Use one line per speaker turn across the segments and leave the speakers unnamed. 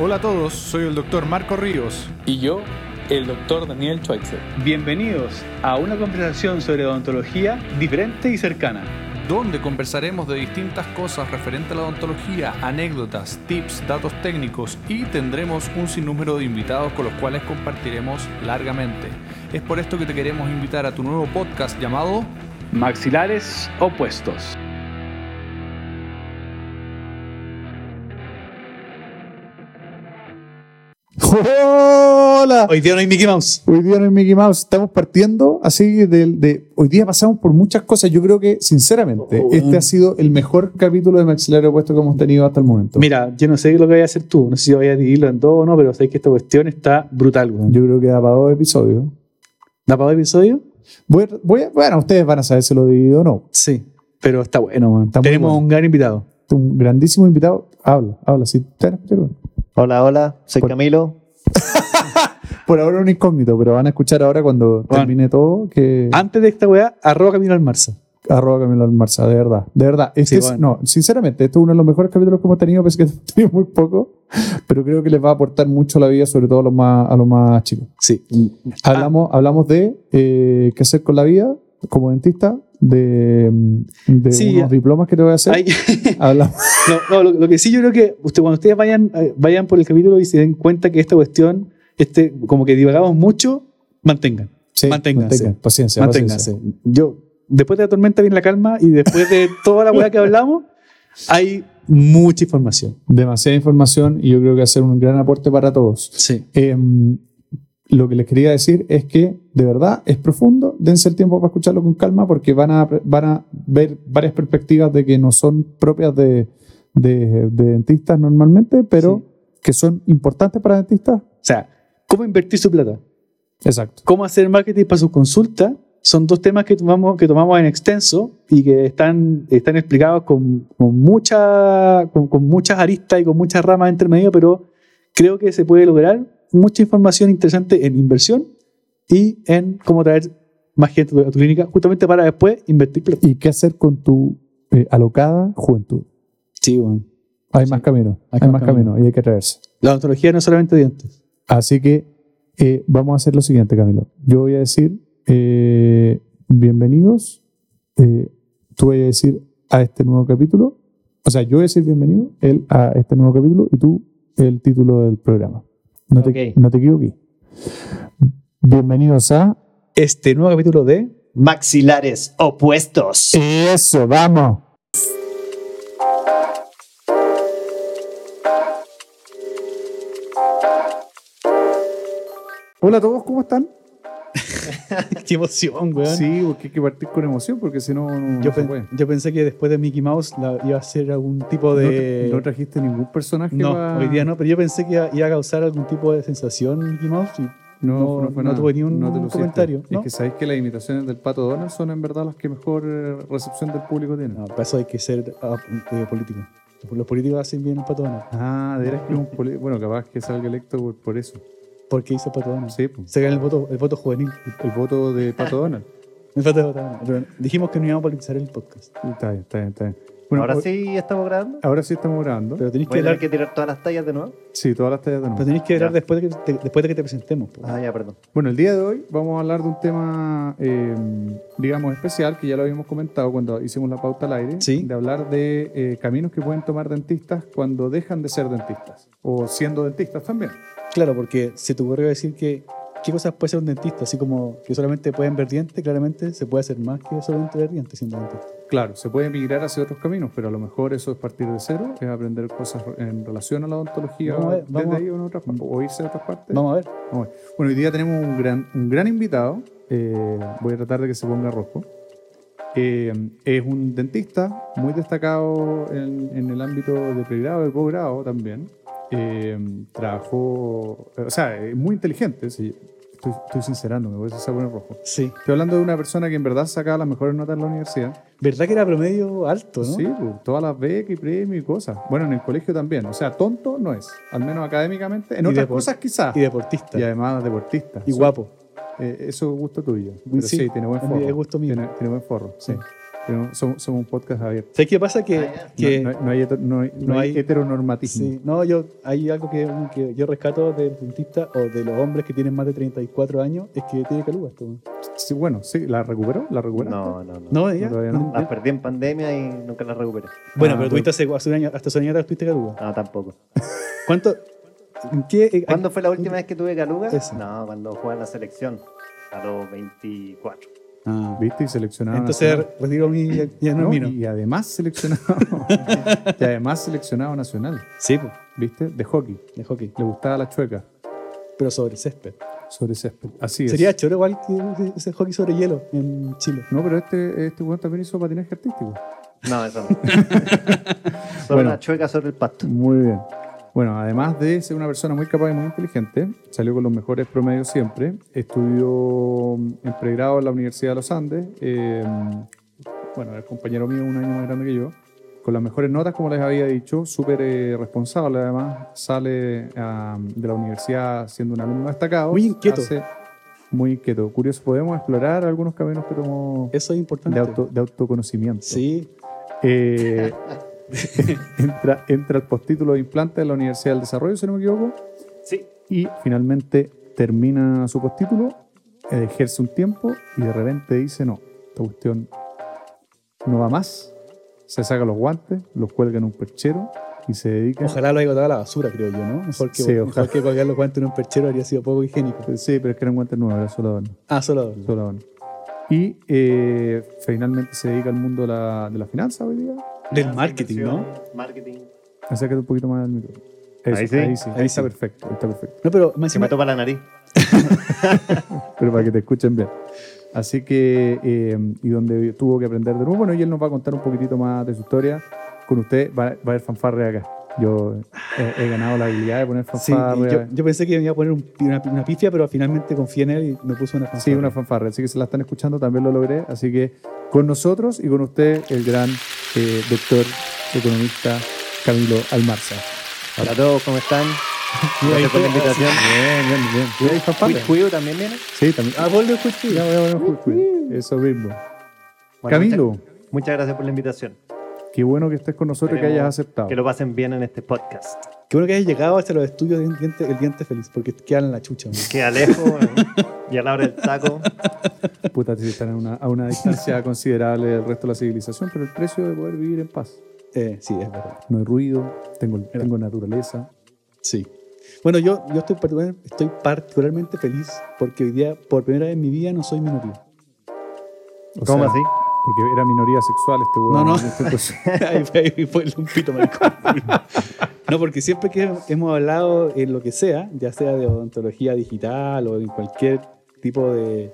Hola a todos, soy el doctor Marco Ríos.
Y yo, el doctor Daniel Schweitzer.
Bienvenidos a una conversación sobre odontología diferente y cercana.
donde conversaremos de distintas cosas referente a la odontología, anécdotas, tips, datos técnicos y tendremos un sinnúmero de invitados con los cuales compartiremos largamente. Es por esto que te queremos invitar a tu nuevo podcast llamado
Maxilares opuestos.
¡Hola!
Hoy día no hay Mickey Mouse.
Hoy día no es Mickey Mouse, estamos partiendo así de, de- Hoy día pasamos por muchas cosas. Yo creo que, sinceramente,
Oh,
este
bueno.
ha sido el mejor capítulo de Maxilar Opuesto que hemos tenido hasta el momento.
Mira, yo no sé lo que voy a hacer tú. No sé si voy a dividirlo en dos o no, pero sé que esta cuestión está brutal, weón.
Yo creo que da para dos episodios.
¿Da para dos episodios?
Voy, a- voy a- bueno, ustedes van a saber si lo divido o no.
Sí. Pero está bueno, weón.
Está muy
Tenemos
bueno.
un gran invitado.
Un grandísimo invitado. Habla, habla. Sí, te van a escuchar, bueno.
Hola, hola, soy
Por-
Camilo.
Por ahora un incógnito, pero van a escuchar ahora cuando termine todo que
Antes de esta weá, arroba Camino al Marza.
arroba Camilo Almarza, de verdad. De verdad.
Sí,
Este es-
bueno.
No, sinceramente, este es uno de los mejores capítulos que hemos tenido, pese que hemos tenido muy poco, pero creo que les va a aportar mucho a la vida, sobre todo a los más, a los más chicos.
Sí. Ah.
Hablamos, hablamos de eh, qué hacer con la vida como dentista, de, mm, de
Sí,
unos
ya.
diplomas que te voy a hacer.
Hay-
Hablamos.
No, no, lo, lo que sí yo creo que usted, cuando ustedes vayan, eh, vayan por el capítulo y se den cuenta que esta cuestión, este, como que divagamos mucho, mantengan.
Sí,
Manténganse.
Paciencia,
manténganse. Yo, después de la tormenta viene la calma y después de toda la weá que hablamos, hay mucha información.
Demasiada información y yo creo que va a ser un gran aporte para todos.
Sí.
Em, lo que les quería decir es que de verdad es profundo, dense el tiempo para escucharlo con calma porque van a, van a ver varias perspectivas de que no son propias de, de- de dentistas normalmente, pero que son importantes para dentistas.
O sea, ¿cómo invertir su plata?
Exacto.
¿Cómo hacer marketing para su consulta? Son dos temas que tomamos, que tomamos en extenso y que están, están explicados con, con mucha, con, con muchas aristas y con muchas ramas entre medio, pero creo que se puede lograr mucha información interesante en inversión y en cómo traer más gente a tu clínica, justamente para después invertir plata.
¿Y qué hacer con tu eh, alocada juventud?
Sí, bueno.
Hay
Sí.
más camino, hay,
Hay
más
más
camino. y hay que atreverse.
La odontología no es solamente dientes.
Así que eh, vamos a hacer lo siguiente, Camilo. Yo voy a decir eh, bienvenidos. eh, tú vas a decir a este nuevo capítulo. O sea, yo voy a decir bienvenido él a este nuevo capítulo y tú el título del programa. No,
Ok.
te, no te equivoques. Bienvenidos a
Este nuevo capítulo de
Maxilares opuestos.
Eso, vamos. Hola a todos, ¿cómo están?
¡Qué emoción, weón!
Sí, porque hay que partir con emoción porque si no, no,
Yo,
no se
pen-
puede.
yo pensé que después de Mickey Mouse la- iba a ser algún tipo de...
No, tra- no trajiste ningún personaje
No,
pa-
hoy día no, pero yo pensé que iba, iba a causar algún tipo de sensación Mickey Mouse. y-
No,
no-
no fue
no
nada.
tuve ni un
te luciste.
comentario,
Es
¿no?
que sabéis que las imitaciones del Pato Donald son en verdad las que mejor eh, recepción del público tienen.
No, para eso hay que ser ah, eh, político. Los políticos hacen bien el patodona.
Ah, de veras que un poli- Bueno, capaz que salga electo por, por eso.
¿Por qué hizo patodona?
Sí, pues,
Se gana el voto, el voto juvenil.
el voto de Pato Donald.
Me falta el voto juvenil. Pero dijimos que no íbamos a politizar el podcast.
Está bien, está bien, está bien.
Ahora
hoy-
sí estamos grabando.
Ahora sí estamos grabando.
Pero tenéis
Voy
que,
a
hablar,
tener que tirar todas las tallas de nuevo.
Sí, todas las tallas de
pero
nuevo.
tenés que hablar
Ya.
después, de que te, después de que te presentemos. po.
Ah, ya, perdón.
Bueno, el día de hoy vamos a hablar de un tema, eh, digamos, especial, que ya lo habíamos comentado cuando hicimos la pauta al aire,
Sí.
de hablar de eh, caminos que pueden tomar dentistas cuando dejan de ser dentistas, o siendo dentistas también.
Claro, porque se te ocurrió decir que qué cosas puede ser un dentista, así como que solamente pueden ver dientes, claramente se puede hacer más que solamente ver dientes siendo dentista.
Claro, se puede migrar hacia otros caminos, pero a lo mejor eso es partir de cero, es aprender cosas en relación a la odontología
Vamos a ver,
desde
vamos a-
ahí o, en otras, pa- o irse a otras partes.
Vamos a ver.
Bueno, hoy día tenemos un gran, un gran invitado. eh, voy a tratar de que se ponga rojo. Eh, es un dentista muy destacado en, en el ámbito de pregrado y posgrado también. Eh, trabajó, o sea, es muy inteligente. sí. Estoy, estoy sincerándome, por eso se pone rojo.
Sí.
Estoy hablando de una persona que en verdad sacaba las mejores notas en la universidad.
¿Verdad que era promedio alto, no?
Sí, pues, todas las becas y premios y cosas. Bueno, en el colegio también. O sea, tonto no es, al menos académicamente. En
Y
otras
depor-
cosas quizás.
Y
Y,
deportista. Y,
además deportista.
guapo.
Eh, eso es gusto tuyo. Pero
Sí,
sí, tiene buen
es
forro.
gusto mío.
Tiene, tiene buen forro, sí. Pero somos, somos un podcast abierto.
¿Sabes qué pasa? Que,
Ah, ya.
que-
No, no- no hay, heter- no hay- no
No
hay
hay-
heteronormatismo.
sí, no, yo, hay algo que, que yo rescato del dentista o de los hombres que tienen más de 34 años, es que tiene caluga esto. weón.
Sí, bueno, sí, ¿la recuperó? ¿La recuperó?
No, no, no.
No, ella.
todavía no.
Las perdí en pandemia y nunca las recuperé.
Ah, Bueno,
Ah,
pero tuviste hace, hace un año, hasta hace un año atrás tuviste caluga.
No, tampoco.
¿Cuánto? ¿En qué? eh,
¿Cuándo fue la última vez que tuve caluga?
Eso.
No, cuando jugaba en la selección. A los 24.
Ah,
¿Viste? Y seleccionaron.
entonces
nacional.
retiro Pues mi ya, ya no,
No,
es mío.
y además seleccionado. y además seleccionado nacional.
Sí, pues,
¿Viste? De hockey.
de hockey.
Le gustaba la chueca
Pero sobre césped.
sobre césped. Así es.
Sería choro igual que ese hockey sobre hielo en Chile.
No, pero este, este weón también hizo patinaje artístico.
No, eso no. Solo
Bueno.
una chueca sobre el pasto.
Muy bien. Bueno, además de ser una persona muy capaz y muy inteligente, salió con los mejores promedios siempre, estudió mm, en pregrado en la Universidad de los Andes, eh, bueno, el compañero mío un año más grande que yo, con las mejores notas, como les había dicho, súper eh, responsable además, sale ah, de la universidad siendo un alumno destacado.
Muy inquieto.
Hace- muy inquieto. Curioso, podemos explorar algunos caminos que tomó
Eso es importante.
de, auto- de autoconocimiento.
Sí,
Eh, entra, entra el postítulo de implante de la Universidad del Desarrollo, si no me equivoco,
Sí.
y finalmente termina su postítulo, eh, ejerce un tiempo y de repente dice, no, esta cuestión no va más, se saca los guantes, los cuelga en un perchero y se dedica...
ojalá lo haya botado a la basura, creo yo, ¿no? Mejor que,
Sí,
mejor
ojalá.
que colgar los guantes en un perchero habría sido poco higiénico.
Sí, pero es que eran guantes nuevos, era solo adorno.
Ah, solo adorno.
solo adorno. Y eh, finalmente se dedica al mundo de la, de la finanza hoy día.
Ah,
Del marketing, ¿no?
Marketing.
Acércate un poquito más al micro. Eso,
Ahí sí.
ahí sí, ahí
Ahí
está
sí.
perfecto, ahí está perfecto.
No, pero más
Se me
encima-
topa la nariz.
pero para que te escuchen bien. Así que, eh, y donde tuvo que aprender de nuevo, bueno, y él nos va a contar un poquitito más de su historia. Con usted va, va a haber fanfarre acá. Yo eh, he, he ganado la habilidad de poner
Sí, y yo,
fanfarre.
yo pensé que me iba a poner un- una, una pifia, pero finalmente confié en él y me puso una
Sí, una fanfarre. Así que si la están escuchando, también lo logré. Así que con nosotros y con usted, el gran eh, doctor economista Camilo Almarza.
Hola a todos, ¿cómo están? Gracias por la invitación.
Bien, bien, bien. ¿Y hay fanfarre?
Cui- Cuido también viene.
Sí, también.
Ah, vos lo escuché.
Ya voy a poner un juicio. Eso mismo.
Bueno,
Camilo.
Muchas, muchas gracias por la invitación.
Qué bueno que estés con nosotros y que
Esperemos
hayas aceptado.
Que lo pasen bien en este podcast.
Qué bueno que hayas llegado hasta los estudios del diente, el diente feliz, porque te quedan en la chucha. man.
Que Alejo bueno, y a la hora del taco.
Puta, sí, están a una, a una distancia considerable del resto de la civilización, pero el precio de poder vivir en paz.
Eh, sí, es verdad.
No hay ruido, tengo, tengo naturaleza.
Sí. Bueno, yo, yo estoy, particular- estoy particularmente feliz porque hoy día, por primera vez en mi vida, no soy minoría.
O
¿Cómo
sea,
así?
Porque era minoría sexual este
No,
huevo.
no.
Entonces,
Ahí fue, ahí fue el lumpito, maricón. No, porque siempre que hemos hablado en lo que sea, ya sea de odontología digital o en cualquier tipo de,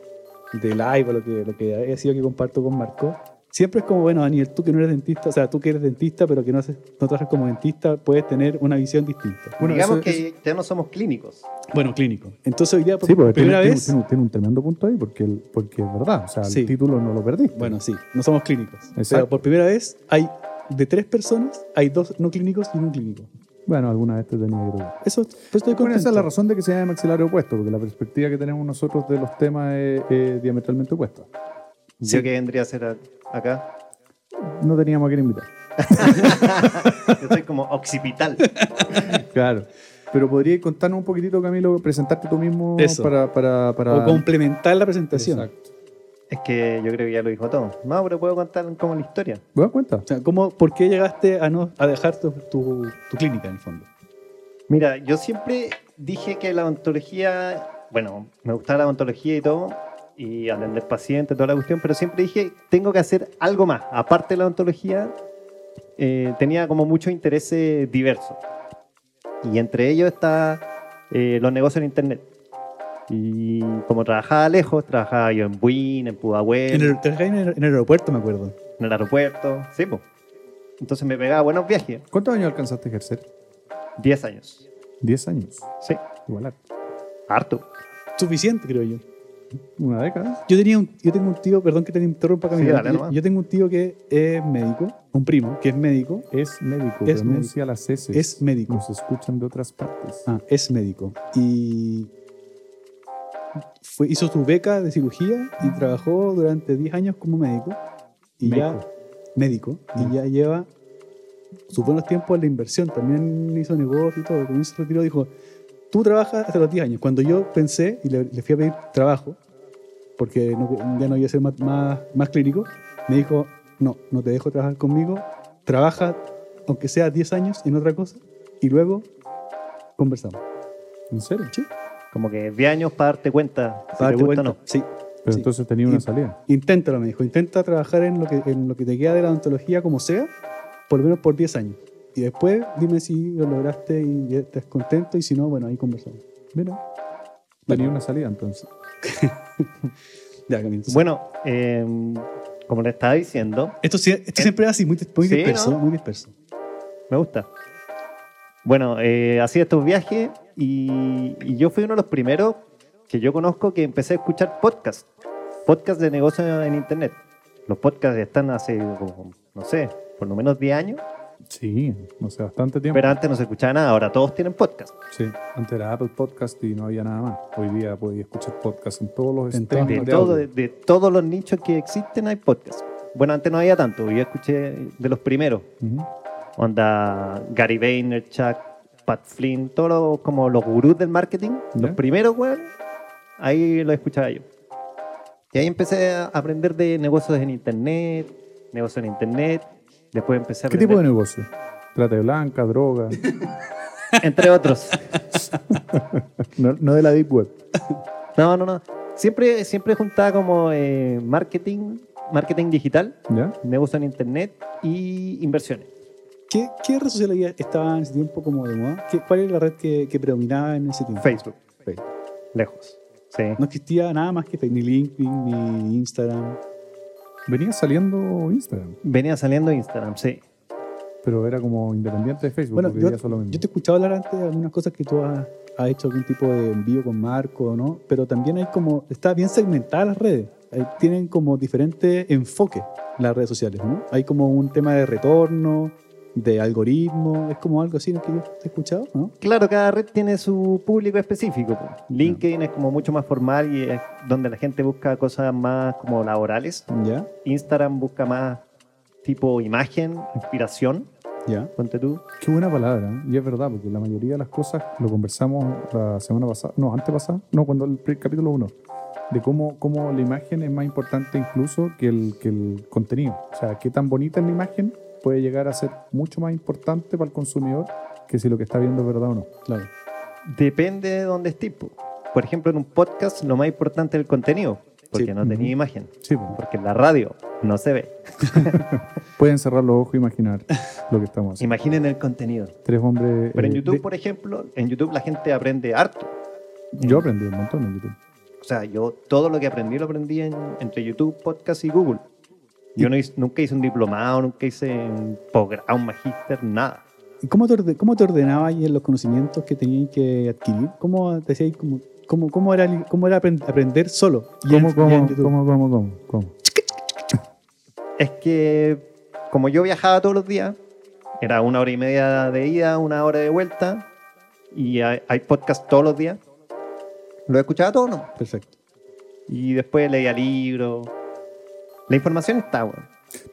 de live o lo que, lo que haya sido que comparto con Marco, siempre es como, bueno, Daniel, tú que no eres dentista, o sea, tú que eres dentista, pero que no, haces, no trabajas como dentista, puedes tener una visión distinta.
bueno,
Digamos
eso-
que ya no somos clínicos.
Bueno, clínico. Entonces hoy día, por
Sí, porque tiene,
primera
tiene-
vez...
tiene un- tiene un tremendo punto ahí, porque, el- porque es verdad. O sea,
Sí.
el título no lo perdiste.
Bueno, sí, no somos clínicos. Pero
Exacto.
por primera vez hay de tres personas, hay dos no clínicos y un clínico.
Bueno, alguna vez te tenía que probar.
Eso, pues estoy contento.
Bueno, esa es la razón de que se llame maxilar opuesto, porque la perspectiva que tenemos nosotros de los temas es eh, diametralmente opuesta.
Yo que vendría a ser a- acá.
No teníamos a quién invitar.
Yo soy como occipital.
Claro. Pero podrías contarnos un poquitito, Camilo, presentarte tú mismo
Eso.
para... para, para...
O complementar la presentación.
Exacto.
Es que yo creo que ya lo dijo todo. No, pero puedo contar como la historia.
¿Me das cuenta?
O sea, ¿cómo, ¿por qué llegaste a, no, a dejar tu, tu, tu clínica en el fondo?
Mira, yo siempre dije que la odontología, bueno, me gustaba la odontología y todo, y atender pacientes, toda la cuestión, pero siempre dije, tengo que hacer algo más. Aparte de la odontología, eh, tenía como muchos intereses diversos. Y entre ellos está eh, los negocios en Internet. Y como trabajaba lejos, trabajaba yo en Buin, en Pudahuel,
En el, trabajé en el, en el aeropuerto, me acuerdo.
en el aeropuerto, sí, po. Entonces me pegaba buenos viajes,
¿Cuántos años alcanzaste a ejercer?
10 años.
Diez años.
Sí,
Igual. harto.
harto.
Suficiente, creo yo.
Una década.
Yo, tenía un- yo tengo un tío, perdón que te interrumpa, Camilo.
Sí, dale,
Yo-
nomás.
yo, tengo un tío que es médico, un primo que es médico.
Es médico.
Es
pronuncia las S.
Es médico.
Nos escuchan de otras partes.
Ah, es médico. Y fue, hizo su beca de cirugía y trabajó durante 10 años como médico. y ya
Médico.
médico y ya lleva sus buenos tiempos en la inversión. También hizo negocio y todo. Cuando se retiró dijo, tú trabajas hasta los 10 años. Cuando yo pensé y le, le fui a pedir trabajo, porque no- ya no iba a ser más, más, más clínico, me dijo, no, no te dejo trabajar conmigo, trabaja aunque sea 10 años en otra cosa y luego conversamos.
¿En serio?
Sí.
Como que 10 años para darte cuenta si
Darte
te gusta
vuelta.
o no.
Sí,
Pero
Sí.
entonces tenía una
Y-
salida.
inténtalo, me dijo. Intenta trabajar en lo que, en lo que te queda de la odontología como sea, por lo menos por 10 años. Y después dime si lo lograste y ya estás contento y si no, bueno, ahí conversamos.
Mira. Tenía una salida entonces.
Ya, Camilo. entonces-
Bueno, eh, como le estaba diciendo,
esto, sí- Eh, esto siempre es así, muy, dis- muy
Sí,
disperso,
¿no?
muy disperso.
me gusta. Bueno, eh, hacía estos viajes y, y yo fui uno de los primeros que yo conozco que empecé a escuchar podcast. Podcast de negocios en internet. Los podcasts están hace, como, no sé, por lo menos 10 años,
Sí, no sé, bastante tiempo.
pero antes no se escuchaba nada, ahora todos tienen podcast.
Sí, antes era Apple Podcast y no había nada más. Hoy día podía escuchar podcast en todos los
En
streams
De,
todas
Ah, de
todo-
audio.
de todos los nichos que existen hay podcast. Bueno, antes no había tanto, yo escuché de los primeros.
Ujú.
Onda Gary Vaynerchuk, Pat Flynn, todos los, como los gurús del marketing,
Ya.
los primeros, weón, ahí los escuchaba yo. Y ahí empecé a aprender de negocios en internet, negocios en internet, después empecé a
¿Qué
aprender,
tipo de negocio? Trata de blanca, droga.
entre otros.
No, no de la Deep Web.
No, no, no. Siempre, siempre juntaba como eh, marketing, marketing digital,
¿Ya?
negocios en internet y inversiones.
¿Qué, qué red social había- estaba en ese tiempo como de moda? ¿Qué- ¿Cuál era la red que, que predominaba en ese tiempo?
Facebook.
Facebook.
Lejos. Sí.
No existía nada más que Facebook, ni LinkedIn, ni Instagram.
Venía saliendo Instagram,
Venía saliendo Instagram, sí.
pero era como independiente de Facebook.
Bueno,
porque
yo,
hoy día son lo mismo.
yo te he escuchado hablar antes de algunas cosas que tú has, has hecho algún tipo de envío con Marco, ¿no? Pero también hay como, está bien segmentada las redes. Ahí tienen como diferentes enfoques las redes sociales, ¿no? Hay como un tema de retorno, de algoritmo, es como algo así, ¿no? Que yo te he escuchado, ¿no?
Claro, cada red tiene su público específico. po. LinkedIn es como mucho más formal y es donde la gente busca cosas más como laborales.
Ya,
Instagram busca más tipo imagen, inspiración,
ya.
ponte tú.
Qué buena palabra. ¿eh? Y es verdad, porque la mayoría de las cosas lo conversamos la semana pasada, no, antes pasada, no, cuando el pri- capítulo 1, de cómo, cómo la imagen es más importante incluso que el, que el contenido. O sea, qué tan bonita es la imagen puede llegar a ser mucho más importante para el consumidor que si lo que está viendo es verdad o no.
Claro.
Depende de dónde estés. po. Por ejemplo, en un podcast lo más importante es el contenido, porque
Sí.
no tenía
Ujú.
imagen.
Sí, pues,
Porque en la radio no se ve.
pueden cerrar los ojos e imaginar lo que estamos haciendo.
Imaginen el contenido.
Tres hombres...
Pero en
eh,
YouTube,
de-
por ejemplo, en YouTube la gente aprende harto.
yo aprendí un montón en YouTube.
O sea, yo todo lo que aprendí lo aprendí en- entre YouTube, podcast y Google. Yo no hice- nunca hice un diplomado, nunca hice un posgrado, un magíster, nada.
¿Y cómo te, orde- cómo te ordenabas ahí en los conocimientos que tenías que adquirir? ¿Cómo te hacías ahí como- cómo, cómo era, el- cómo era aprend- aprender solo? Y en-
¿Cómo,
y en
cómo,
YouTube.
cómo, cómo, cómo, cómo?
Es que como yo viajaba todos los días, era una hora y media de ida, una hora de vuelta, y hay, hay podcast todos los días, lo escuchaba todo, ¿no?
Perfecto.
Y después leía libros. La información está, bueno.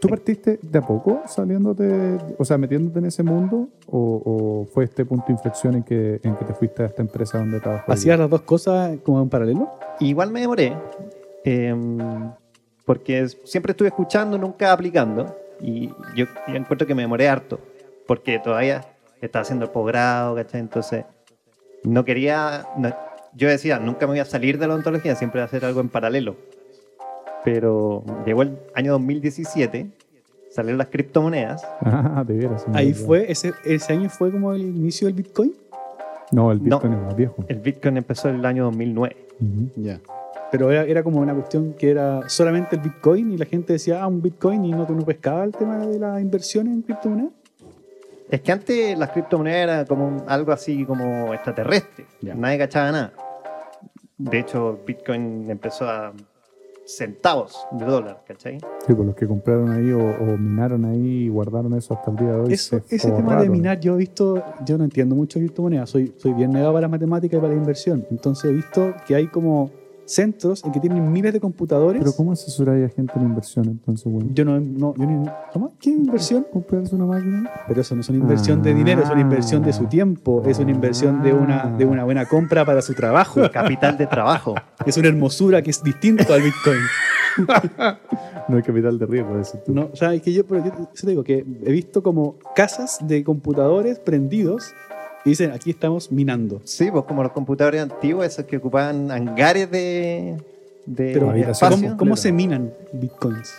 ¿Tú partiste de a poco saliéndote, o sea, metiéndote en ese mundo? ¿O, o fue este punto de inflexión en que, en que te fuiste a esta empresa donde trabajas? hoy
¿Hacías
día?
las dos cosas como en paralelo?
Igual me demoré, em, porque es- siempre estuve escuchando, nunca aplicando, y yo, yo encuentro que me demoré harto, porque todavía estaba haciendo el posgrado, ¿cachai? Entonces, no quería, no- yo decía, nunca me voy a salir de la ontología, siempre voy a hacer algo en paralelo. Pero llegó el año 2017, salieron las criptomonedas,
Ah, de veras. sí,
Ahí
verdad.
fue, ese, ese año fue como el inicio del Bitcoin.
No, el
No.
Bitcoin es más viejo.
el Bitcoin empezó en el año 2009.
Ujú.
Eh, Ya. Pero era, era como una cuestión que era solamente el Bitcoin y la gente decía, ah, un Bitcoin y no, no pescaba el tema de las inversiones en criptomonedas.
Es que antes las criptomonedas era como un- algo así como extraterrestre.
Ya.
Nadie cachaba nada. De hecho, Bitcoin empezó a centavos de dólar, ¿cachai?
Sí, pues los que compraron ahí o, o minaron ahí y guardaron eso hasta el día de hoy.
Eso,
se
ese tema de
forraron.
minar, yo he visto, yo no entiendo mucho de criptomonedas, soy, soy bien negado para las matemáticas y para la inversión. Entonces he visto que hay como centros en que tienen miles de computadores.
Pero ¿cómo asesoráis a gente en inversión entonces, weón?
Yo no, no- yo ni- ¿cómo? ¿Qué inversión?
¿Comprarse una máquina? Ah.
Pero eso no es una inversión de dinero, es una inversión de su tiempo, es una inversión de una, de una buena compra para su trabajo.
Capital de trabajo.
Es una hermosura que es distinto al Bitcoin.
No hay capital de riesgo, decir tú.
No, o sea, es que yo, pero yo yo te digo que he visto como casas de computadores prendidos y dicen, aquí estamos minando.
Sí, pues como los computadores antiguos, esos que ocupaban hangares de, de
Pero,
habitación
espacio.
¿cómo, cómo se minan bitcoins?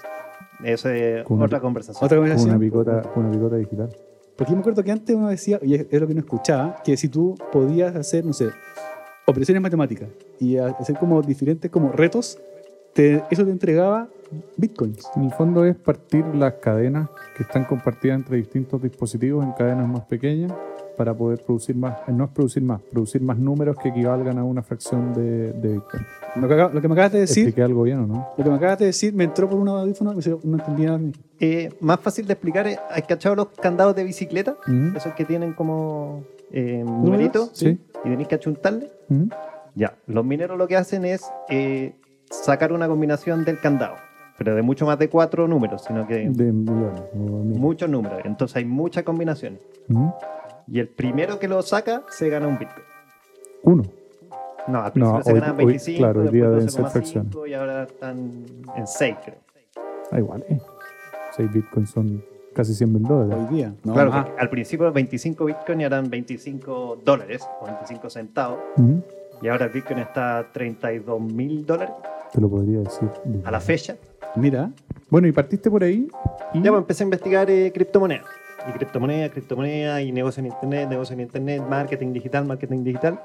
Eso es
Con-
otra conversación.
Otra
Con una
conversación.
picota, con una picota digital.
Porque yo me acuerdo que antes uno decía, y es, es lo que uno escuchaba, que si tú podías hacer, no sé, operaciones matemáticas y a- hacer como diferentes como retos, te- eso te entregaba bitcoins.
En el fondo es partir las cadenas que están compartidas entre distintos dispositivos en cadenas más pequeñas para poder producir más, eh, no es producir más, producir más números que equivalgan a una fracción de, de Bitcoin.
Lo que, acá- lo que me acabas de decir,
Expliqué algo bien, ¿o no?
lo que me acabas de decir me entró por un audífono y me salió- no entendía nada.
Eh, más fácil de explicar, es- ¿has cachado los candados de bicicleta?
Ujú.
Esos que tienen como eh, numeritos
Sí.
y tenéis que achuntarle.
Ujú.
Ya, los mineros lo que hacen es eh, sacar una combinación del candado, pero de mucho más de cuatro números, sino que
De millones. o mil.
muchos números. Entonces hay mucha combinación.
Ujú.
Y el primero que lo saca se gana un Bitcoin.
Uno.
No, al principio
No,
se
hoy-
ganaban
hoy,
25,
claro, hoy
después
día deben ser
12,5 y ahora están en 6, creo.
Ah, igual, eh. 6 Bitcoins son casi 100 mil dólares.
Hoy día, no,
claro,
más.
porque al principio 25 Bitcoin eran 25 dólares o 25 centavos.
Ujú.
Y ahora el Bitcoin está a 32 mil dólares
Te lo podría decir.
a la fecha.
mira,
Bueno, y partiste por ahí. Y
Ya pues, empecé a investigar eh, criptomonedas. Y criptomonedas, criptomonedas, y negocio en internet, negocio en internet, marketing digital, marketing digital.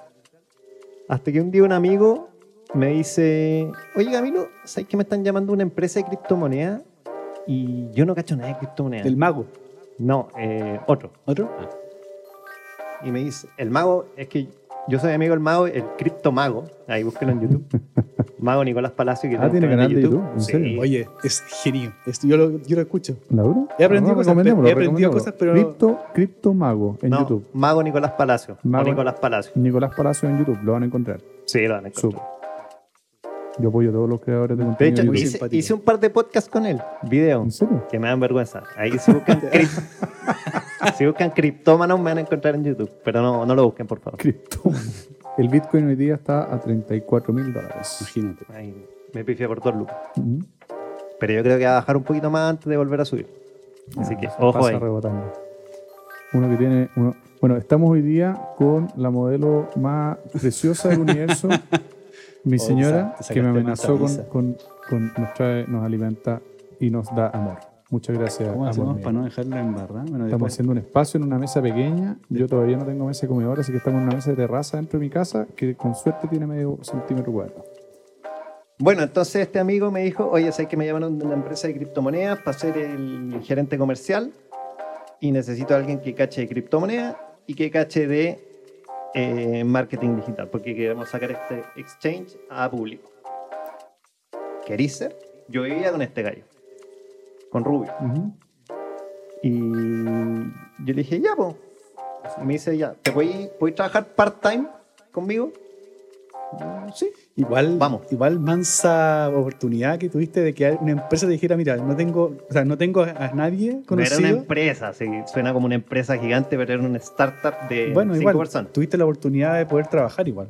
Hasta que un día un amigo me dice, oye Camilo, ¿sabes que me están llamando una empresa de criptomonedas? Y yo no cacho nada de criptomonedas.
el mago,
No, eh, otro.
otro.
Y me dice, el mago, es que yo soy amigo del mago, el criptomago. Ahí búsquenlo en YouTube. Mago Nicolás Palacio. Que
Ah, tiene
un
canal de YouTube, ¿en
Sí.
serio?
Oye, es genio. Es- yo, lo, yo lo escucho.
¿Laura?
He aprendido
No,
cosas,
recomendémoslo,
he aprendido
recomendémoslo.
cosas, pero-
Cripto, Cripto Mago en
No,
YouTube.
Mago Nicolás Palacio. o
Mago-
Nicolás Palacio.
Nicolás Palacio en YouTube, lo van a encontrar.
Sí, lo van a encontrar.
Súper. Yo apoyo a todos los creadores de
De
contenido.
hecho,
en YouTube.
hice,
simpático.
hice un par de podcasts con él, video,
¿En serio?
que me dan vergüenza. Ahí si buscan, cri- si buscan criptómanos me van a encontrar en YouTube, pero no, no lo busquen, por favor.
Cripto. El Bitcoin hoy día está a 34 mil dólares.
Imagínate.
Ahí me pifié por dos lucas.
Ujú.
Pero yo creo que va a bajar un poquito más antes de volver a subir. Así que, ojo
Pasa
ahí.
rebotando. Uno que tiene. uno- Bueno, estamos hoy día con la modelo más preciosa del universo. Mi
Oh,
señora,
te sacaste
que me amenazó con,
mansa,
con, con- nos trae, nos alimenta y nos da amor. Muchas gracias.
¿Cómo
amor
hacemos
mío.
para no dejarlo en barra? Bueno,
Ah, Estamos
después-
haciendo un espacio en una mesa pequeña. Yo todavía no tengo mesa de comedor, así que estamos en una mesa de terraza dentro de mi casa que con suerte tiene medio centímetro cuadrado.
Bueno, entonces este amigo me dijo, oye, sé que me llamaron de una empresa de criptomonedas para ser el gerente comercial y necesito a alguien que cache de criptomonedas y que cache de eh, marketing digital, porque queremos sacar este exchange a público. ¿Querís ser? Yo vivía con este gallo, con Rubio. Y yo le dije, ya, po. Y me dice, ya, ¿te podéis podéis trabajar part-time conmigo? Mm, Sí.
Igual,
Vamos.
igual mansa oportunidad que tuviste de que una empresa te dijera, mira, no tengo, o sea, no tengo a- a nadie conocido.
No era una empresa, sí, suena como una empresa gigante, pero era una startup de
bueno,
cinco
igual,
personas.
tuviste la oportunidad de poder trabajar igual.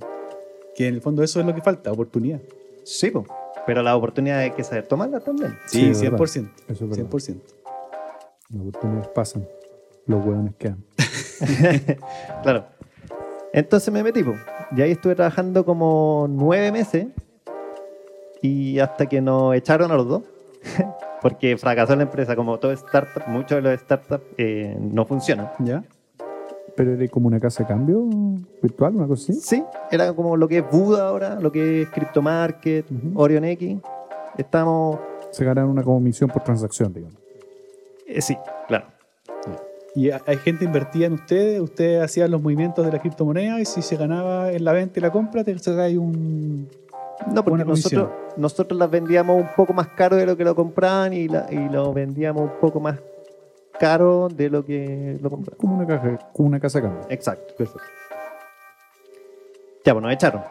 Que en el fondo eso es lo que falta, oportunidad.
Sí, po. pero la oportunidad hay que saber tomarla también.
Sí,
Sí,
es
100%.
Eso es verdad.
100%.
Las oportunidades pasan, los hueones quedan.
Claro. Entonces me metí, po. y ahí estuve trabajando como nueve meses y hasta que nos echaron a los dos, porque fracasó la empresa, como todo startup, muchos de los startups eh, no funcionan.
¿Ya?
Pero era como una casa de cambio virtual, una cosa así.
Sí, era como lo que es Buda ahora, lo que es CryptoMarket,
Ujú.
Orion X. Estamos...
Se ganan una comisión por transacción, digamos.
eh, sí, claro.
¿Y a- hay gente invertida en ustedes? ¿Ustedes hacían los movimientos de la criptomoneda y si se ganaba en la venta y la compra, te sacáis un...
No, porque
Una comisión.
nosotros, nosotros las vendíamos un poco más caro de lo que lo compraban y, la- y lo vendíamos un poco más caro de lo que lo compraban.
Como una, caja, como una casa de cambio.
Exacto.
Perfecto.
Ya, pues nos echaron.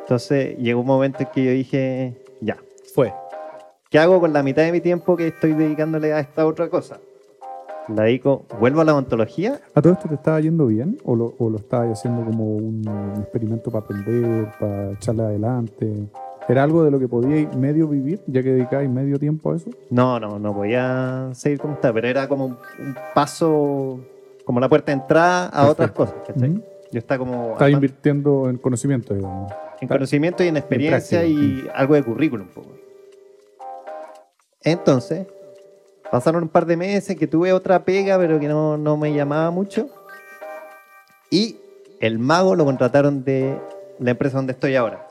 Entonces llegó un momento en que yo dije, ya,
Fue.
¿qué hago con la mitad de mi tiempo que estoy dedicándole a esta otra cosa? La dedico, vuelvo a la odontología.
¿A todo esto te estaba yendo bien? ¿O lo, o lo estabas haciendo como un experimento para aprender, para echarle adelante? ¿Era algo de lo que podíais medio vivir, ya que dedicáis medio tiempo a eso?
No, no, no podía seguir como está, pero era como un, un paso, como la puerta de entrada a otras cosas. ¿cachai?
Ujú.
Yo estaba como
Estaba
armando-
invirtiendo en conocimiento, digamos.
en conocimiento y en experiencia y algo de currículum. po, güey. Entonces, pasaron un par de meses que tuve otra pega, pero que no, no me llamaba mucho. Y el mago lo contrataron de la empresa donde estoy ahora.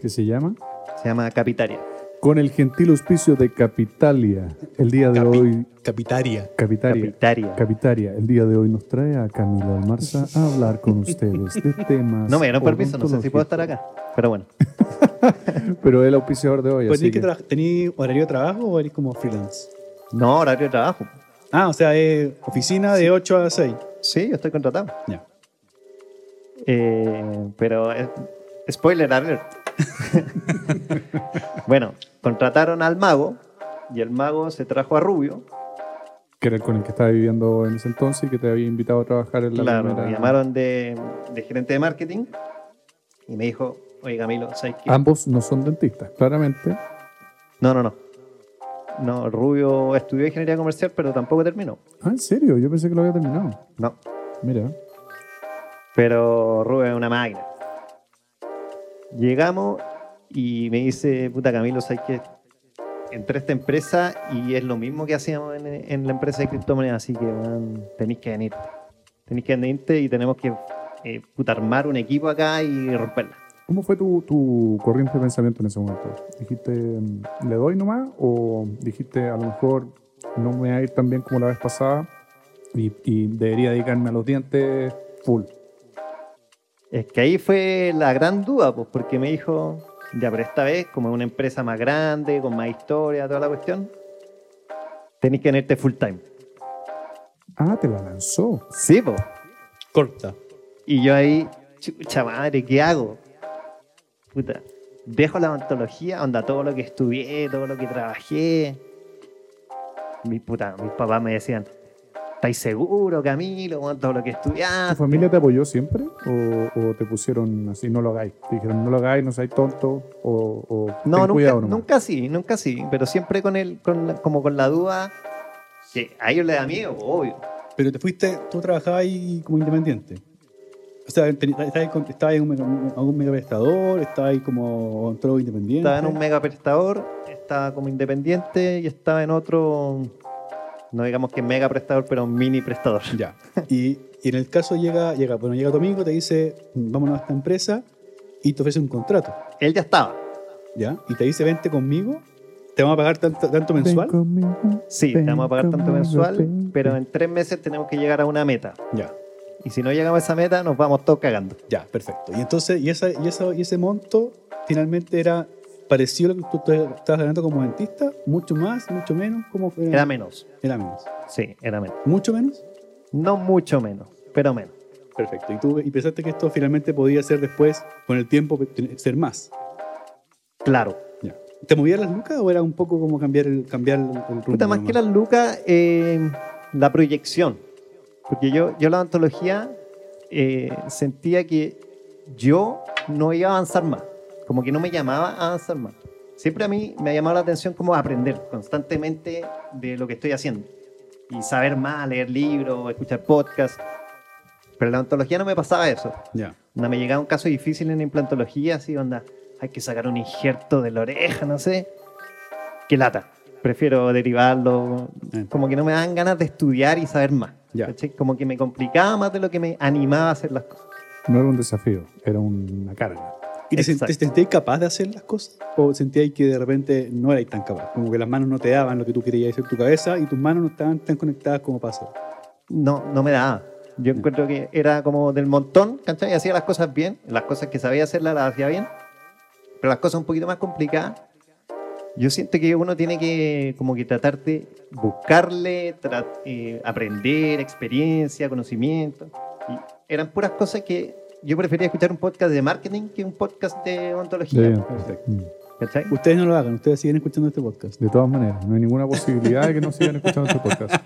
Que se llama
Se llama Capitaria.
Con el gentil auspicio de Capitalia. El día de
Capi-
hoy,
Capitaria.
Capitalia.
Capitaria.
Capitaria, el día de hoy nos trae a Camilo Almarza a hablar con ustedes de temas.
No me dieron permiso, no sé si puedo
odontológicos.
estar acá. Pero bueno,
Pero es el auspiciador de hoy.
Pues
así
tenés, que
que-
traba- tenés horario de trabajo o eres como freelance?
no horario de trabajo.
Ah, o sea, es oficina de 8 a 6.
Sí, yo estoy contratado.
Ya.
Eh, pero eh, spoiler alert. bueno, contrataron al mago y el mago se trajo a Rubio.
que era el con el que estaba viviendo en ese entonces y que te había invitado a trabajar en la
claro,
primera-
me llamaron de, de gerente de marketing y me dijo, oye Camilo, ¿sabes qué?
Ambos no son dentistas, claramente.
No, no, no. No, Rubio estudió ingeniería comercial, pero tampoco terminó.
Ah, en serio, yo pensé que lo había terminado.
No,
Mira,
pero Rubio es una máquina. Llegamos y me dice, puta Camilo, ¿sabes qué? Entré a esta empresa y es lo mismo que hacíamos en, en la empresa de criptomonedas, así que weón, tenéis que venirte. Tenéis que venirte y tenemos que eh, puta, armar un equipo acá y romperla.
¿cómo fue tu, tu corriente de pensamiento en ese momento? ¿Dijiste, mm, le doy nomás? ¿O dijiste, a lo mejor no me va a ir tan bien como la vez pasada y, y debería dedicarme a los dientes full?
Es que ahí fue la gran duda, pues, porque me dijo, ya, pero esta vez, como es una empresa más grande, con más historia, toda la cuestión, tenéis que venirte full time.
Ah, te la lanzó.
Sí, pues.
Corta.
Y yo ahí, chucha madre, ¿qué hago? Puta, dejo la odontología, onda, todo lo que estudié, todo lo que trabajé. Mi puta, mis papás me decían, ¿estáis seguro, Camilo, con todo lo que
¿Tu
estudiaste?
familia te apoyó siempre? ¿O, o te pusieron así, no lo hagáis? Te dijeron, no lo hagáis, no seáis tonto. O, o
No,
ten
nunca,
cuidado nomás.
nunca sí, nunca sí, pero siempre con el, con la- como con la duda que a ellos les da miedo, obvio.
Pero te fuiste, tú trabajabas ahí como independiente. O sea, ten- estabas con- estabas en un mega- algún megaprestador, estabas ahí como un trozo independiente.
Estaba en un mega prestador, estaba como independiente y estaba en otro, no digamos que mega prestador, pero mini prestador.
Ya. Y, y en el caso llega, llega, bueno, llega tu amigo, te dice, vámonos a esta empresa y te ofrece un contrato,
Él ya estaba.
¿ya? Y te dice, vente conmigo, te vamos a pagar tanto, tanto
Ven
mensual.
conmigo.
Sí, te vamos a pagar tanto
Conmigo,
mensual,
ven.
pero en tres meses tenemos que llegar a una meta.
Ya,
Y si no llegamos a esa meta, nos vamos todos cagando.
ya, perfecto. Y entonces, y, esa, y, esa- y ese monto finalmente era parecido a lo que tú te- estabas ganando como dentista, mucho más, mucho menos, ¿cómo fue?
Era menos.
Era menos.
Sí, era menos.
¿Mucho menos?
No mucho menos, pero menos.
Perfecto. Y, tú, y pensaste que esto finalmente podía ser después, con el tiempo, te- ser más.
Claro.
Ya. ¿Te movías las lucas o era un poco como cambiar el, cambiar el, el rumbo?
Puta, más
nomás?
que las lucas, eh, la proyección. Porque yo, yo la antología eh, sentía que yo no iba a avanzar más. Como que no me llamaba a avanzar más. Siempre a mí me ha llamado la atención como aprender constantemente de lo que estoy haciendo. Y saber más, leer libros, escuchar podcasts. Pero en la antología no me pasaba eso.
Ya.
Onda, me llegaba un caso difícil en implantología, así onda, hay que sacar un injerto de la oreja, no sé. Qué lata. Prefiero derivarlo.
Eh.
Como que no me dan ganas de estudiar y saber más.
Ya.
¿cachai? Como que me complicaba más de lo que me animaba a hacer las cosas.
No era un desafío, era una carga.
¿Y te,
Exacto.
sent- te sentías capaz de hacer las cosas? ¿O sentías que de repente no erais tan capaz? Como que las manos no te daban lo que tú querías hacer en tu cabeza y tus manos no estaban tan conectadas como pasa.
No, no me daba. Yo
Ya.
encuentro que era como del montón, ¿cachai? Hacía las cosas bien, las cosas que sabía hacerlas las hacía bien, pero las cosas un poquito más complicadas. Yo siento que uno tiene que como que tratar de buscarle, tra- eh, aprender experiencia, conocimiento. Y eran puras cosas que yo prefería escuchar un podcast de marketing que un podcast de odontología.
bien, perfecto.
¿Cachai?
Ustedes no lo hagan, ustedes siguen escuchando este podcast.
De todas maneras, no hay ninguna posibilidad de que no sigan escuchando este podcast.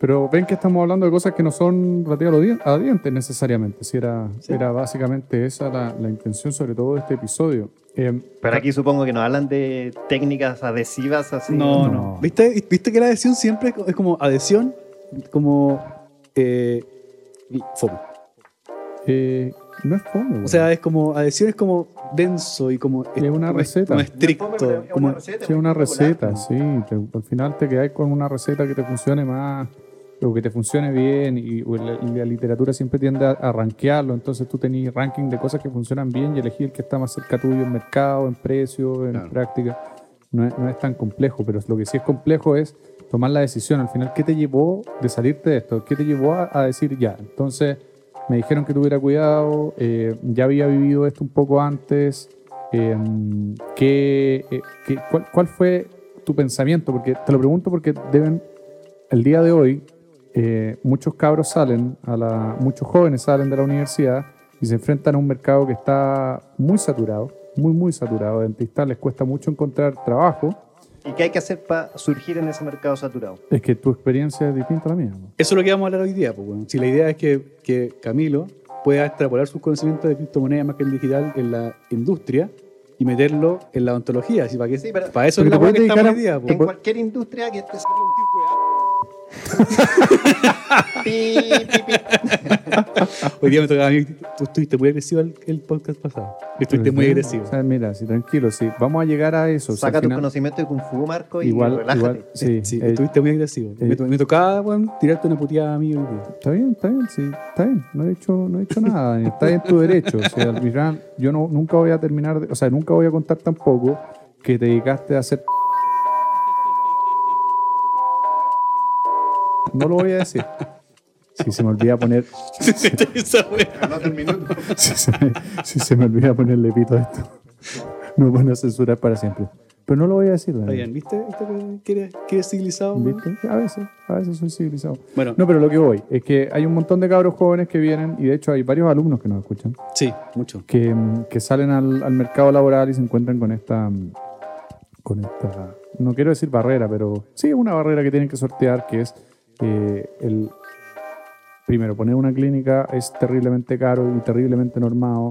Pero ven que estamos hablando de cosas que no son relativas a los di- a dientes necesariamente. Si era,
Sí.
era básicamente esa la, la intención, sobre todo de este episodio. Eh,
Pero aquí supongo que nos hablan de técnicas adhesivas así.
No, no.
No.
¿Viste, ¿Viste que la adhesión siempre es co- es como adhesión? Como. Eh, y fome.
eh, no es fome.
O sea, es como. Adhesión es como denso y como.
Es una
como-
receta.
Como
No es fome, pero
estricto.
es
como-
receta.
Sí, una
particular.
receta, sí. Te- al final te quedas con una receta que te funcione más, o que te funcione bien, y, o la, y la literatura siempre tiende a, a rankearlo. Entonces tú tenés ranking de cosas que funcionan bien y elegir el que está más cerca tuyo en mercado, en precio, en
Claro.
práctica. No es, no es tan complejo, pero lo que sí es complejo es tomar la decisión. Al final, ¿qué te llevó de salirte de esto? ¿Qué te llevó a, a decir ya? Entonces, me dijeron que tuviera cuidado, eh, ya había vivido esto un poco antes. eh, ¿qué- eh, qué- cuál, cuál fue tu pensamiento? Porque te lo pregunto porque deben, el día de hoy, eh, muchos cabros salen, a la, muchos jóvenes salen de la universidad y se enfrentan a un mercado que está muy saturado, muy, muy saturado. Dentistas les cuesta mucho encontrar trabajo.
¿Y qué hay que hacer para surgir en ese mercado saturado?
Es que tu experiencia es distinta a la mía. ¿no?
Eso es lo que vamos a hablar hoy día. Pues, bueno. Si la idea es que, que Camilo pueda extrapolar sus conocimientos de criptomonedas, marketing digital en la industria y meterlo en la odontología. Así, ¿para, qué?
Sí, pero-
para eso es
Porque
la
te
hueá que
puedes
estamos hoy día.
dedicar a-
pues.
En cualquier industria que te salga un tío, weá. Pi, pi, pi.
Hoy día me tocaba a mí. Tú estuviste muy agresivo el, el podcast pasado. Estuviste muy
Sí,
agresivo.
O sea, mira, sí, tranquilo, sí. Vamos a llegar a eso. o sea,
Saca
al
tus
final-
conocimientos de Kung Fu, Marco, y
Igual,
relájate.
igual, sí.
Sí,
eh,
estuviste muy agresivo.
eh,
me, to- me tocaba weón, tirarte una puteada a mí hoy día.
Está bien, está bien, sí, está bien. No he dicho, no he dicho nada, Daniel. Está en tu derecho. O sea, al final, yo no, nunca voy a terminar, de- o sea, nunca voy a contar tampoco que te dedicaste a hacer. No lo voy a decir. Si se me olvida poner.
Hablando el minuto.
Si se me, si se me olvida ponerle pito a esto. No van a censurar para siempre. Pero no lo voy a decir,
Está
Daniel.
bien, ¿viste? ¿Viste que- que eres, que eres civilizado? weón?
¿Viste? A veces, a veces soy civilizado.
Bueno,
No, pero lo que voy es que hay un montón de cabros jóvenes que vienen, y de hecho hay varios alumnos que nos escuchan,
sí, mucho.
que, mm, que salen al, al mercado laboral y se encuentran con esta, mm, con esta, no quiero decir barrera, pero sí una barrera que tienen que sortear, que es eh, el, primero, poner una clínica es terriblemente caro y terriblemente normado.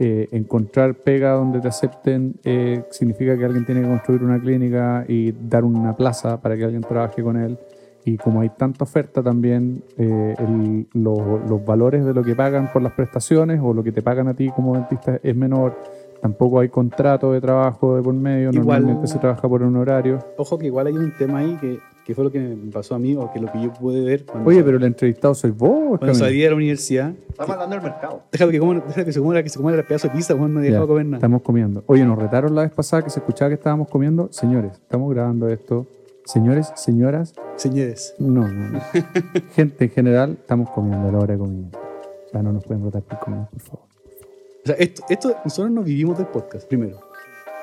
Eh, encontrar pega donde te acepten eh, significa que alguien tiene que construir una clínica y dar una plaza para que alguien trabaje con él. Y como hay tanta oferta también, eh, el- lo- los valores de lo que pagan por las prestaciones o lo que te pagan a ti como dentista es menor. Tampoco hay contrato de trabajo de por medio,
Igual-
normalmente se trabaja por un horario.
Ojo que igual hay un tema ahí que, que fue lo que me pasó a mí o que lo que yo pude ver cuando,
Oye,
sal-
pero el entrevistado soy vos.
cuando
Camilo?
salí de la universidad.
Estamos hablando del mercado.
Déjalo que, coman- déjalo que se coma que se coma el pedazo de pizza, weón, no he
Ya,
dejado comer nada.
Estamos comiendo. Oye, nos retaron la vez pasada que se escuchaba que estábamos comiendo. Señores, estamos grabando esto. Señores, señoras,
Señores.
no, no, no. Gente en general, estamos comiendo a la hora de comida. O sea, no nos pueden rotar por comida, por favor.
O sea, esto, esto- nosotros no vivimos del podcast, primero.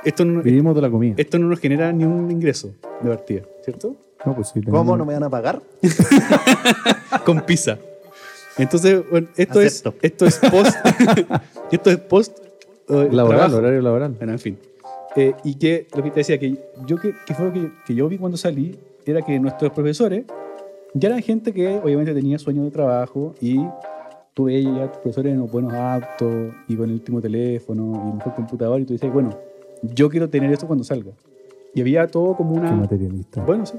Esto no,
Vivimos de la comida.
esto no nos genera ni un ingreso de partida, ¿cierto?
No, pues sí, tenemos-
¿Cómo no me van a pagar?
Con pizza. Entonces, bueno, esto
Acepto.
es esto es post esto es post eh,
Laboral,
trabajo.
horario laboral.
Bueno, en fin. Eh, y que lo que te decía, que yo que, que fue lo que, que yo vi cuando salí, era que nuestros profesores ya eran gente que obviamente tenía sueños de trabajo y tú veías ya tus profesores en los buenos aptos y con el último teléfono y el mejor computador y tú dices, bueno, yo quiero tener esto cuando salga. Y había todo como
Qué
una...
materialista.
Ah. Bueno, sí.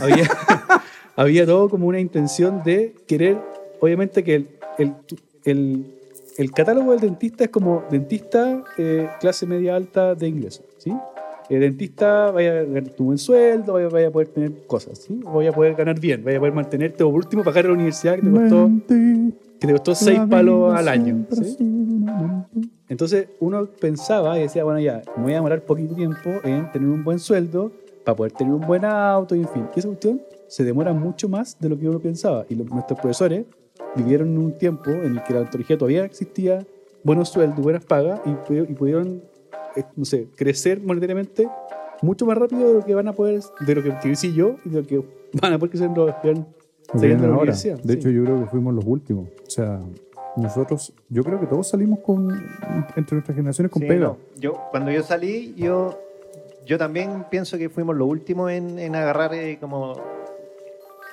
Había, había todo como una intención de querer, obviamente que el, el, el- el catálogo del dentista es como dentista eh, clase media alta de ingreso, ¿sí? El dentista vaya a ganar tu buen sueldo, vaya, vaya a poder tener cosas, ¿sí? Vaya a poder ganar bien, vaya a poder mantenerte o por último pagar la universidad que te costó, que te costó seis palos al año, ¿sí? Entonces uno pensaba y decía, bueno, ya, me voy a demorar poquito tiempo en tener un buen sueldo para poder tener un buen auto y en fin. Y esa cuestión se demora mucho más de lo que uno pensaba. Y lo- nuestros profesores vivieron en un tiempo en el que la odontología todavía existía, buenos sueldos, buenas pagas y, pu- y pudieron, eh, no sé, crecer monetariamente mucho más rápido de lo que van a poder, de lo que hice yo y de lo que van a poder crecer los estudiantes saliendo
Lo tienen
de la
ahora.
universidad,
De
sí.
hecho, yo creo que fuimos los últimos. O sea, nosotros, yo creo que todos salimos con, entre nuestras generaciones con
Sí,
pega.
no. Yo, cuando yo salí, yo, yo también pienso que fuimos los últimos en, en agarrar eh, como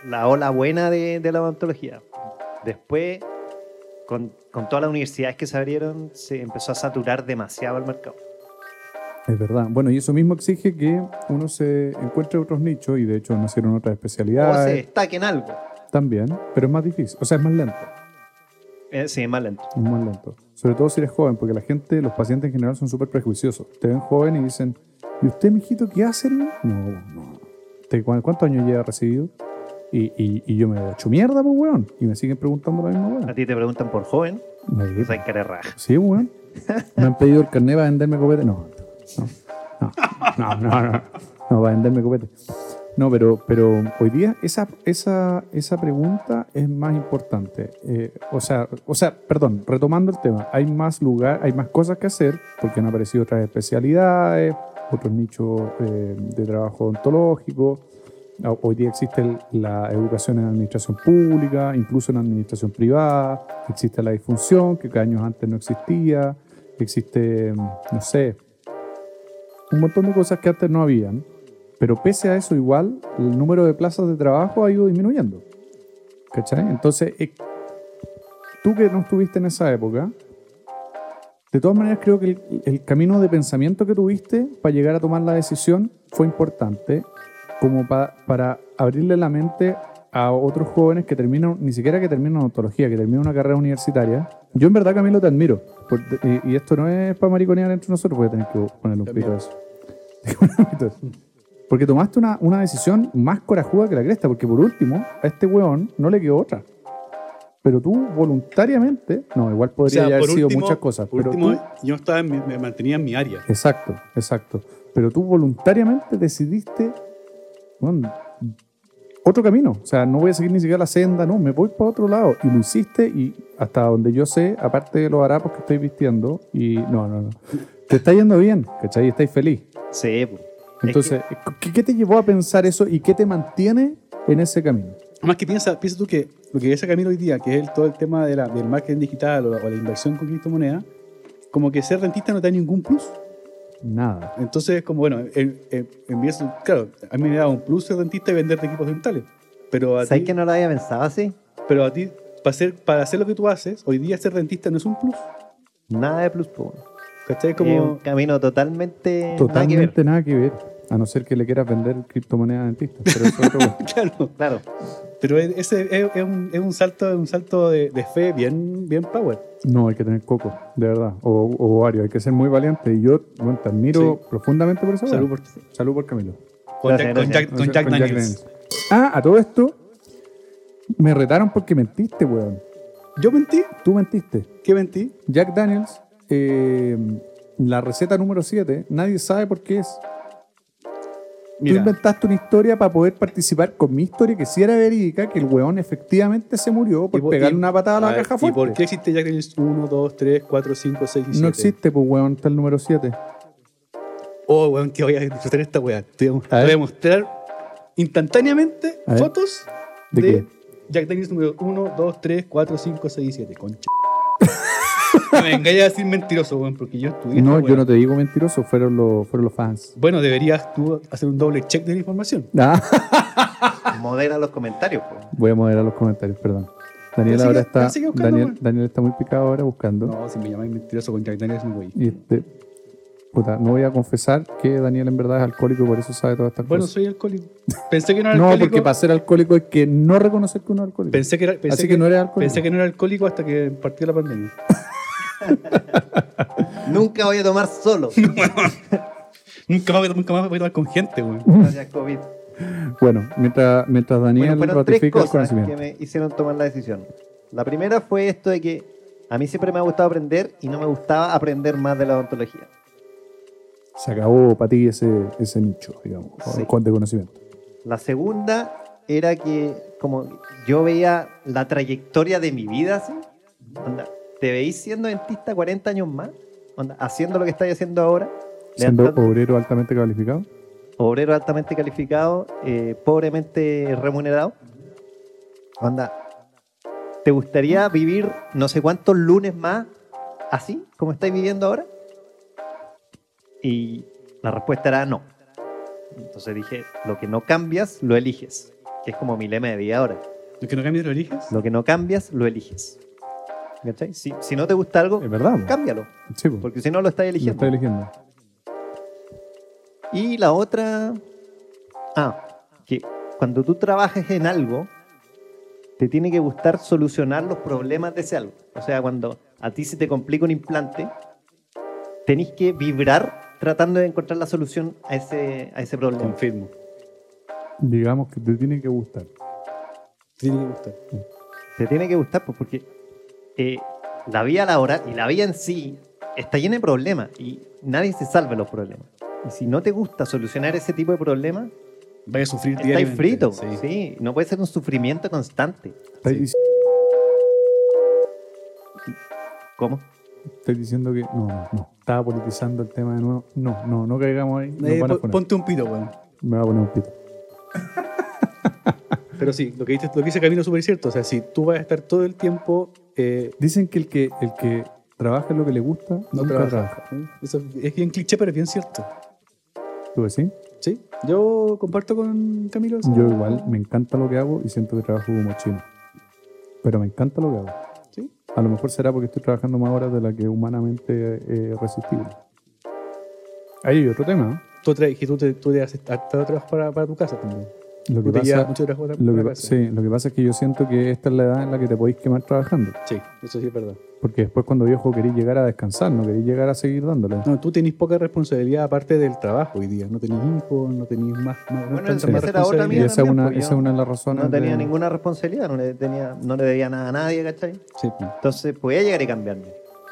la ola buena de, de la odontología. Después, con, con todas las universidades que se abrieron, se empezó a saturar demasiado el mercado.
Es verdad. Bueno, y eso mismo exige que uno se encuentre otros nichos y de hecho nacieron otras
O se
especialidades
destaque en algo.
también, pero es más difícil, o sea, es más lento,
Eh, sí, más lento.
es más lento. Sobre todo si eres joven, porque la gente, los pacientes en general son súper prejuiciosos. Te ven joven y dicen, ¿y usted, mijito, qué hace? No, no. ¿Te- cu- ¿Cuántos años ya ha recibido? Y, y- y yo me he hecho mierda, pues, weón. Y me siguen preguntando la misma
A
weón.
ti te preguntan por joven, pues hay que eres raja.
Sí, weón. Me han pedido el carnet para venderme copete. No, no, no, no, no, no, no, para venderme copete. No, pero, pero hoy día esa, esa, esa pregunta es más importante. Eh, o, sea, o sea, perdón, retomando el tema, hay más lugar, hay más cosas que hacer porque han aparecido otras especialidades, otros nichos eh, de trabajo ontológico. Hoy día existe el- la educación en administración pública, incluso en administración privada, existe la disfunción, que años antes no existía, existe, mm, no sé, un montón de cosas que antes no habían, pero pese a eso igual el número de plazas de trabajo ha ido disminuyendo. ¿Cachai? Entonces, eh, tú que no estuviste en esa época, de todas maneras creo que el, el camino de pensamiento que tuviste para llegar a tomar la decisión fue importante como pa- para abrirle la mente a otros jóvenes que terminan, ni siquiera que terminan odontología, que terminan una carrera universitaria. Yo en verdad, Camilo, te admiro. por- y, y esto no es para mariconear entre nosotros, voy a tener que ponerle un pito a eso. Porque tomaste una, una decisión más corajuda que la cresta, porque por último, a este weón no le quedó otra. Pero tú voluntariamente, no, igual
O
podría
sea,
haber
por
sido
último-
muchas cosas.
Por
pero
último,
tú-
yo estaba en mi- me mantenía en mi área.
Exacto, exacto. Pero tú voluntariamente decidiste bueno, otro camino. O sea, no voy a seguir ni siquiera la senda, no, me voy para otro lado. Y lo hiciste y hasta donde yo sé, aparte de los harapos que estoy vistiendo, y no, no, no. Te está yendo bien, ¿cachai? Y estáis feliz.
Sí, pues.
Entonces, ¿qué, qué te llevó a pensar eso y qué te mantiene en ese camino?
Además que piensa, piensa tú que lo que dice Camilo hoy día, que es el- todo el tema de la- del marketing digital o la, o la inversión con criptomonedas, como que ser rentista no te da ningún plus.
Nada.
Entonces, como bueno, en, en, en mi caso, claro, a mí me da un plus ser rentista y venderte equipos dentales. Pero a, ti,
¿Sabes que no lo había pensado así?
pero a ti, para hacer, para hacer lo que tú haces, hoy día ser rentista no es un plus.
Nada de plus, pues.
¿Cachai?
Es un
Como,
camino totalmente. nada que ver.
Totalmente nada que ver. A no ser que le quieras vender criptomonedas a dentistas. Pero eso es otro cuento.
claro.
Claro.
Pero es- ese es, es un, es un salto, es un salto de, de fe bien, bien power.
No, hay que tener coco, de verdad. O, o ovario, hay que ser muy valiente. Y yo bueno, te admiro profundamente por eso.
Salud por-
Salud por Camilo.
Con,
Gracias,
Jack, con
gracias.
Jack- con Jack Daniels.
Ah, a todo esto, me retaron porque mentiste, weón.
¿Yo mentí?
Tú mentiste.
¿Qué mentí?
Jack Daniels, eh, la receta número 7, nadie sabe por qué es.
Mira.
Tú inventaste una historia para poder participar con mi historia que sí era verídica, que el weón efectivamente se murió por
Y por-
pegarle
y-
una patada a la
ver,
caja
¿Y
fuerte.
por qué existe Jack Daniels 1, 2, 3, 4, 5, 6 y 7?
No existe, pues weón, está el número 7.
Oh, weón, que voy a disfrutar esta weá. Te voy
A
a,
ver.
voy a mostrar instantáneamente
A ver.
fotos
¿De
de,
qué?
Jack Daniels número 1, 2, 3, 4, 5, 6 y 7. Concha. No me engañas a decir mentiroso, weón, porque yo estudié.
No,
esta
yo
weá.
no te digo mentiroso, fueron los, fueron los fans.
Bueno, deberías tú hacer un doble check de la información.
Ah,
Modera los comentarios, pues.
voy a moderar los comentarios, perdón. Daniel
Pero
ahora
sigue-
está.
pero sigue buscando,
Daniel,
weón.
Daniel está muy picado ahora buscando.
No, si me llamáis mentiroso con Jack Daniels, no voy.
Y este, puta, no voy a confesar que Daniel en verdad es alcohólico y por eso sabe todas estas
Bueno,
cosas.
soy alcohólico. Pensé que no era
Pues- No,
alcohólico.
porque para ser alcohólico hay que no reconocer que uno es alcohólico.
Pensé que era, pensé
Así que, no eres alcohólico.
pensé que no era alcohólico hasta que partió la pandemia.
Nunca voy a tomar solo.
Nunca más, voy a- nunca más voy a tomar con gente, weón.
Gracias, COVID.
Bueno, mientras, mientras Daniel
Bueno, fueron tres
ratifica el
cosas
conocimiento.
que me hicieron tomar la decisión. La primera fue esto de que a mí siempre me ha gustado aprender y no me gustaba aprender más de la odontología.
Se acabó para ti ese, ese nicho, digamos,
Sí.
con- de conocimiento.
La segunda era que como yo veía la trayectoria de mi vida, así, onda, te veis siendo dentista 40 años más, onda, haciendo lo que estáis haciendo ahora,
Siendo
levantando-
obrero altamente calificado.
obrero altamente calificado, eh, pobremente remunerado. Onda, ¿Te gustaría vivir no sé cuántos lunes más así como estáis viviendo ahora? Y la respuesta era no. Entonces dije, lo que no cambias, lo eliges. Que es como mi lema de vida ahora.
¿Lo que no cambies lo eliges?
Lo que no cambias, lo eliges. ¿Cachai? Si, si no te gusta algo,
Es verdad. po.
cámbialo.
Sí, po.
Porque si no, Eh, lo estás
Lo
eligiendo.
está eligiendo.
Y la otra. Ah, que cuando tú trabajes en algo, te tiene que gustar solucionar los problemas de ese algo. O sea, cuando a ti se te complica un implante, tenés que vibrar tratando de encontrar la solución a ese, a ese problema.
Confirmo.
Digamos que te tiene que gustar.
Te tiene que gustar.
Te tiene que gustar, pues, porque eh, la vida laboral y la vida en sí está llena de problemas y nadie se salva de los problemas. Y si no te gusta solucionar ese tipo de problemas,
Vaya a sufrir
estáis
diariamente.
frito.
Sí.
sí, no puede ser un sufrimiento constante.
Estáis, dic-
¿Cómo?
estáis diciendo que. No, no, no. Estaba politizando el tema de nuevo. No, no, no caigamos ahí. Nos
Eh,
van a
pon-
poner.
ponte un pito, weón.
Me va a poner un pito.
Pero sí, lo que dice, lo que dice Camilo es súper cierto. O sea, si tú vas a estar todo el tiempo. eh,
Dicen que el que, el que trabaja en lo que le gusta,
no
nunca trabaja.
trabaja. ¿eh? Eso es bien cliché, pero es bien cierto.
¿Tú decís?
Sí, yo comparto con Camilo. esa-
Yo igual me encanta lo que hago y siento que trabajo como chino. Pero me encanta lo que hago.
Sí.
A lo mejor será porque estoy trabajando más horas de las que humanamente es resistible. Ahí hay otro tema. ¿eh?
Tú, tra- que tú, te, tú te haces harto trabajo para, para tu casa también.
Lo
Tú
que,
te llevas
pasa,
mucho trabajo para,
lo,
para
que, pa-
casa.
sí, lo que pasa es que yo siento que esta es la edad en la que te podéis quemar trabajando.
Sí, eso sí es verdad.
Porque después cuando viejo querís llegar a descansar, no querís llegar a seguir dándole.
No, tú tenés poca responsabilidad aparte del trabajo hoy día. No tenés hijos, no tenés más. más
Bueno,
más
esa era
responsabilidad.
otra
y
mía.
esa es
también,
una,
pues, yo
esa es una de las razones.
No tenía
de-
ninguna responsabilidad, no le, tenía, no le debía nada a nadie, ¿cachai?
Sí, pues.
Entonces podía llegar y cambiarme.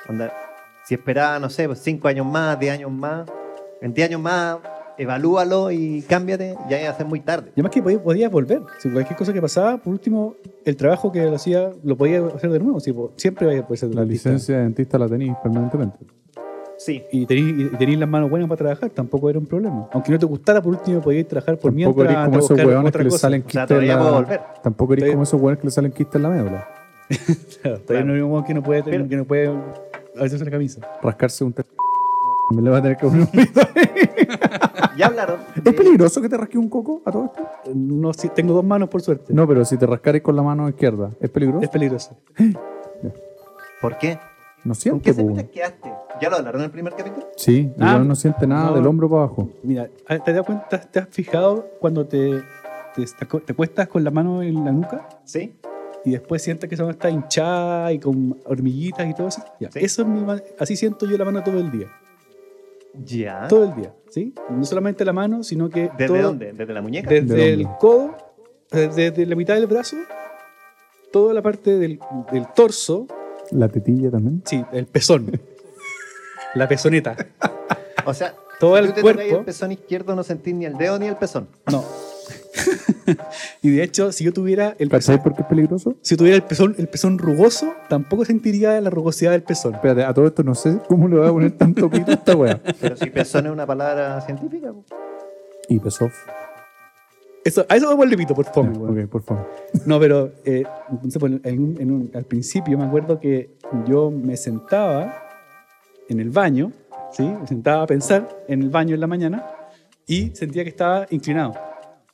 Onda, si esperaba, no sé, 5 años más, 10 años más, 20 años más, evalúalo y cámbiate, ya iba a ser muy tarde.
Y además que podías, podías volver. Si cualquier cosa que pasaba, por último, el trabajo que lo hacía, lo podías hacer de nuevo. Si po- siempre vaya a poder ser
La
dentista.
licencia de dentista la tenéis permanentemente.
Sí,
Y tenías las manos buenas para trabajar, tampoco era un problema. Aunque no te gustara, por último podías trabajar por
Tampoco eres
mientras
como
hasta
esos
buscar
hueones
otra
que le
cosa.
salen
o sea,
quistes en
todavía puedo
la...
volver.
Tampoco eres
Estoy-
como esos hueones que le salen quistes en la médula.
Todavía no hay un hueón que no puede, tener- que no puede hacerse la camisa.
rascarse un ter- me le va a tener que poner un pito.
Ya hablaron.
¿Es
de-
peligroso que te rasque un coco a todo esto?
No, sí, tengo dos manos, por suerte.
No, pero si te rascares con la mano izquierda, ¿es peligroso?
Es peligroso.
¿Por qué?
No
¿Con
siente,
qué se
po.
te quedaste? ¿Ya lo hablaron en el primer capítulo?
Sí,
Ah,
igual no siente nada
no.
del hombro para abajo.
Mira, ¿te has dado cuenta? ¿Te has fijado cuando te, te, te acu- te acuestas con la mano en la nuca?
Sí.
y después sientes que esa mano está hinchada y con hormiguitas y todo eso. Ya,
Sí.
Eso es mi ma- así siento yo la mano todo el día.
Ya.
Todo el día, ¿sí? No solamente la mano, sino que
Ah. ¿Desde
todo-
dónde? ¿Desde la muñeca?
Desde
Del
el
hombro.
codo, eh, desde la mitad del brazo, toda la parte del, del torso,
La tetilla también.
sí, el pezón, la pezoneta,
O sea,
todo
si
el
tú te
cuerpo.
tocas el pezón izquierdo no sentís ni el dedo ni el pezón.
No. y de hecho, si yo tuviera el
¿Cachai
pezón,
por qué es peligroso?
si tuviera el pezón, el pezón rugoso, tampoco sentiría la rugosidad del pezón.
Espérate, a todo esto no sé cómo le voy a poner tanto pito a esta wea.
Pero si pezón es una palabra científica, po.
Y pesó.
Eso, a eso vamos al limito, por favor. weón.
Ah, Ok, por favor.
No, pero eh, no sé, pues, en un- en un- al principio me acuerdo que yo me sentaba en el baño, ¿sí? me sentaba a pensar en el baño en la mañana y sentía que estaba inclinado.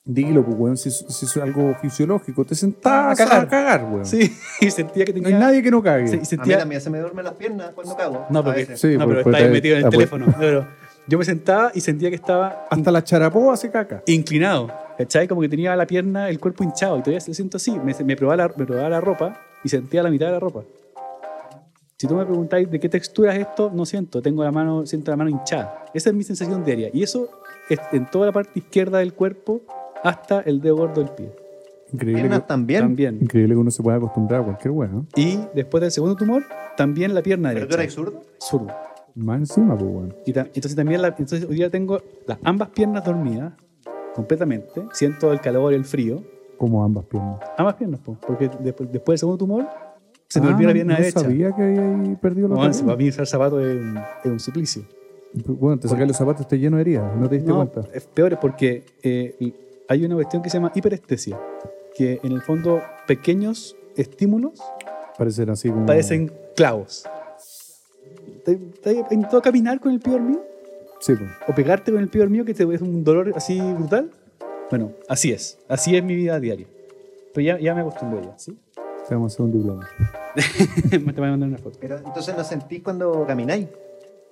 Dilo, pues, weón, si, es- si es algo fisiológico. Te sentás
A
a
cagar.
cagar, weón.
Sí, y sentía que
No hay
tenía...
nadie que no cague.
se- y
a mí
sentía,
también eh, se me duermen las piernas cuando cago.
no,
a
porque,
veces.
Sí,
no,
por-
pero
por-
estaba ahí metido en el
ah, por-
teléfono. No, pero yo me sentaba y sentía que estaba
Hasta la charapoa se caca.
inclinado, ¿cachai? Como que tenía la pierna, el cuerpo hinchado y todavía lo siento así. Me, me, probaba la, me probaba la ropa y sentía la mitad de la ropa. Si tú me preguntáis de qué textura es esto, no siento, tengo la mano, siento la mano hinchada. Esa es mi sensación diaria y eso es en toda la parte izquierda del cuerpo hasta el dedo gordo del pie.
Increíble,
Piernas
que,
también.
También.
increíble que uno se pueda acostumbrar a cualquier wea, ¿no?
Y después del segundo tumor, también la pierna
¿Pero tú eres
derecha.
zurdo?
Zurdo.
Más encima, pues, weón.
Y ta- entonces también la- entonces hoy día tengo las ambas piernas dormidas completamente. Siento el calor y el frío.
Como ambas piernas.
Ambas piernas, po, porque después, después del segundo tumor se me
Ah,
olvidó la pierna
no
derecha.
sabía que había ahí perdido la
No, si
pierna.
para mí usar zapatos es un, es un suplicio.
Bueno, Pues, te sacas los zapatos, estoy lleno de heridas. No te diste
No,
cuenta.
es peor porque eh, hay una cuestión que se llama hiperestesia, que en el fondo pequeños estímulos
Parecen así como.
parecen clavos. ¿Te- te- ¿Has intentado caminar con el pie dormido?
Sí, pues.
¿O pegarte con el pie dormido que te es un dolor así brutal? Bueno, así es. Así es mi vida diaria. Pero ya, ya me acostumbré ya, ¿sí?
Te vamos a hacer un diploma.
Te voy a mandar una foto.
Pero entonces no sentís cuando camináis.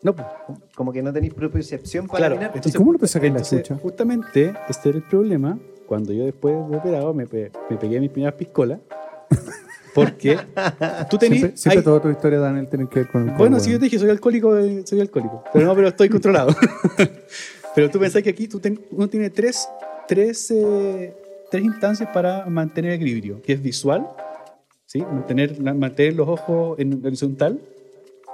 No, pues,
Como que no tenéis propiocepción para
claro.
caminar.
¿Y
Entonces,
cómo no te sacáis la
Entonces,
chucha?
justamente, este era el problema. Cuando yo después de operado me, pe- me pegué mis primeras piscolas. Porque tú tenías.
Siempre, siempre toda tu historia, Daniel, tiene que ver con el
Bueno,
cuerpo,
si yo
weón.
te dije, soy alcohólico, eh, soy alcohólico. Pero no, pero estoy controlado. pero tú pensás que aquí tú ten- uno tiene tres, tres, eh, tres instancias para mantener el equilibrio, que es visual, ¿sí? mantener, la- mantener los ojos en horizontal,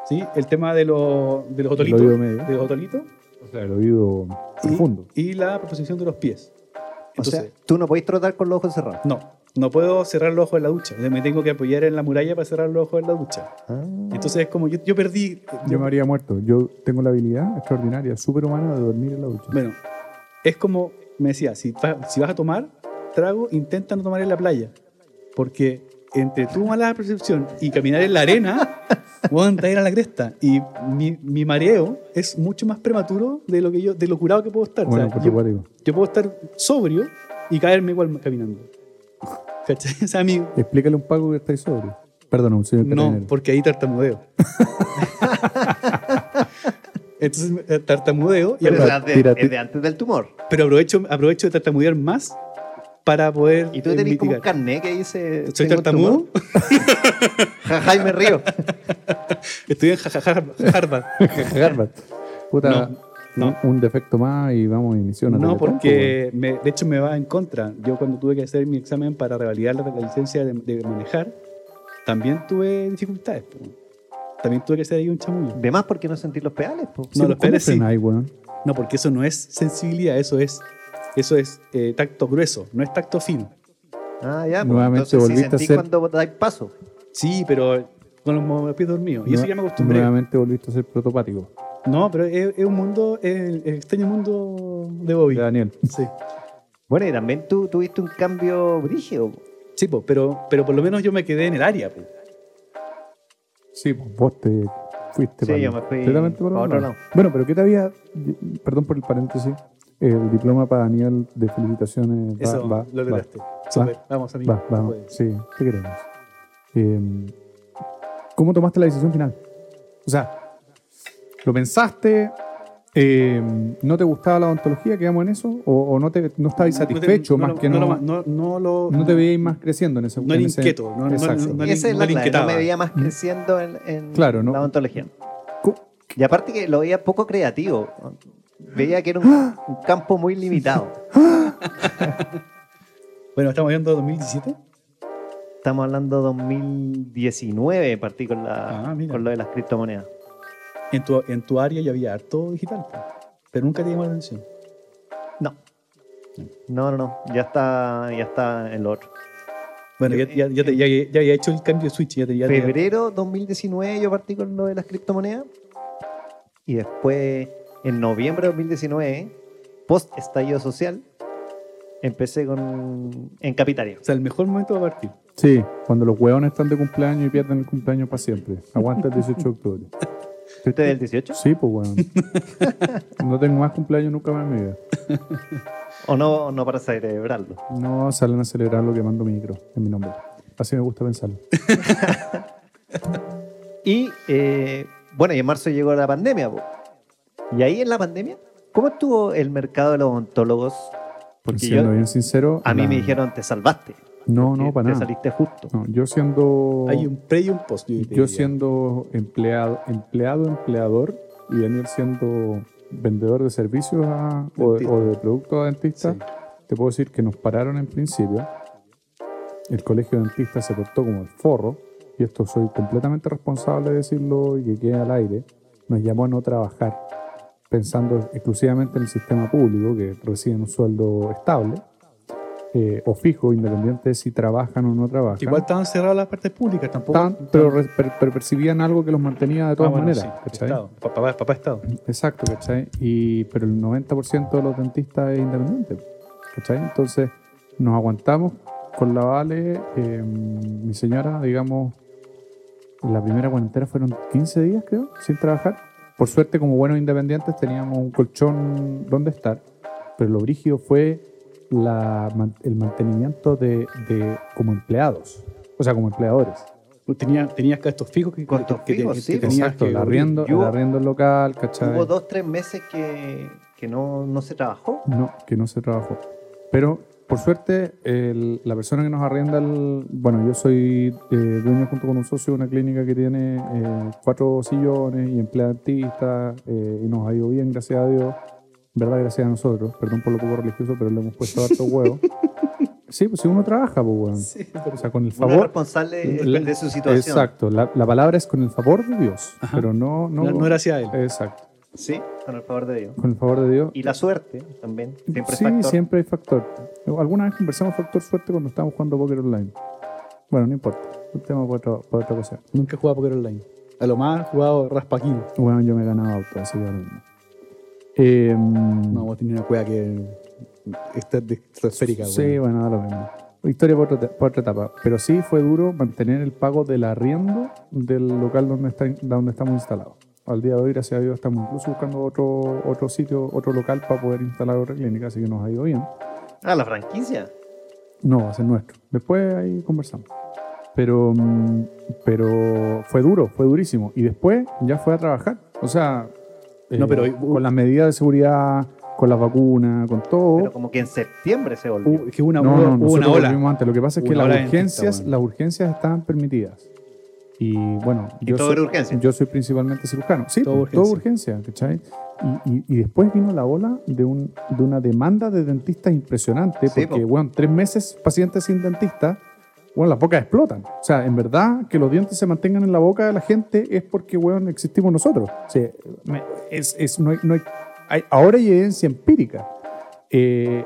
¿sí? el tema de, los de los otolitos,
oído medio.
de los otolitos
O sea, lo vivo profundo.
y, y la posición de los pies.
O
Entonces,
sea, tú no podéis trotar con los ojos cerrados.
no, no puedo cerrar los ojos en la ducha. Me tengo que apoyar en la muralla para cerrar los ojos en la ducha. Entonces es como yo, yo perdí...
Ah. Yo me habría muerto. Yo tengo la habilidad extraordinaria, superhumana, de dormir en la ducha.
Bueno, es como me decía, si, va- si vas a tomar trago, intenta no tomar en la playa. Porque entre tu mala percepción y caminar en la arena, van a ir a la cresta. Y mi, mi mareo es mucho más prematuro de lo que yo, de lo curado que puedo estar. O
Bueno,
sea,
por
yo,
acuático.
yo puedo estar sobrio y caerme igual caminando. ¿Cachai? O sea, a mí,
Explícale a un pago que estáis sobre. Perdón, un señor
no,
carabinero.
porque ahí tartamudeo. Entonces eh, tartamudeo y
Pero
apro-
esa es de-
tírate.
es de antes del tumor.
pero aprovecho, aprovecho de tartamudear más para poder
Y tú
eh,
tenés como un
mitigar.
carnet que dice.
Soy
tengo un
tartamudo,
tumor. Ja, Jaime Río.
estudié en jajajar- Harvard.
Harvard. Puta,
No,
un- Un, defecto más y vamos a iniciar una
No,
teletón,
porque me- de hecho me va en contra. Yo cuando tuve que hacer mi examen para revalidar la, la licencia de, de manejar, también tuve dificultades. po. También tuve que hacer ahí un chamullo.
De más porque no sentís los pedales,
po,
po.
weón. Sí,
no,
¿cómo
los peores sí.
frenáis, weón?
No, porque eso no es sensibilidad, eso es, eso es eh, tacto grueso, no es tacto fino.
Ah, ya, pues,
Nuevamente
entonces sí
volviste a
sentís
ser-
cuando dais paso.
Sí, pero con los, mo- los pies dormidos. Y eso
Nue-
ya me acostumbré.
Nuevamente volviste a ser protopático.
No, pero es, es un mundo, es el, el extraño mundo de Bobby.
Ya, Daniel.
Sí.
Bueno, y también tú tuviste un cambio brígido. po.
Sí, po, pero, pero por lo menos yo me quedé en el área. po.
Sí, pues vos te fuiste
Sí, yo me fui
completamente para
pa'
otro
otro
lado.
lado.
Bueno, pero ¿qué te había...? Perdón por el paréntesis. El diploma para Daniel de felicitaciones va-
Eso
va-
lo
va.
lograste. Súper. Vamos, amigo.
Va, vamos.
Pues,
Sí, te queremos. Eh, ¿Cómo tomaste la decisión final? O sea, ¿lo pensaste? Eh, ¿No te gustaba la odontología? ¿Quedamos en eso? ¿O, o no, te, no estabas
no te-
satisfecho?
no
más
lo-
que no,
lo-
no,
No, no lo.
te veías más creciendo en ese
No
en
era
ese-
inquieto, no- no-
Exacto.
no- no-
Y esa es
no
la
le
clave,
inquietaba.
no me veía más creciendo en, en
Claro, no.
la odontología.
Co-
Y aparte que lo veía poco creativo. Veía que era un, un campo muy limitado.
Bueno, estamos viendo 2017.
Estamos hablando 2019, partí con, la,
Ah, mira.
con lo de las criptomonedas.
En tu, en tu área ya había harto digital. po. Pero nunca te llamó la atención.
No. No, no, no. Ya está, ya está en lo otro.
Bueno, ya, ya, ya, te- ya, ya había hecho el cambio de switch. Ya, te- ya, te-
Febrero 2019 yo partí con lo de las criptomonedas. Y después, en noviembre de 2019, post estallido social, empecé con en Capitaria.
O sea, el mejor momento para partir.
Sí, cuando los hueones están de cumpleaños y pierden el cumpleaños para siempre. Aguanta el 18 de octubre.
¿Fuiste del 18?
Sí, pues hueón. No tengo más cumpleaños nunca más en mi vida.
¿O no, o no para celebrarlo?
No salen a celebrar lo que mando micro en mi nombre. Así me gusta pensarlo.
Y eh, bueno, y en marzo llegó la pandemia. po. Y ahí en la pandemia, ¿cómo estuvo el mercado de los odontólogos? Porque
siendo
yo-
bien sincero,
a mí
la-
me dijeron, te salvaste.
no,
te-
no, para
te
nada.
saliste justo.
No, yo siendo
Hay un pre y un post. Yo, te
Oh. yo
diría.
siendo empleado, empleado, empleador y Daniel siendo vendedor de servicios a- o, de-
Dentista.
o de productos a dentistas,
Sí.
te puedo decir que nos pararon en principio. El colegio de dentistas se portó como el forro y esto soy completamente responsable de decirlo y que quede al aire. Nos llamó a no trabajar pensando exclusivamente en el sistema público que reciben un sueldo estable eh, o fijo, independiente de si trabajan o no trabajan.
Que Igual estaban cerradas las partes públicas. Tampoco.
Estaban, pero, re- per- pero percibían algo que los mantenía de todas
Ah, bueno,
maneras.
sí,
¿cachai?
Estado. Papá, papá Estado.
Exacto, ¿cachai? Y, pero el 90% de los dentistas es independiente. ¿cachai? Entonces nos aguantamos con la Vale, eh, mi señora, em, digamos, la primera cuarentena fueron 15 días, creo, sin trabajar. Por suerte, como buenos independientes, teníamos un colchón donde estar. Pero lo brígido fue la man- el mantenimiento de, de- como empleados, o sea, como empleadores.
Pues tenía, tenías gastos fijos que,
Gastos
que- que-
fijos,
que
sí,
tenías
Exacto,
que
el arriendo,
yo-
el arriendo local, ¿cachai?
Hubo dos, tres meses que, que no, no se trabajó.
No, que no se trabajó. Pero, por suerte, el- la persona que nos arrienda, el- bueno, yo soy eh, dueño junto con un socio de una clínica que tiene eh, cuatro sillones y emplea dentistas eh, y nos ha ido bien, gracias a Dios. ¿Verdad? Gracias a nosotros. Perdón por lo poco religioso, pero le hemos puesto harto huevo. Sí, pues si uno trabaja, pues weón. O sea, con el
Uno es
favor.
responsable
La-
de su situación.
Exacto, la, la palabra es con el favor de Dios,
Ajá.
pero no, no,
No, no era hacia él.
Exacto,
Sí, con el favor de Dios.
con el favor de Dios.
Y la suerte también. Siempre
sí,
es factor.
siempre hay factor. Alguna vez conversamos factor suerte cuando estábamos jugando póker online. Bueno, no importa. Un tema para otra, para otra cosa.
Nunca he jugado póker online. A lo más he jugado raspaquín.
Bueno, yo me he ganado auto, así que ahora mismo. Eh,
No, vos tenés una cueva que está estratosférica,
sí,
weón.
bueno, da lo mismo. Historia por otra, por otra etapa. Pero sí fue duro mantener el pago del arriendo del local donde, está, donde estamos instalados. Al día de hoy, gracias a Dios, estamos incluso buscando otro, otro sitio, otro local para poder instalar otra clínica, así que nos ha ido bien.
Ah, la franquicia.
No, va a ser nuestro. Después ahí conversamos. Pero, mm, pero fue duro, fue durísimo. Y después ya fue a trabajar. O sea,
Eh,
No, pero hoy-
con las medidas de seguridad, con las vacunas, con todo.
Pero como que en septiembre se
Uh,
volvió.
Hubo- es que hubo una,
no,
hubo-
no,
hubo una
nosotros
ola.
volvimos antes. Lo que pasa es que
Una
las
ola de
urgencias,
dentista,
las urgencias estaban permitidas. Y bueno, yo
todo
soy,
era urgencia.
yo soy principalmente cirujano. Sí, pues,
Todo
todo urgencia, ¿cachai? Y, y- y después vino la ola de, un, de una demanda de dentistas impresionante,
Sí,
porque,
po.
bueno, tres meses pacientes sin dentista, bueno, las bocas explotan. O sea, en verdad, que los dientes se mantengan en la boca de la gente es porque, bueno, existimos nosotros. O sea, me- es, es- no hay- no hay- hay- ahora hay evidencia empírica. Eh,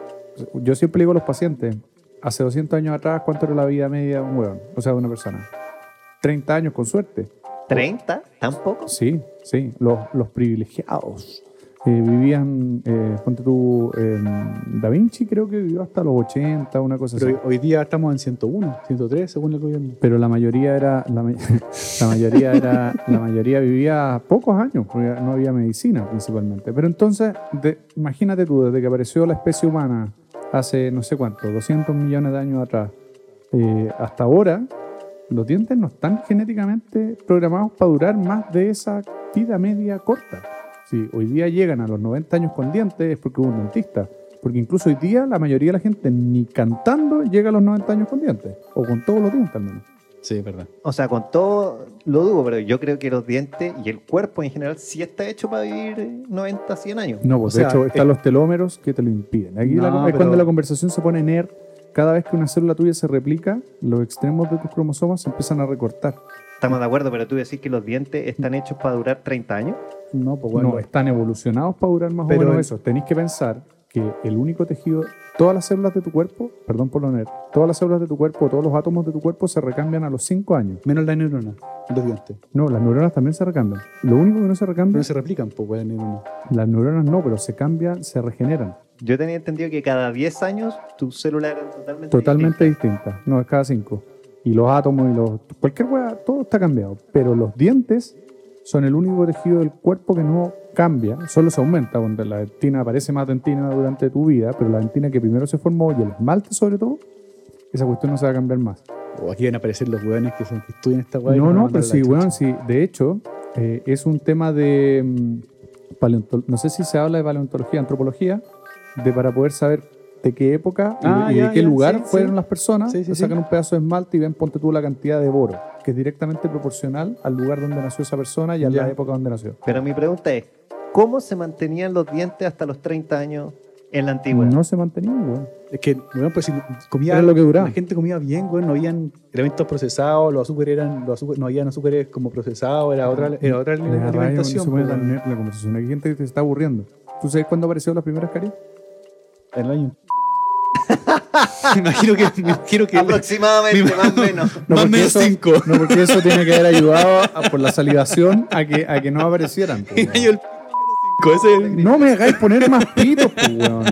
yo siempre digo a los pacientes, hace 200 años atrás, ¿cuánto era la vida media de un hueón? O sea, de una persona. 30 años con suerte.
¿30? ¿Tampoco?
Sí, sí, los, los privilegiados. Eh, vivían, eh, ponte tú, eh, Da Vinci creo que vivió hasta los 80, una cosa
Pero
así.
hoy, hoy día estamos en 101, 103, según el gobierno.
Pero la mayoría era, la, may- la mayoría era, la mayoría vivía pocos años, porque no había medicina principalmente. Pero entonces, de- imagínate tú, desde que apareció la especie humana hace no sé cuánto, 200 millones de años atrás, eh, hasta ahora, los dientes no están genéticamente programados para durar más de esa vida media corta. Si hoy día llegan a los 90 años con dientes es porque hubo un dentista. Porque incluso hoy día la mayoría de la gente ni cantando llega a los 90 años con dientes. O con todos los dientes al menos.
Sí, es verdad.
O sea, con todo lo dudo, pero yo creo que los dientes y el cuerpo en general sí está hecho para vivir eh, 90, 100 años.
No, pues
O
de
sea,
hecho están
eh,
los telómeros que te lo impiden. Aquí la-
No,
es cuando
pero-
la conversación se pone nerd. Cada vez que una célula tuya se replica, los extremos de tus cromosomas se empiezan a recortar.
Estamos de acuerdo, pero tú decís que los dientes están hechos para durar 30 años.
No, pues bueno.
no, están evolucionados para durar más
Pero
o
el-
menos eso. Tenéis que pensar que el único tejido, todas las células de tu cuerpo, perdón por lo nerd, todas las células de tu cuerpo, todos los átomos de tu cuerpo se recambian a los 5 años.
Menos la neurona, los dientes.
No, las neuronas también se recambian. Lo único que no se
Pero
recambia,
no se replican, pues, weón, la neurona.
las neuronas no, pero se cambian, se regeneran.
Yo tenía entendido que cada 10 años tus células eran totalmente
Totalmente distinta. No, es cada cinco. Y los átomos y los. Cualquier hueá, todo está cambiado. Pero los dientes son el único tejido del cuerpo que no cambia, solo se aumenta. Cuando la dentina aparece más dentina durante tu vida, pero la dentina que primero se formó y el esmalte, sobre todo, esa cuestión no se va a cambiar más.
O aquí van a aparecer los weones que, son, que estudian esta weá. y
No,
nos van a
no,
mandar
pero
a la
sí,
chucha.
bueno, sí. De hecho, eh, es un tema de. mm, paleonto- no sé si se habla de paleontología, antropología, de para poder saber de qué época y,
Ah,
y
ya,
de qué
ya,
lugar
sí,
fueron
sí.
las personas.
Sí, sí,
le sacan
sí.
un pedazo de esmalte y ven, ponte tú la cantidad de boro, que es directamente proporcional al lugar donde nació esa persona y a la
Ya.
época donde nació.
Pero mi pregunta es, ¿cómo se mantenían los dientes hasta los 30 años en la antigüedad?
No se mantenía, weón.
Es que, weón, pues si comía.
Era lo que duraba.
La gente comía bien, weón. No habían elementos procesados, los azúcares eran. Los azúcar- no habían azúcares como procesados, era otra, era otra
Me da rabia cuando se
alimentación.
pone
pues,
tan
weón.
nerd la conversación. Hay gente que te está aburriendo. ¿Tú sabes cuándo aparecieron las primeras caries?
En el año. me imagino que. Me imagino que
Aproximadamente, más o menos.
No,
Más
porque
menos
eso-
cinco.
No, porque eso tiene que haber ayudado a- por la salivación a que, a que no aparecieran. pues,
el
weón.
año el
Con ese-
No me hagáis poner más pitos, pues, weón.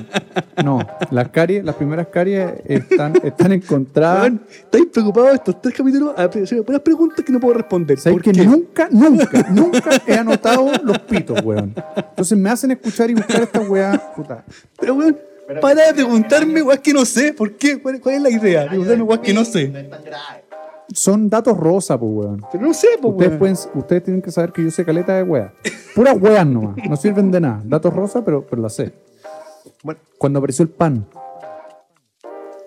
No, las caries, las primeras caries están, están encontradas.
Weón, estáis preocupados estos tres capítulos
Ah,
a pre- sobre puras preguntas que no puedo responder.
¿Sabes
¿Por
que
qué?
nunca, nunca, nunca he anotado los pitos, weón? Entonces me hacen escuchar y buscar estas weas, puta.
Pero, weón, para de preguntarme, weón, que no sé. ¿Por qué? ¿Cuál, cuál es la idea? Preguntarme, weón, que no sé.
Son datos rosa, pues, weón.
Pero no sé, pues,
Ustedes,
weón.
pueden, ustedes tienen que saber que yo sé caleta de weas. Puras weas nomás. No sirven de nada. Datos rosa, pero, pero las sé.
Bueno.
Cuando apareció el pan,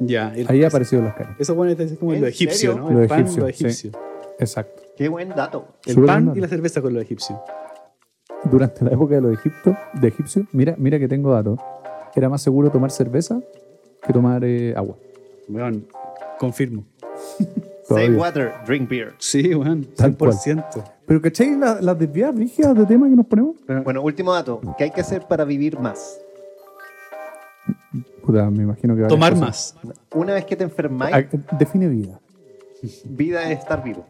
Ya, el-
ahí aparecieron las caries.
eso, bueno, es como
¿En
lo egipcio,
serio?
¿no? El
Lo
pan,
egipcio,
lo
sí.
egipcio.
Exacto.
Qué buen dato.
El
Súper
pan
normal.
y la cerveza con lo egipcio.
Durante la época de los egipto, de egipcios, mira, mira que tengo datos. Era más seguro tomar cerveza que tomar eh, agua.
Weón, confirmo.
Todavía.
Save water, drink beer.
Sí, weón,
Tal cual.
100%.
Pero ¿cacháis la- las desviadas rígidas de tema que nos ponemos?
Bueno, último dato. ¿Qué hay que hacer para vivir más?
Puta, me imagino que varias
Tomar
cosas.
más.
Una vez que te
Ah,
enfermáis,
Define vida.
vida es estar vivo.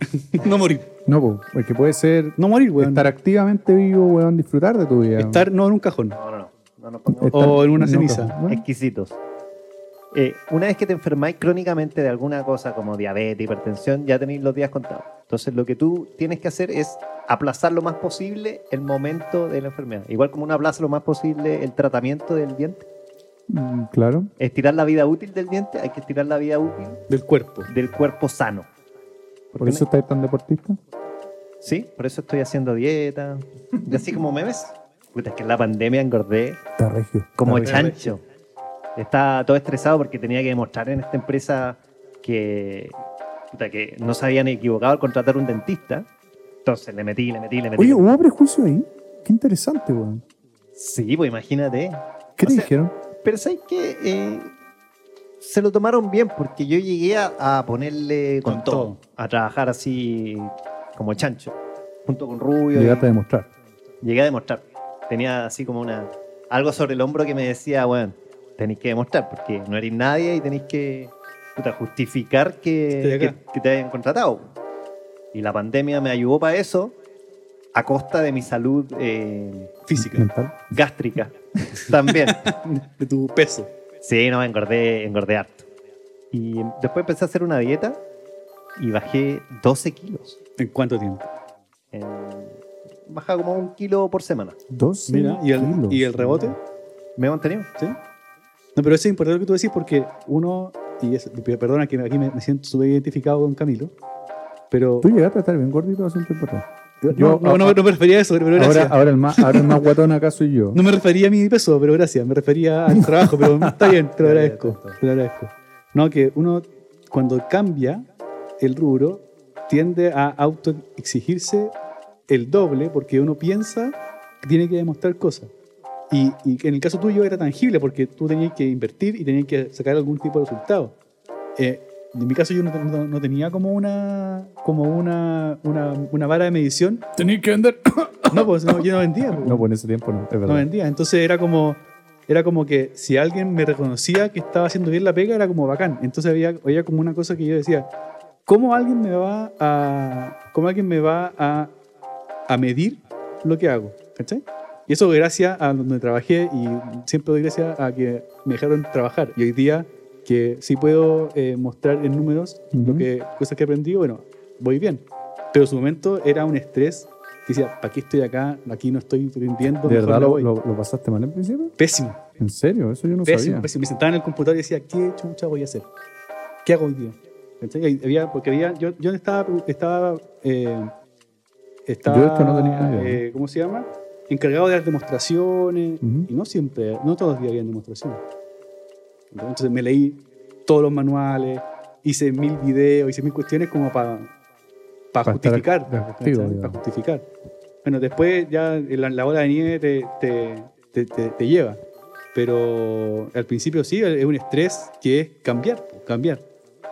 no morir.
No, po, porque puede ser
No morir, weón.
estar
Estar,
activamente vivo, weón, disfrutar de tu vida.
no en un cajón.
No, no, no. No nos pongamos
Estar-
o en una
no,
ceniza.
cabrón.
exquisitos. Eh, una vez que te enfermáis crónicamente de alguna cosa como diabetes, hipertensión, ya tenéis los días contados. Entonces lo que tú tienes que hacer es aplazar lo más posible el momento de la enfermedad. Igual como uno aplaza lo más posible el tratamiento del diente.
Mm, Claro.
Estirar la vida útil del diente, hay que estirar la vida útil
Del cuerpo.
del cuerpo sano.
Por eso estás tan deportista.
Sí, por eso estoy haciendo dieta. Y así como memes. Puta, es que en la pandemia engordé
Está regio.
como
Está regio.
chancho. Estaba todo estresado porque tenía que demostrar en esta empresa que, puta, que no se habían equivocado al contratar un dentista. Entonces le metí, le metí, le metí.
Oye, hubo prejuicio ahí. Qué interesante, weón.
sí, pues imagínate.
¿Qué
O
te
sea-
dijeron?
Pero ¿sabes qué? Eh, se lo tomaron bien porque yo llegué a, a ponerle con,
Con
todo,
todo.
a trabajar así como chancho, junto con Rubio. y-
Llegaste a demostrar.
llegué a demostrar. Tenía así como una algo sobre el hombro que me decía, bueno, tenéis que demostrar porque no eres nadie y tenéis que puta, justificar que,
Estoy acá.
que- que te hayan contratado. Y la pandemia me ayudó para eso a costa de mi salud eh,
Física.
Mental.
gástrica también.
De tu peso.
Sí, no, engordé, engordé harto. Y después empecé a hacer una dieta y bajé 12 kilos.
¿En cuánto tiempo?
En- baja como un kilo por semana.
Dos.
Mira, ¿y el,
kilos.
¿y el rebote?
Me he mantenido.
¿Sí? No, pero eso es importante lo que tú decís porque uno, y es- perdona que aquí me, me siento súper identificado con Camilo, pero...
Tú llegaste a estar bien gordito hace un tiempo atrás.
no, no, no, no me refería a eso, pero
ahora,
gracias.
ahora, el más, ahora el más guatón acá soy yo.
No me refería a mi peso, pero gracias. Me refería al trabajo, pero está bien, te lo agradezco. Te lo agradezco. No, que uno cuando cambia el rubro tiende a autoexigirse el doble porque uno piensa que tiene que demostrar cosas. Y, y en el caso tuyo era tangible porque tú tenías que invertir y tenías que sacar algún tipo de resultado. Eh, en mi caso yo no, no- no tenía como una como una, una, una vara de medición.
Tenías que vender.
No, pues no, yo no vendía. pues.
No, pues en ese tiempo no. Es
No
verdad.
vendía. Entonces era como, era como que si alguien me reconocía que estaba haciendo bien la pega, era como bacán. Entonces había, había como una cosa que yo decía, ¿cómo alguien me va a, cómo alguien me va a, a medir lo que hago? ¿Cachai? Y eso gracias a donde trabajé y siempre doy gracias a que me dejaron trabajar. Y hoy día que sí puedo eh, mostrar en números lo
Ujú.
que, cosas que aprendí, bueno, voy bien. Pero en su momento era un estrés que decía, ¿para qué estoy acá? Aquí no estoy rindiendo.
¿De
mejor
verdad
me
lo,
voy".
lo- lo pasaste mal en principio?
Pésimo,
¿En serio? Eso yo no
pésimo,
sabía.
pésimo. Me sentaba en el computador y decía, ¿qué chucha voy a hacer? ¿Qué hago hoy día? ¿Cachai? Y Había, porque había, yo, yo estaba, estaba, eh, estaba
Yo esto no tenía idea,
eh, ¿cómo se llama? Encargado de las demostraciones
Ujú.
y no siempre, no todos los días había demostraciones. Entonces me leí todos los manuales, hice mil videos, hice mil cuestiones como para
Para estar
justificar.
activo,
¿cachai?
digamos.
Para justificar. Bueno, después ya la, la ola de nieve te, te- te- te- te lleva. Pero al principio sí, es un estrés que es cambiar, po, cambiar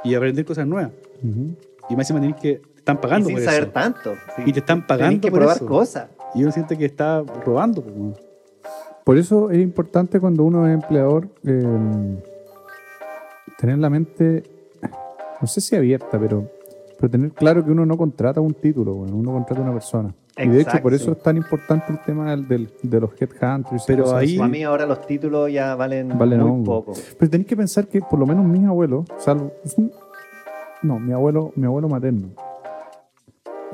y aprender cosas nuevas.
Ujú.
Y más encima tenés que, te están
Y
pagando
sin
por
saber
eso.
tanto. sí.
Y te están
Tenés
pagando
que
por
probar
eso.
cosas.
Y uno siente que está robando. po, weón.
Por eso es importante cuando uno es empleador eh, tener la mente, no sé si abierta, pero, pero tener claro que uno no contrata un título, bueno, uno contrata una persona. Y de hecho, por eso
Exacto.
es tan importante el tema del, del- de los headhunters. y
Pero
cosas
ahí-
así.
Para mí ahora los títulos ya valen,
Valen
muy
hongo.
poco.
Pero tenéis que pensar que por lo menos mis abuelos, salvo. es un- No, mi abuelo, mi abuelo materno.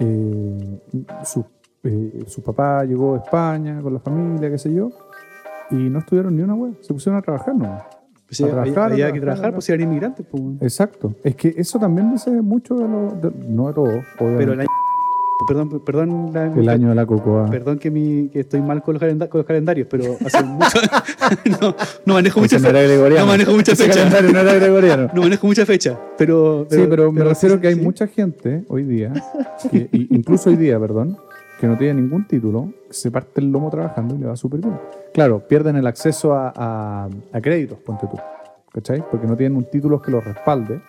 eh, su, eh, su papá llegó a España con la familia, qué sé yo, y no estuvieron ni una hueá. Se pusieron a trabajar, ¿no?
Pues, había-
trabajar, a
había que
trabajar,
trabajar,
¿no?
pues si eran inmigrantes, pues, weón.
Exacto. Es que eso también dice mucho de los. de- no de todos,
Pero
obviamente.
el año. Perdón, perdón. la-
el año de la cocoa.
Perdón que, mi, que estoy mal con los, calenda- con los calendarios, pero hace mucho. no, no manejo mucha
Ese no
fecha.
era gregoriano.
No manejo mucha
Ese
fecha.
calendario no era gregoriano.
No manejo mucha fecha, pero.
Sí, pero me refiero que hay
sí.
mucha gente hoy día, que- y- incluso hoy día, perdón, que no tiene ningún título, que se parte el lomo trabajando y le va súper bien. Claro, pierden el acceso a, a- a créditos, ponte tú, ¿cachai? Porque no tienen un título que los respalde,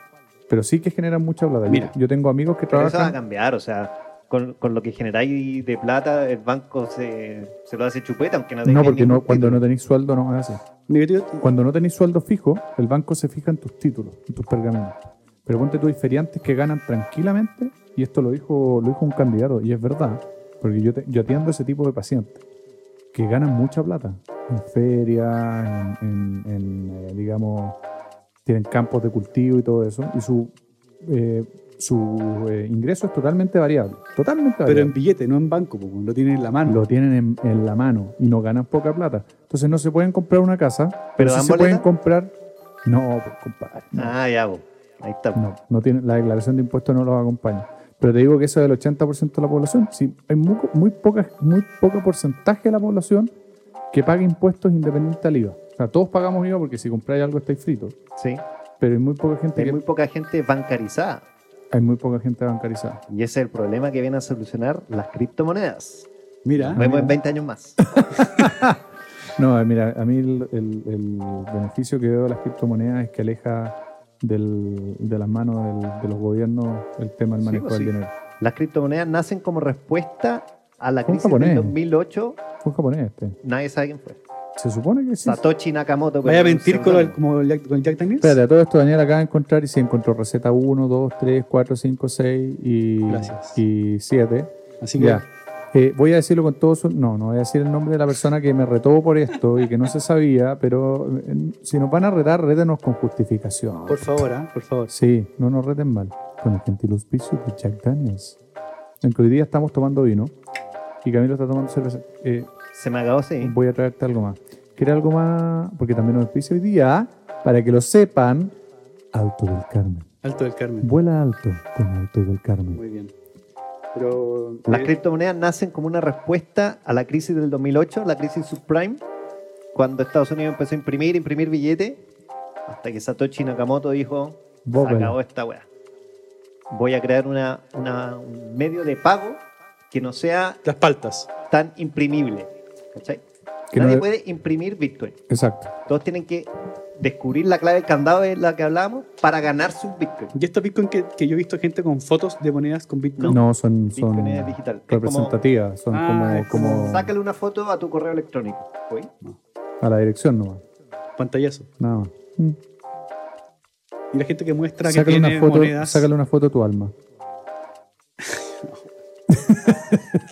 pero sí que generan mucha plata. Yo-
Mira.
Yo, tengo amigos que
Pero eso va a
trabajan...
cambiar, o sea, con, con lo que generáis de plata, el banco se, se lo hace chupeta, aunque no
No,
tengáis
porque
ningún
no, cuando
título.
no tenéis sueldo no es así.
Mi querido-
Cuando no tenéis sueldo fijo, el banco se fija en tus títulos, en tus pergaminos. Pero ponte tú, hay feriantes que ganan tranquilamente, y esto lo dijo, lo dijo un candidato, y es verdad, porque yo, te- yo atiendo ese tipo de pacientes, que ganan mucha plata en ferias, en, en- en, eh, digamos, tienen campos de cultivo y todo eso, y su, eh, su eh, ingreso es totalmente variable, totalmente
Pero
variable
en billete, no en banco, pues, weón, lo tienen en la mano.
lo tienen en, en la mano y no ganan poca plata. Entonces no se pueden comprar una casa, pero,
¿Pero
sí
dan
se pueden
boleta?
comprar. No, pues, compadre. No,
Ah, ya, po. ahí está.
no, no tiene, la declaración de impuestos no los acompaña. Pero te digo que eso es del 80% de la población. Sí, hay muy, muy, poca, muy poco porcentaje de la población que paga impuestos independiente al IVA. O sea, todos pagamos IVA porque si compráis algo estáis fritos.
Sí.
Pero hay muy poca gente
Hay
que-
muy poca gente bancarizada.
hay muy poca gente bancarizada.
Y ese es el problema que vienen a solucionar las criptomonedas.
Mira,
Ah,
Nos vemos en 20 años más.
No, eh, mira, a mí el, el- el beneficio que veo de las criptomonedas es que aleja del- de las manos del- de los gobiernos el tema del
Sí,
manejo
pues
del
sí.
dinero.
Las criptomonedas nacen como respuesta a la
Son
crisis del
japoneses.
2008.
Fue un japonés este.
Nadie sabe quién fue.
Se supone que sí.
Satoshi Nakamoto.
vaya a
pero
mentir
no
con,
sé
lo-
dónde.
como el Jack, con el Jack Daniels.
Espérate, a todo esto Daniel acaba de encontrar y se encontró receta 1, 2, 3, 4, 5, 6 y,
Gracias.
y 7.
Así que,
Ya. Eh, voy a decirlo con todo su... No, no voy a decir el nombre de la persona que me retó por esto y que no se sabía, pero eh, si nos van a retar, rétenos con justificación.
por favor, ah, por favor.
Sí, no nos reten mal. Con el gentil auspicio de Jack Daniels. Aunque hoy día estamos tomando vino y Camilo está tomando cerveza. Eh,
Se me acabó, sí.
Voy a traerte algo más. ¿Quieres algo más? Porque también nos auspicia hoy día, para que lo sepan, Alto del Carmen.
Alto del Carmen.
Vuela alto con Alto del Carmen.
Muy bien. Pero.
Las
eh,
criptomonedas nacen como una respuesta a la crisis del 2008, la crisis subprime, cuando Estados Unidos empezó a imprimir, imprimir billetes, hasta que Satoshi Nakamoto dijo, se
Bóvela.
acabó esta weá. Voy a crear una, una- un medio de pago que no sea
las paltas.
tan imprimible. ¿Cachai?
Que
Nadie
no-
puede imprimir Bitcoin.
Exacto.
Todos tienen que descubrir la clave del candado de la que hablábamos para ganar sus Bitcoin.
Y estos Bitcoin que, que yo he visto gente con fotos de monedas con
No,
Bitcoin.
son, son
Bitcoin es digital. Es como-
representativas, son
Ah, es
como,
como-
como
Sácale una foto a tu correo electrónico. ¿oí?
a la dirección nomás.
Pantallazo.
Nada más. Mm.
Y la gente que muestra que
Sácale
tiene
una, foto,
monedas.
sácale una foto a tu alma.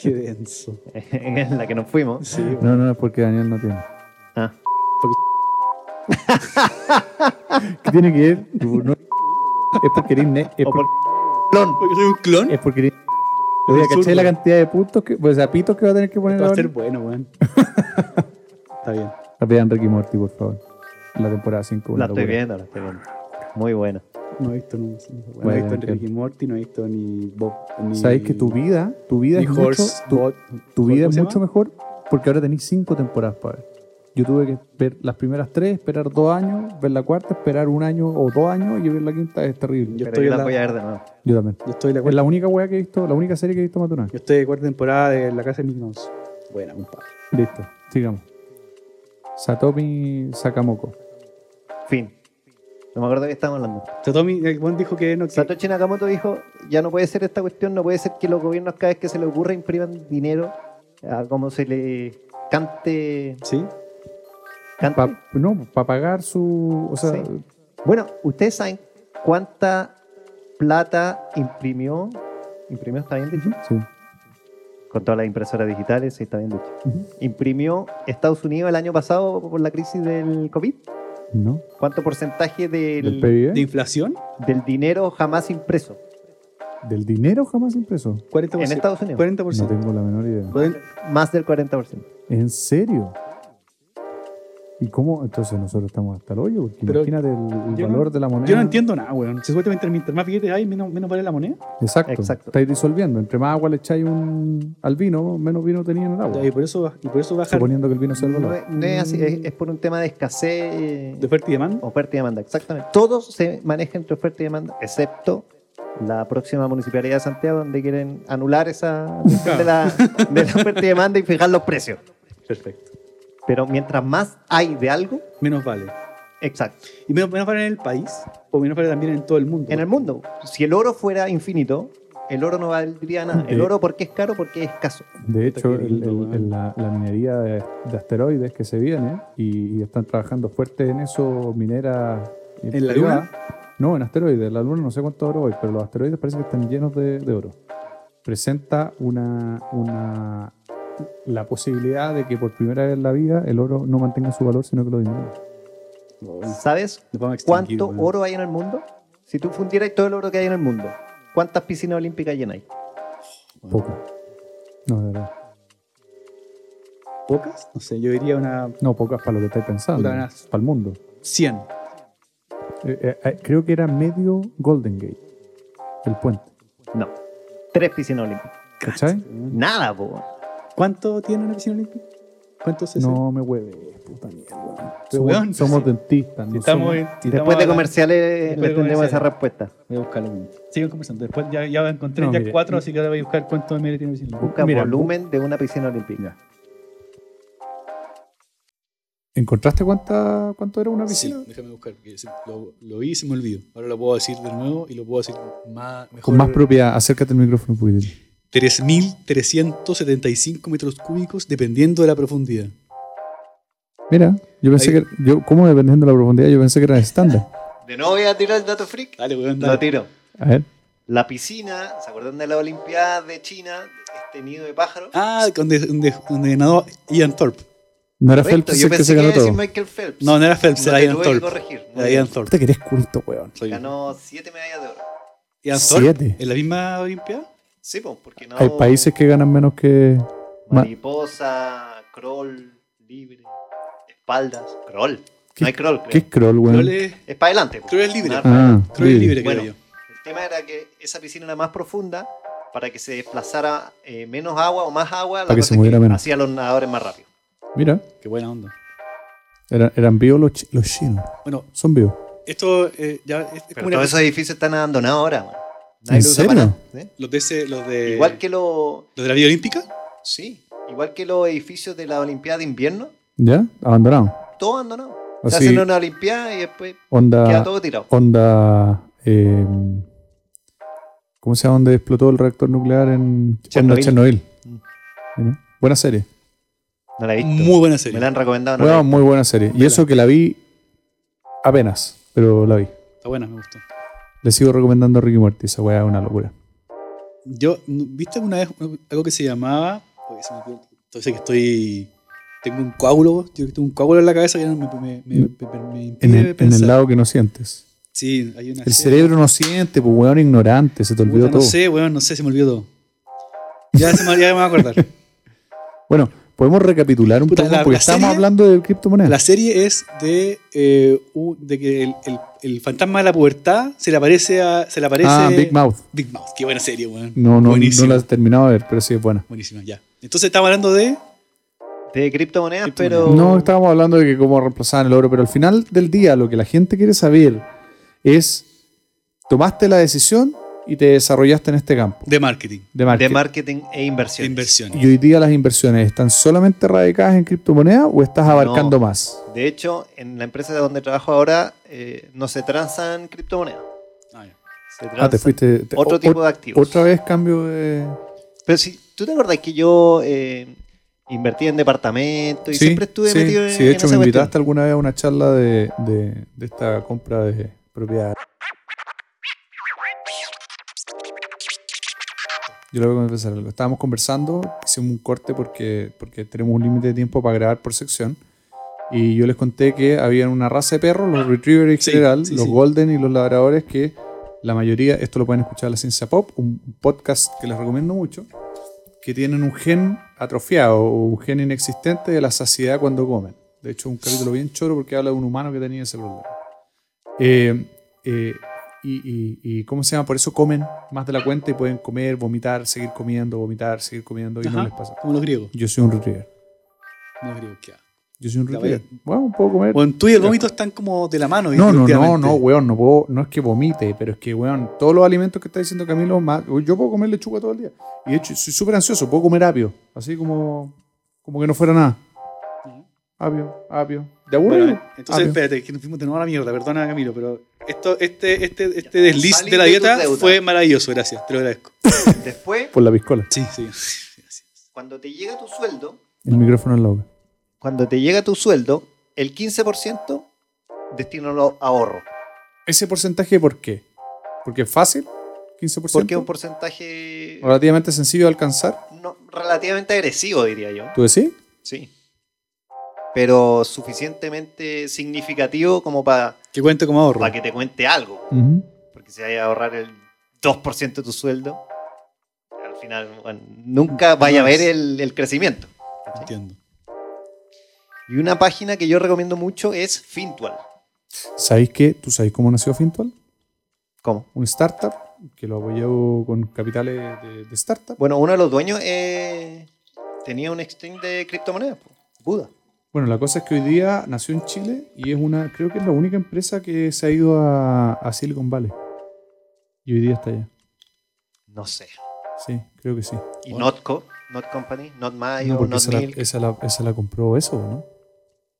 Qué denso.
en la que nos fuimos.
Sí,
No, no, es porque Daniel no tiene.
Ah.
¿Qué tiene que ver? No. Es porque eres ne- es
O
por-
Oh, por Lon.
porque soy un clon.
es porque eres- Oye,
Absurdo.
¿cachai la cantidad de puntos que, o sea, pitos que va a tener que poner
Esto va a
ahora?
ser bueno, weón. Está bien.
Vean Ricky Morty, por favor. La temporada 5.
La estoy viendo, la estoy viendo. Muy buena.
No he visto nunca. No,
Bueno,
he visto ni
bien.
Ricky Morty, no he visto ni Bob. Ni,
Sabes que tu vida, tu vida
ni
es mucho,
Horse,
tu,
Bot,
tu vida
¿cómo
es
se
mucho
llama?
mejor porque ahora tenéis 5 temporadas para ver. Yo tuve que ver las primeras tres, esperar dos años, ver la cuarta, esperar un año o dos años y ver la quinta es terrible.
Yo
Pero
estoy en
yo la
la-
voy a ver de nuevo.
Yo también.
Yo estoy en la
Es
cuarta,
la única weá que he visto, la única serie que he visto más de una vez.
yo estoy en la cuarta temporada de La Casa de Mickey Mouse. Buena, compadre.
Listo, sigamos. Satomi Sakamoko.
Fin. No me acuerdo de qué estábamos hablando.
Satomi, el buen dijo que no que-
Satoshi Nakamoto dijo, ya no puede ser esta cuestión, no puede ser que los gobiernos cada vez que se les ocurra impriman dinero a como se le cante...
Sí,
cante.
Pa- no, para pagar su. O sea,
Sí. Bueno, ¿ustedes saben cuánta plata imprimió? ¿Imprimió está bien dicho?
sí.
con todas las impresoras digitales, sí, está bien dicho. Imprimió Estados Unidos el año pasado por la crisis del COVID.
¿No?
¿Cuánto porcentaje
¿Del
del,
¿De
PIB?
inflación?
del dinero jamás impreso
¿Del dinero jamás impreso?
40%.
en Estados Unidos?
40%.
No tengo la menor idea.
Más del 40%.
¿En serio? ¿Y cómo? Entonces nosotros estamos hasta el hoyo, porque
Pero
imagínate el, el
yo no-
valor de la moneda.
Yo no entiendo nada, weón. Si supuestamente mientras más billetes hay, menos, menos vale la moneda.
Exacto.
Exacto.
Estáis disolviendo. Entre más agua le echáis un... al vino, menos vino tenía en el agua.
Ya, Y por eso, y por eso bajar
Suponiendo que el vino sea el
No
valor.
es, no es así, es, es por un tema de escasez, eh,
de oferta y demanda.
oferta y demanda, exactamente. Todo se maneja entre oferta y demanda, excepto la próxima municipalidad de Santiago, donde quieren anular esa cuestión de la, de la oferta y demanda y fijar los precios.
Perfecto.
Pero mientras más hay de algo,
Menos vale.
exacto.
Y menos, menos vale en el país, o menos vale también en todo el mundo.
En el mundo, si el oro fuera infinito, el oro no valdría nada. El
Eh.
oro, porque es caro? Porque es escaso.
De hecho,
qué
el-
lindo,
el-
weón.
el- la, la minería de, de asteroides que se viene y, y están trabajando fuerte en eso, mineras. eh,
¿En la
privadas. No, en asteroides. En la luna no sé cuánto oro hay, pero los asteroides parece que están llenos de, de oro. Presenta una, una la posibilidad de que por primera vez en la vida el oro no mantenga su valor, sino que lo disminuya.
¿Sabes
Nos vamos a extinguir,
cuánto
weón.
oro hay en el mundo? Si tú fundieras todo el oro que hay en el mundo, ¿cuántas piscinas olímpicas llenáis?
Poca. No, de verdad.
¿Pocas? No sé, yo diría una
No, pocas para lo que estáis pensando.
Puta,
Para
ganas.
el mundo.
100.
Eh, eh, eh, creo que era medio Golden Gate, el puente.
No. Tres piscinas olímpicas.
¿Cachai?
Nada, po.
¿Cuánto tiene una piscina olímpica? ¿Cuántos es
No me hueves, puta mierda.
Pero,
Somos,
weón,
somos
si-
dentistas, no somos-
Después de comerciales
Después de
pretendemos
comerciales.
esa respuesta.
Voy a buscarlo. weón. Sigan conversando. Después ya, ya encontré
No,
ya
mire.
cuatro, así que ahora voy a buscar cuánto de medio tiene una piscina olímpica.
Busca
Mira,
volumen de una piscina olímpica.
¿Encontraste cuánta, cuánto era una
Sí,
piscina?
déjame buscar, porque se- lo, lo vi y se me olvidó. Ahora lo puedo decir de nuevo y lo puedo decir más, mejor.
Con más propiedad, acércate el micrófono un poquitito.
3.375 metros cúbicos dependiendo de la profundidad.
Mira, yo pensé
Ahí.
que, yo, como dependiendo de la profundidad, yo pensé que era estándar.
De nuevo voy a tirar el dato freak.
Dale, weón,
Lo
dale.
tiro.
A ver,
La piscina, ¿se acuerdan de la Olimpiada de China? Este nido de pájaros.
Ah, donde, donde, donde nadó Ian Thorpe.
no era
Correcto,
Phelps
yo
el que
pensé
se
que iba
ganó
a decir
todo.
Michael Phelps.
No, no era Phelps,
No
era
te
Ian
tuve que
Thorpe.
corregir. Muy
Era
bien.
Ian Thorpe.
Puta Este que eres culto, weón.
Soy-
Ganó siete medallas de oro.
Ian
Siete.
Thorpe. ¿En la misma Olimpiada?
Sí, pues, porque no.
Hay países que ganan menos que. ma-
Mariposa, crawl, libre, espaldas. Crawl.
¿Qué-
No hay crawl, creo.
¿Qué es crawl,
Creo
weón?
que
Es para adelante. pues.
Creo que es libre.
Una-
Ah,
creo que es libre,
Bueno.
creo yo.
El tema era que esa piscina era más profunda para que se desplazara eh, menos agua o más agua, la
Para que
cosa
se moviera menos.
hacía los nadadores más rápido.
Mira,
Qué buena onda.
eran, eran vivos los, chi- los chinos.
Bueno,
Son vivos.
esto eh, ya es, es como
Pero
una-
todos esos edificios están abandonados ahora. man.
¿En
lo usa
serio?
para nada, ¿eh?
los de, ese- los de
Igual que los
los de la vida olímpica.
sí, igual que los edificios de la Olimpiada de invierno,
¿Ya? Abandonados.
todo abandonado. Se
Así, Ah.
hacen una Olimpiada y después queda
onda.
todo tirado.
onda. eh, ¿Cómo se llama? Donde explotó el reactor nuclear en
Chernobyl. Mm.
onda Chernobyl. Bueno, Buena serie.
No la he visto.
Muy buena serie.
Me la han recomendado. no la he
Bueno, muy buena serie. Y eso que la vi apenas, pero la vi.
Está buena, me gustó.
Le sigo recomendando Ricky Morty. Esa weá es una locura.
Yo, ¿viste alguna vez algo que se llamaba? Oye, se me ocurre- Entonces que estoy. Tengo un coágulo, yo tengo un coágulo en la cabeza que me, me, me, me- me
En
impide
el, en el
pensar.
lado que no sientes.
Sí, hay una.
El
serie-
cerebro no siente, pues weón ignorante, se te
Puta,
olvidó
No
todo.
sé, weón, no sé, se me olvidó todo. Ya se me, ya me voy a acordar.
Bueno, podemos recapitular un
Puta,
poco
la-
porque
la
estamos
serie-
hablando de criptomonedas.
La serie es de, eh, u- de que el, el- el fantasma de la pubertad se le aparece a. Se le aparece
ah, Big Mouth.
Big Mouth. Qué buena serie, weón.
No, no, no
Buenísima.
la has terminado de ver, pero sí es buena.
Buenísima, ya. Entonces estamos hablando de.
De criptomonedas,
Criptomonedas.
pero.
No, estábamos hablando de que cómo reemplazaban el oro, pero al final del día lo que la gente quiere saber es, tomaste la decisión y te desarrollaste en este campo
de marketing,
de marketing.
De marketing e
de
inversión.
inversión.
y hoy día las inversiones están solamente radicadas en criptomonedas o estás abarcando
No.
más?
De hecho, en la empresa donde trabajo ahora eh, no se transan criptomonedas.
Ah, ya.
Se transan
Ah, te fuiste... te-
otro
o-
tipo de activos.
Otra vez cambio de...
Pero si tú te acordás que yo eh, invertí en departamentos y
Sí,
siempre estuve
sí,
metido en,
sí, de hecho
en
me
esa
invitaste
cuestión.
alguna vez a una charla de, de- de esta compra de propiedad. Yo le voy a confesar algo. Estábamos conversando, hicimos un corte porque, porque tenemos un límite de tiempo para grabar por sección. Y yo les conté que había una raza de perros, los Retrievers en
Sí,
general,
sí,
los
sí.
Golden y los Labradores, que la mayoría, esto lo pueden escuchar en la Ciencia Pop, un podcast que les recomiendo mucho, que tienen un gen atrofiado o un gen inexistente de la saciedad cuando comen. De hecho, un capítulo bien choro porque habla de un humano que tenía ese problema. Eh, eh, y, y- y cómo se llama, por eso comen más de la cuenta y pueden comer, vomitar, seguir comiendo, vomitar, seguir comiendo y no
Ajá.
les pasa.
Como los griegos.
Yo soy un retriever.
Los griegos, ¿qué?
Yo soy un
Ya,
retriever. Bueno, puedo comer.
Bueno, tú y el vómito están como de la mano.
No, no, no,
definitivamente.
no, weón, no puedo, no es que vomite, pero es que, weón, todos los alimentos que está diciendo Camilo, más, yo puedo comer lechuga todo el día. Y de hecho, soy súper ansioso, puedo comer apio, así como, como que no fuera nada. Apio, apio. ¿De aburrido?
Bueno, entonces,
Apio.
espérate, que nos fuimos de nuevo a la mierda, perdona Camilo, pero esto, este, este, este desliz
Salí
de la
de tu
dieta
deuda.
fue maravilloso, gracias, te lo agradezco.
Después,
Por la piscola,
Sí, sí. gracias.
cuando te llega tu sueldo,
el micrófono en la boca.
cuando te llega tu sueldo, el 15% destínalo a ahorro.
¿Ese porcentaje por qué? Porque es fácil, 15%.
Porque es un porcentaje
relativamente sencillo de alcanzar.
no- relativamente agresivo, diría yo.
¿Tú decís?
Sí. Pero suficientemente significativo como para
Que cuente como ahorro.
que te cuente algo. Porque si hay a ahorrar el 2% de tu sueldo, al final bueno, nunca vaya a ver el, el crecimiento. ¿cachai?
Entiendo.
Y una página que yo recomiendo mucho es Fintual.
¿Sabéis que tú sabéis cómo nació Fintual?
¿Cómo?
Un startup que lo apoyó con capitales de, de startup.
Bueno, uno de los dueños eh, tenía un exchange de criptomonedas, po, Buda.
Bueno, la cosa es que hoy día nació en Chile y es una, creo que es la única empresa que se ha ido a, a Silicon Valley. Y hoy día está allá.
No sé.
Sí, creo que sí.
Y Notco, Not Company, Not Mayo,
No, porque
Not
esa la,
Milk.
esa la- esa la compró eso, ¿no?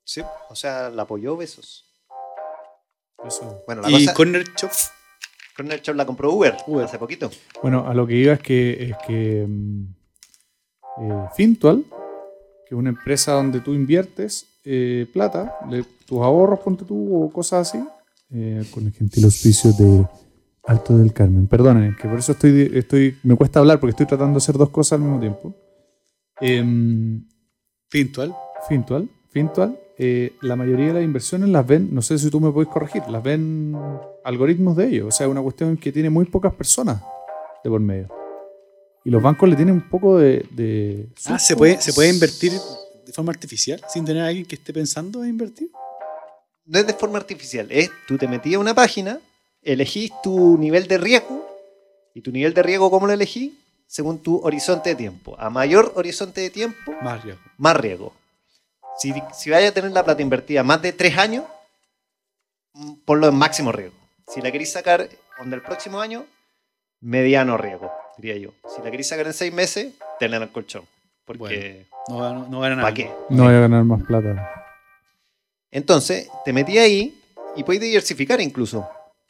Sí, o sea, la apoyó Besos.
Eso.
Bueno, la
Y
cosa,
Corner Shop,
Corner Shop la compró Uber,
Uber.
hace poquito.
Bueno, a lo que iba es que, es que mm, eh, Fintual, que es una empresa donde tú inviertes eh, plata, le- tus ahorros, ponte tú, o cosas así, eh, con el gentil auspicio de Alto del Carmen. Perdonen, que por eso estoy, estoy, me cuesta hablar porque estoy tratando de hacer dos cosas al mismo tiempo. Em,
Fintual.
Fintual, Fintual, eh, la mayoría de las inversiones las ven, no sé si tú me puedes corregir, las ven algoritmos de ellos. O sea, es una cuestión que tiene muy pocas personas de por medio. Y los bancos le tienen un poco de. de
Ah,
susto.
¿se puede, ¿se puede invertir de forma artificial sin tener a alguien que esté pensando en invertir?
No es de forma artificial, es tú te metías a una página, elegís tu nivel de riesgo, y tu nivel de riesgo, ¿cómo lo elegí? Según tu horizonte de tiempo. A mayor horizonte de tiempo,
Más riesgo.
más riesgo. Si, si vaya a tener la plata invertida más de tres años, mm, ponlo en máximo riesgo. Si la queréis sacar onda el próximo año, mediano riesgo, diría yo. Si la queréis sacar en seis meses, tenla en el colchón. Porque,
No, gana- no gana nada.
¿para qué?
No voy a ganar más plata.
Entonces, te metí ahí y puedes diversificar incluso.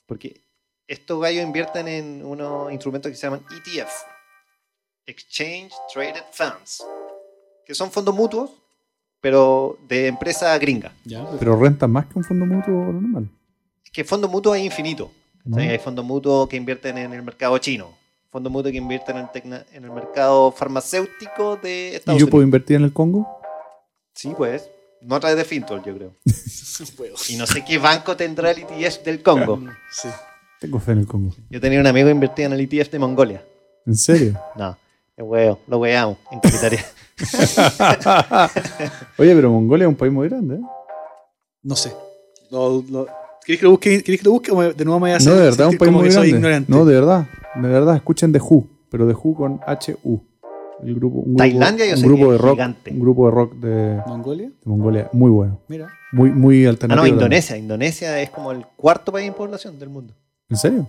Porque estos gallos invierten en unos instrumentos que se llaman ETF, Exchange Traded Funds, que son fondos mutuos, pero de empresa gringa.
Ya.
Pero rentan más que un fondo mutuo normal.
Es que fondo mutuo es infinito.
¿no?
¿cachai? Hay fondos mutuos que invierten en el mercado chino, fondos mutuos que invierten en el, tecna- en el mercado farmacéutico de
¿Y
Estados
yo puedo
Unidos.
invertir en el Congo?
Sí, pues. No a través de Fintual, yo creo. y no sé qué banco tendrá el ETF del Congo.
Sí.
Tengo fe en el Congo.
Yo tenía un amigo que invertía en el ETF de Mongolia.
¿En serio?
No, es huevo, lo hueamos en Ah, Capitalia.
Oye, pero Mongolia es un país muy grande. ¿eh?
No sé. Lo, lo- ¿Querés que lo busque? ¿Querés que lo busque? O me- de nuevo me voy a hacer
No, de verdad, es un
sentir
país
como
muy
que soy
grande.
ignorante.
No, de verdad. De verdad, escuchen The Who, pero The Who con H-U. El grupo, un grupo,
Tailandia, yo
un
sé
grupo
que
de
es
rock,
gigante.
Un grupo de rock de, de
Mongolia,
Mongolia. Muy bueno.
mira.
Muy, muy
Ah,
alternativo.
no,
también.
Indonesia. Indonesia es como el cuarto país en población del mundo.
¿En serio?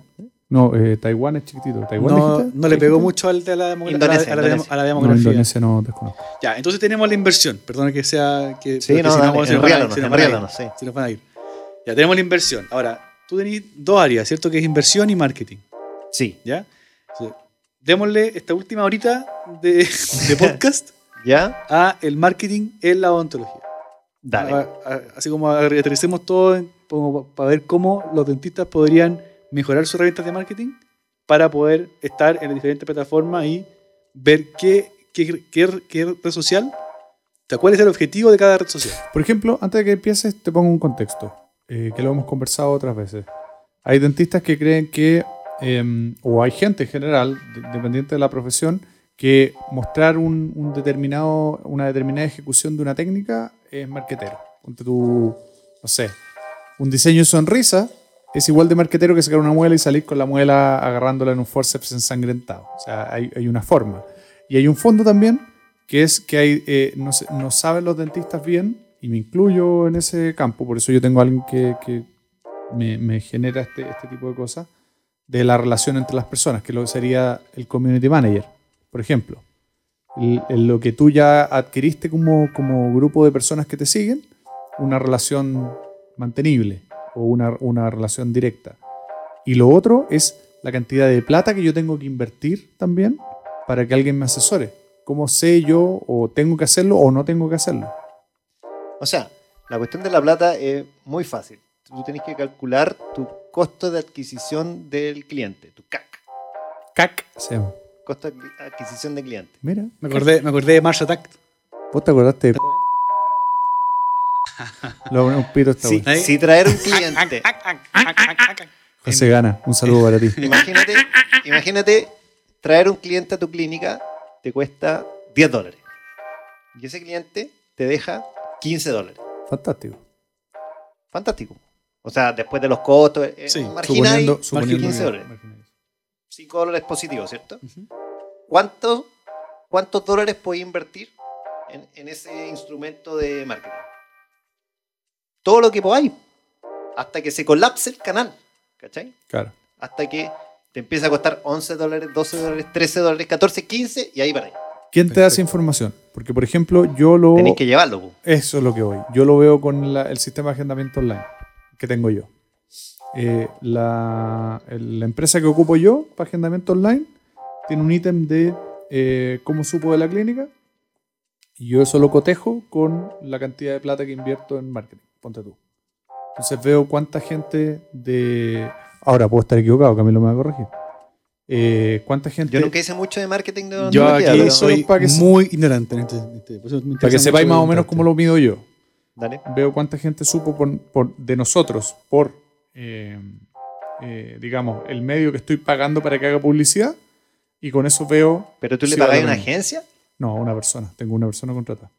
No, eh, Taiwán es chiquitito. ¿Taiwán
No,
dijiste?
no le pegó
¿Dijiste?
mucho al de la, demogra-
Indonesia,
a la- a la-
Indonesia.
a la
No,
demografía.
Indonesia no desconozco.
Ya, entonces tenemos la inversión. Perdona que sea. Que,
Sí,
porque
no,
si
dale,
se nos van a-
enriálanos,
se nos van a ir,
enriálanos, sí.
se nos van a ir. Ya tenemos la inversión. Ahora, tú tenés dos áreas, ¿cierto? Que es inversión y marketing.
Sí.
¿Ya? Entonces, démosle esta última horita de, de podcast
¿Ya?
a el marketing en la odontología.
Dale.
A- a- así como aterricemos todo en- como para ver cómo los dentistas podrían mejorar sus herramientas de marketing para poder estar en las diferentes plataformas y ver qué, qué, qué- qué red social, o sea, cuál es el objetivo de cada red social.
Por ejemplo, antes de que empieces, te pongo un contexto, eh, que lo hemos conversado otras veces. Hay dentistas que creen que, eh, o hay gente en general, de- dependiente de la profesión, que mostrar un, un determinado, una determinada ejecución de una técnica es marquetero. Ponte tu, no sé, un diseño de sonrisa es igual de marquetero que sacar una muela y salir con la muela agarrándola en un forceps ensangrentado. O sea, hay, hay una forma. Y hay un fondo también que es que hay, eh, no, sé- no saben los dentistas bien, y me incluyo en ese campo, por eso yo tengo a alguien que, que me, me genera este, este tipo de cosas, de la relación entre las personas, que lo que sería el community manager, por ejemplo. El- el- lo que tú ya adquiriste como, como grupo de personas que te siguen, una relación mantenible o una, una relación directa. Y lo otro es la cantidad de plata que yo tengo que invertir también para que alguien me asesore. ¿Cómo sé yo o tengo que hacerlo o no tengo que hacerlo?
O sea, la cuestión de la plata es muy fácil. Tú tenés que calcular tu costo de adquisición del cliente, tu CAC,
CAC se llama.
costo de adqui- adquisición de cliente.
Mira,
Me acordé, me acordé de Mars Attack.
vos te acordaste de... Lo un pito esta
Si,
wea.
si traer un cliente,
José Gana, un saludo para ti.
imagínate, imagínate traer un cliente a tu clínica te cuesta 10 dólares. Y ese cliente te deja 15 dólares.
Fantástico.
Fantástico. O sea, después de los costos, eh,
Sí,
marginal,
suponiendo- suponiendo
15
que-
dólares. 5 dólares positivos, ¿cierto? ¿Cuántos, ¿Cuántos dólares podéis invertir en, en ese instrumento de marketing? Todo lo que podáis. Hasta que se colapse el canal. ¿Cachai?
Claro.
Hasta que te empieza a costar 11 dólares, 12 dólares, 13 dólares, 14, 15 y ahí para ahí.
¿Quién te da esa información? Porque, por ejemplo, yo lo...
Tenéis que llevarlo. pu.
Eso es lo que voy. Yo lo veo con la- el sistema de agendamiento online que tengo yo. Eh, la, el- la empresa que ocupo yo para agendamiento online tiene un ítem de eh, cómo supo de la clínica y yo eso lo cotejo con la cantidad de plata que invierto en marketing. Ponte tú. Entonces veo cuánta gente de... Ahora puedo estar equivocado, Camilo me va a corregir. Eh, ¿Cuánta gente...
Yo nunca hice mucho de marketing de
Yo
odontología,
aquí
pero-
soy
para que se-
muy ignorante. en este- en este- por eso me
para
interesa
que sepáis
mucho
más o menos cómo lo mido yo.
Dale.
veo cuánta gente supo por- por- de nosotros por, eh, eh, digamos, el medio que estoy pagando para que haga publicidad. Y con eso veo,
Pero tú le
Sí,
pagáis a
vale
una
lo mismo.
agencia
no, una persona, tengo una persona contratada,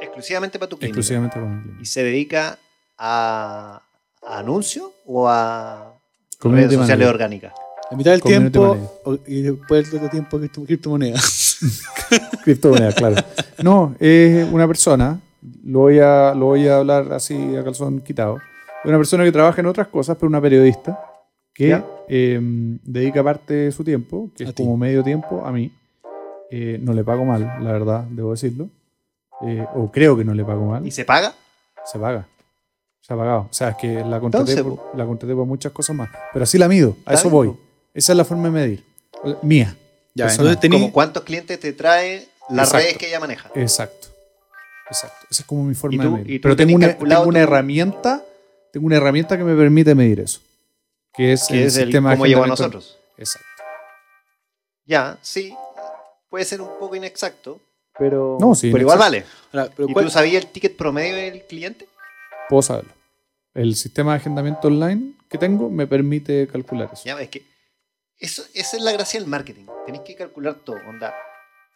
exclusivamente para tu clínica.
exclusivamente con el cliente.
y se dedica a, a anuncios o a
Community
redes sociales
manager.
orgánicas.
La mitad del
Community
tiempo
manager.
o- y después el otro tiempo cripto- criptomonedas.
Criptomoneda, claro. No, es una persona, lo voy, a, lo voy a hablar así a calzón quitado, es una persona que trabaja en otras cosas, pero una periodista que
Ya.
eh, dedica parte de su tiempo, que
A
es
ti.
como medio tiempo, a mí. Eh, no le pago mal, la verdad, debo decirlo. Eh, o creo que no le pago mal.
¿Y se paga?
se paga. Se ha pagado. O sea, es que la contraté,
Entonces,
por, la contraté por muchas cosas más. Pero así la mido. A
Está
eso
bien,
voy.
po.
Esa es la forma de medir. O sea, Mía.
Ya,
Personal.
entonces tení,
¿Como cuántos clientes te trae las
Exacto.
redes que ella maneja?
Exacto. Exacto. Esa es como mi forma
¿Y tú-
de
y
medir.
tú
Pero tengo
tenés
una,
calculado
tengo una
tu-
herramienta. Tengo una herramienta que me permite medir eso. Que es
que
el
es el
sistema de
cómo llegó a
agendamiento.
nosotros.
Exacto.
Ya, sí, puede ser un poco inexacto, pero,
No, sí,
pero igual
inexacto.
vale.
Ahora, pero
¿Y
¿cuál-
tú sabías el ticket promedio del cliente?
Puedo saberlo. El sistema de agendamiento online que tengo me permite calcular eso.
Ya, es que eso, esa es la gracia del marketing. Tenés que calcular todo, onda.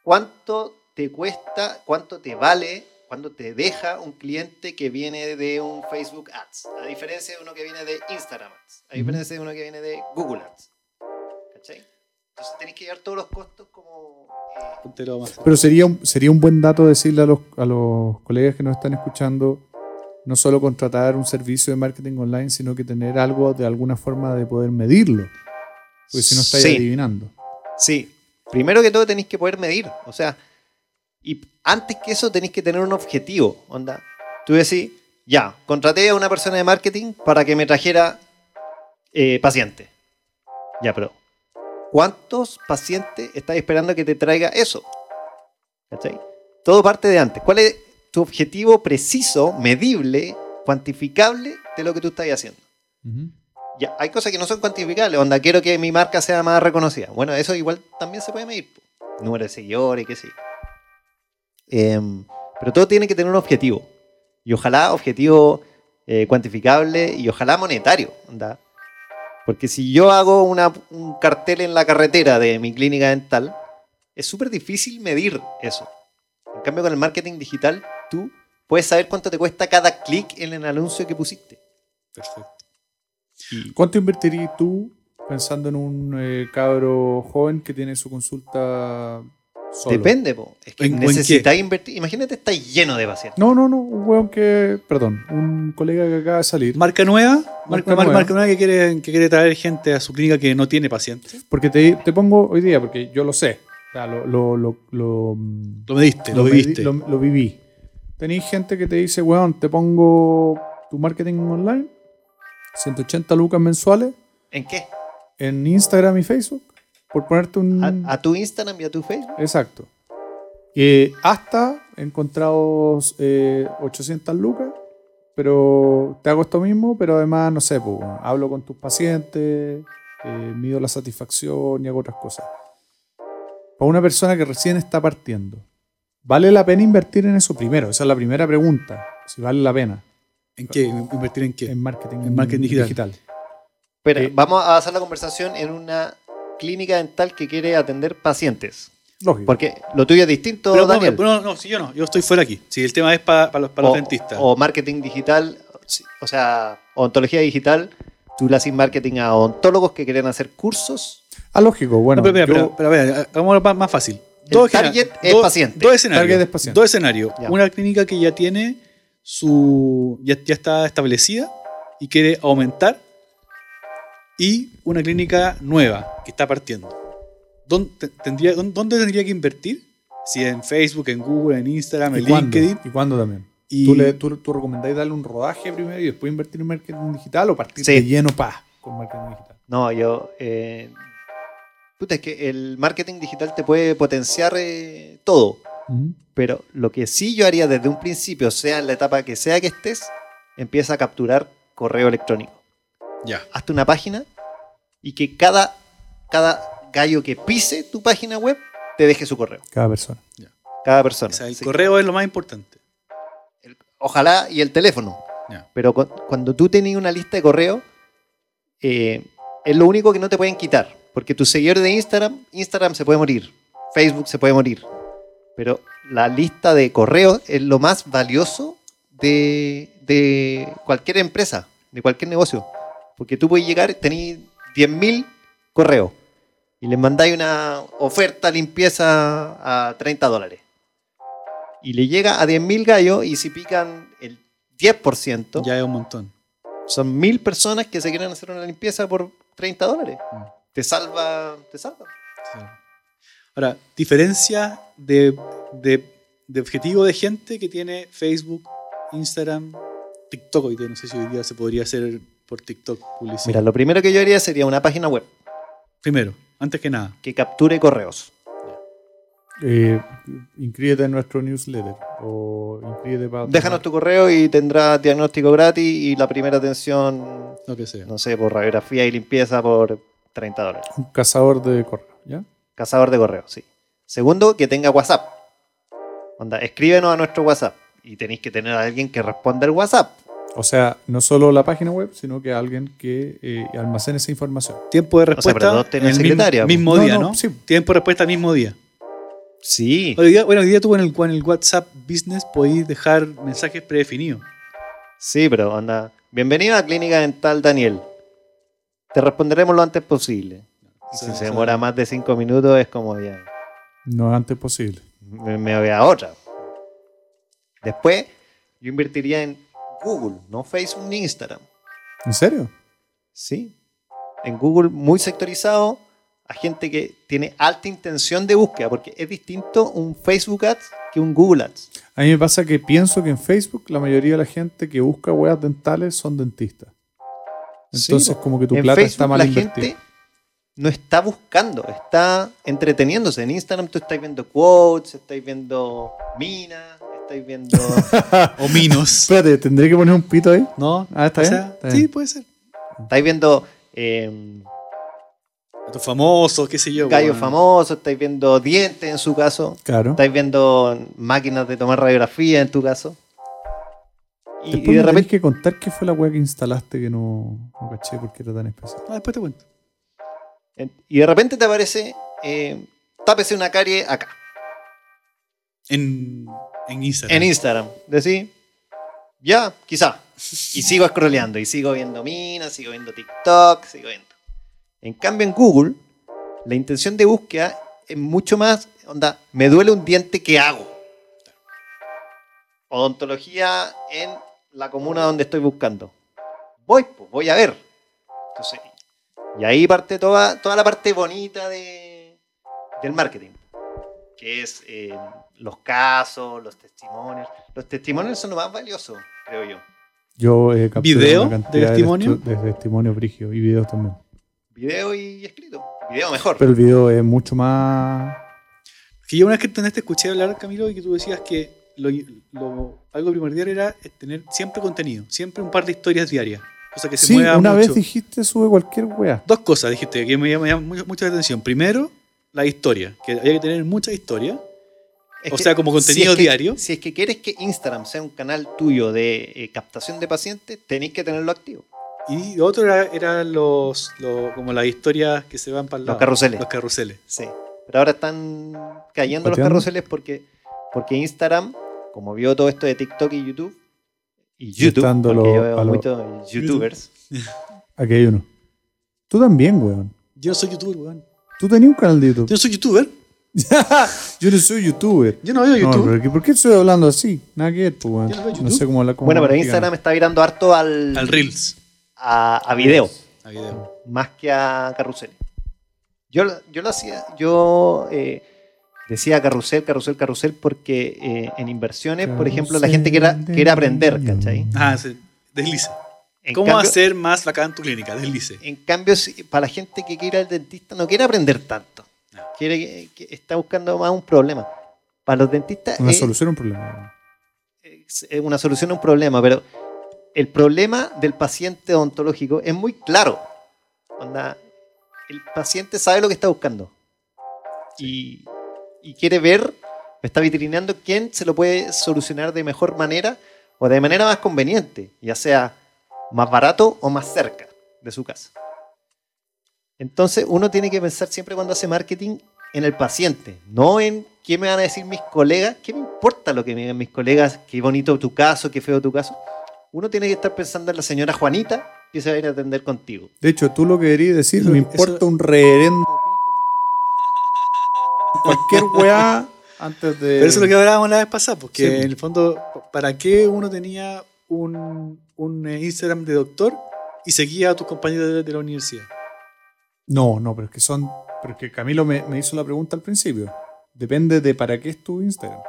¿Cuánto te cuesta, cuánto te vale, cuánto te deja un cliente que viene de un Facebook Ads? A diferencia de uno que viene de Instagram Ads. A diferencia de uno que viene de Google Ads. ¿Cachai? Entonces tenés que llevar todos los costos como... eh,
te lo más-
Pero sería un, sería un buen dato decirle a los, a los colegas que nos están escuchando, no solo contratar un servicio de marketing online, sino que tener algo de alguna forma de poder medirlo. Porque Pues si no estáis
Sí.
adivinando.
Sí. Primero que todo tenéis que poder medir. O sea, y antes que eso tenéis que tener un objetivo. Onda, tú decís, ya, contraté a una persona de marketing para que me trajera eh, pacientes. Ya, pero ¿cuántos pacientes estás esperando que te traiga eso? ¿Cachai? Todo parte de antes. ¿Cuál es tu objetivo preciso, medible, cuantificable de lo que tú estás haciendo? Ya, hay cosas que no son cuantificables. Onda, quiero que mi marca sea más reconocida. Bueno, eso igual también se puede medir. po. Número de seguidores, qué sé yo. Em, pero todo tiene que tener un objetivo. Y ojalá objetivo eh, cuantificable y ojalá monetario. onda. Porque si yo hago una- un cartel en la carretera de mi clínica dental, es súper difícil medir eso. En cambio, con el marketing digital, tú puedes saber cuánto te cuesta cada clic en el anuncio que pusiste.
¿Cuánto invertirías tú pensando en un eh, cabro joven que tiene su consulta solo?
Depende, po. Es que
¿En- o en qué?
necesitas invertir. Imagínate, está lleno de pacientes.
No, no, no, un weón que, perdón, un colega que acaba de salir.
Marca nueva, marca, mar-
nueva.
marca nueva que quiere, que quiere traer gente a su clínica que no tiene pacientes.
Porque te, te pongo hoy día, porque yo lo sé. O sea, lo, lo, lo, lo-
Lo mediste, lo,
medi-
viviste.
Lo, lo viví. Tenéis gente que te dice, weón, te pongo tu marketing online, 180 lucas mensuales
¿En qué?
en Instagram y Facebook, por ponerte un...
Ah, Mm.
A, a tu Instagram y a tu Facebook.
Exacto. Eh, hasta encontrados eh, 800 lucas, pero te hago esto mismo, pero además, no sé, pues, bueno, hablo con tus pacientes, eh, mido la satisfacción y hago otras cosas. Para una persona que recién está partiendo, ¿vale la pena invertir en eso primero? Esa es la primera pregunta, si vale la pena
¿En qué? ¿Invertir en qué?
en marketing,
En marketing digital.
Pero
Eh.
vamos a hacer la conversación en una clínica dental que quiere atender pacientes.
Lógico.
Porque lo tuyo es distinto,
Pero, no,
Daniel. Oh,
pero no, no, si yo no, yo estoy fuera aquí. Si el tema es para los, para
o,
los dentistas.
o marketing digital, sí, o sea, ontología digital, tú le haces marketing a odontólogos que quieren hacer cursos.
Ah, lógico, bueno.
No, pero, espera,
yo-
espera, espera, espera, hagámoslo más- más fácil. Dos
target
escena-
es
dos-
paciente.
Dos escenarios.
Target es paciente.
Dos escenarios.
Ya.
Una clínica que ya tiene su. Ya, ya está establecida y quiere aumentar. Y una clínica nueva que está partiendo. ¿Dónde te- tendría, dónde- dónde tendría que invertir? Si en Facebook, en Google, en Instagram,
¿Y
en
cuándo?
LinkedIn.
¿Y cuándo también?
Y
¿Tú, le, tú, tú recomendáis darle un rodaje primero y después invertir en marketing digital o partir
Sí.
de lleno pa con marketing digital?
No, yo. eh, puta, es que el marketing digital te puede potenciar eh, todo. Pero lo que sí yo haría desde un principio, sea en la etapa que sea que estés, empieza a capturar correo electrónico.
Ya.
Hazte una página y que cada, cada gallo que pise tu página web te deje su correo.
Cada persona.
Cada persona.
o sea, el
Sí.
correo es lo más importante.
El- ojalá y el teléfono.
Ya.
Pero cu- cuando tú tenés una lista de correo, eh, es lo único que no te pueden quitar. Porque tus seguidores de Instagram, Instagram se puede morir, Facebook se puede morir. Pero la lista de correos es lo más valioso de, de cualquier empresa, de cualquier negocio. Porque tú puedes llegar, tenés 10.000 correos y les mandáis una oferta limpieza a 30 dólares y le llega a 10.000 gallos y si pican el 10%,
Ya es un montón.
son 1.000 personas que se quieren hacer una limpieza por 30 dólares.
Mm.
Te salva, te salva.
Ahora, diferencia de, de- de objetivo de gente que tiene Facebook, Instagram, TikTok. Hoy día, no sé si hoy día se podría hacer por TikTok publicidad.
Mira, lo primero que yo haría sería una página web
Primero, antes que nada.
que capture correos.
Eh, inscríbete en nuestro newsletter o inscríbete para...
Déjanos tu correo y tendrás diagnóstico gratis y la primera atención,
Lo que sea.
no sé, por radiografía y limpieza por 30 dólares.
Un cazador de correo, ¿ya?
Cazador de correos, sí. Segundo, que tenga WhatsApp. Onda, escríbenos a nuestro WhatsApp y tenéis que tener a alguien que responda el WhatsApp.
O sea, no solo la página web, sino que alguien que eh, almacene esa información.
Tiempo de
O sea,
respuesta.
pero no tener
en el
secretaria,
Mismo, mismo
No,
día,
no,
¿no?
sí.
Tiempo de respuesta mismo día.
Sí.
Hoy día- bueno, hoy día tú en el, en el WhatsApp Business podéis dejar mensajes predefinidos.
Sí, pero onda. Bienvenido a Clínica Dental Daniel. Te responderemos lo antes posible. Y
Sí,
si se
sí.
demora más de cinco minutos es como ya.
No es antes posible.
Me, me voy a otra. Después, yo invertiría en Google, no Facebook ni Instagram.
¿En serio?
Sí. En Google muy sectorizado a gente que tiene alta intención de búsqueda, porque es distinto un Facebook Ads que un Google Ads.
A mí me pasa que pienso que en Facebook la mayoría de la gente que busca huevas dentales son dentistas.
Sí,
Entonces como que tu
en
plata
Facebook
está mal
la
invertida.
gente no está buscando, está entreteniéndose. En Instagram tú estás viendo quotes, estás viendo minas, estás viendo...
O minos.
Espérate, ¿tendré que poner un pito ahí?
¿No?
Ah, está
O
bien,
sea,
está
Sí,
bien.
puede ser.
Estáis viendo eh,
Estos famosos, qué sé yo.
gallos
weón.
famosos, estáis viendo dientes en su caso,
Claro.
estáis viendo máquinas de tomar radiografía en tu caso.
Después
Y, y de
me tenés
repente,
que contar qué fue la weá que instalaste que no, no caché porque era tan especial.
Ah, después te cuento.
y de repente te aparece, eh, tápese una carie acá,
En, en Instagram.
en Instagram. Decís, ya, quizá. Y sigo scrolleando, y sigo viendo minas, sigo viendo TikTok, sigo viendo. En cambio, en Google, la intención de búsqueda es mucho más, onda, me duele un diente, ¿qué hago? Odontología en la comuna donde estoy buscando. Voy, pues, voy a ver. Entonces, y ahí parte toda, toda la parte bonita de, del marketing, que es eh, los casos, los testimonios. Los testimonios son lo más valioso, creo yo.
Yo eh, capturé
¿Video
una cantidad
de testimonio?
testu- De, testimonio frigio y videos también.
Video y escrito. Video mejor.
Pero el video es mucho más.
Que yo una vez que entendiste, escuché hablar, Camilo, y que tú decías que lo, lo- algo primordial era eh, tener siempre contenido, siempre un par de historias diarias. Cosa que se
Sí,
mueva
una
mucho.
vez dijiste sube cualquier weá.
Dos cosas dijiste que me llaman mucho, mucho la atención. Primero, la historia, que había que tener mucha historia.
Es
O sea, como contenido
es que-
diario.
Si es que quieres que Instagram sea un canal tuyo de eh, captación de pacientes, tenéis que tenerlo activo.
Y lo otro era, era los, lo- como las historias que se van para el
Los
lado.
carruseles.
Los carruseles.
Sí. Pero ahora están cayendo los
Pateando.
carruseles porque, porque Instagram, como vio todo esto de TikTok y YouTube, y
Y
YouTube,
estando
porque
lo-
yo
a
veo
lo-
muchos youtubers.
Aquí hay uno. Tú también, weón.
Yo no soy youtuber, weón.
Tú tenías un canal de YouTube.
Yo no soy youtuber.
Yo no soy youtuber.
Yo no veo
No,
YouTube.
pero ¿qué- ¿por qué estoy hablando así? Nada que ver, pues, weón.
Yo no veo YouTube.
No sé cómo hablar como
Bueno, pero
mexicano.
Instagram está virando harto al,
Al Reels.
a, a video.
A video.
más que a carrusel. Yo, lo- yo lo hacía, yo eh, decía carrusel, carrusel, carrusel, porque eh, en inversiones, por ejemplo, la gente quiere,
Carrusel de
quiere aprender,
niños.
¿cachai?
Ah, sí. Deslice.
En
¿Cómo
cambio,
hacer más bacán tu clínica? Deslice.
En cambio, si- para la gente que quiere ir al dentista, no quiere aprender tanto. Quiere que, que está buscando más un problema. Para los dentistas eh,
Una
es,
solución a un problema.
es una solución a un problema, pero el problema del paciente odontológico es muy claro. Onda, el paciente sabe lo que está buscando y, y quiere ver, está vitrineando quién se lo puede solucionar de mejor manera o de manera más conveniente, ya sea más barato o más cerca de su casa. Entonces uno tiene que pensar siempre cuando hace marketing en el paciente, no en qué me van a decir mis colegas, qué me importa lo que me digan mis colegas, qué bonito tu caso, qué feo tu caso. Uno tiene que estar pensando en la señora Juanita que se va a ir a atender contigo.
De hecho, tú lo que querías decir,
Lo
me
que-
importa
eso-
un reverendo. cualquier weá antes de.
Pero eso es lo que hablábamos la vez pasada, porque
Eh, Sí.
en el fondo, ¿para qué uno tenía un, un eh, Instagram de doctor y seguía a tus compañeros de, de la universidad?
No, no, pero es que son. Pero es que Camilo me, me hizo la pregunta al principio. Depende de para qué es tu Instagram.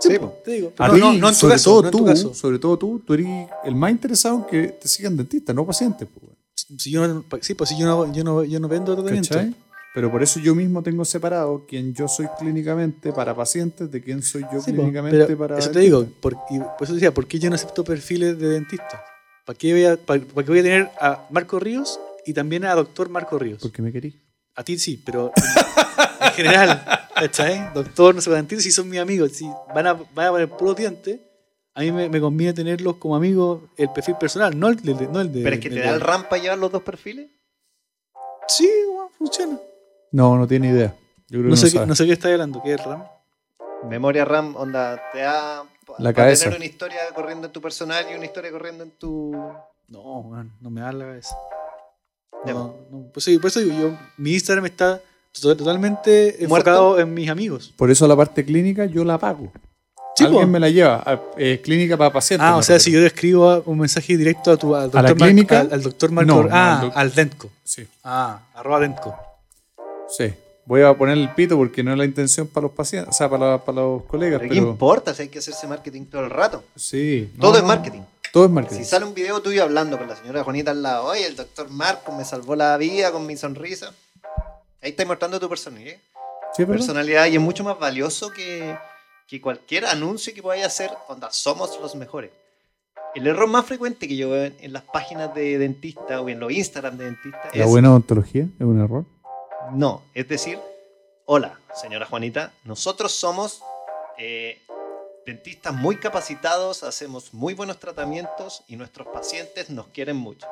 Sí, po.
Te digo,
A
no,
ti,
no, no en tu
sobre
caso,
todo
no en
tú,
tu caso.
sobre todo tú, tú eres el más interesado en que te sigan dentistas, no pacientes. pues, weón.
Si yo no- sí, pues si yo no, yo no, yo no vendo tratamiento.
¿Cachai? Pero por eso yo mismo tengo separado quién yo soy clínicamente para pacientes de quién soy yo
Sí, po,
clínicamente
pero
para.
eso te
dentistas.
digo, por, y por eso decía, ¿por qué yo no acepto perfiles de dentistas? ¿Para qué voy a, para, para qué voy a tener a Marco Ríos y también a doctor Marco Ríos?
Porque me querís.
A ti sí, pero en, en general, ¿cachai? Doctor, no sé, dentistas, si son mis amigos, si van a, van a poner puro diente, a mí me, me conviene tenerlos como amigos el perfil personal, no el de... No el de
Pero es que te
de-
da el rampa llevar los dos perfiles.
Sí, bueno, funciona.
No, no tiene idea. Yo creo
No,
que
sé
no
qué,
sabe.
no sé qué está hablando, ¿qué es RAM?
Memoria RAM, onda, te da pa-
La
pa
cabeza.
tener una historia corriendo en tu personal y una historia corriendo en tu.
No, weón, no me da la cabeza.
Ya,
No, no, por, eso, por eso digo, yo, mi Instagram está to- totalmente
¿Muerto?
enfocado en mis amigos.
Por eso la parte clínica yo la pago.
Sí,
Alguien
po.
me la lleva. Ah, eh, clínica para pacientes.
Ah,
me
o sea,
refiero.
si yo le escribo a- un mensaje directo a tu a
la
doctor Mar-
clínica?
al, al doctor Marco,
No, no,
ah,
al doc-
al Dentco.
Sí,
Ah, arroba Dentco.
sí. Voy a poner el pito porque no es la intención para los pacientes, o sea, para, la- para los colegas,
Pero ¿qué
pero.
importa si hay que hacerse marketing todo el rato?
Sí. no,
todo es
no,
marketing.
Todo es marketing.
Si sale un video tuyo hablando con la señora Juanita al lado, oye, el doctor Marco me salvó la vida con mi sonrisa. Ahí estás mostrando tu personalidad.
Sí, es verdad.
personalidad y es mucho más valioso que, que cualquier anuncio que podáis hacer. Onda, somos los mejores. El error más frecuente que yo veo en, en las páginas de dentista o en los Instagram de dentista
La
es
buena odontología es un error.
no. Es decir, hola, señora Juanita, nosotros somos eh, dentistas muy capacitados, hacemos muy buenos tratamientos y nuestros pacientes nos quieren mucho.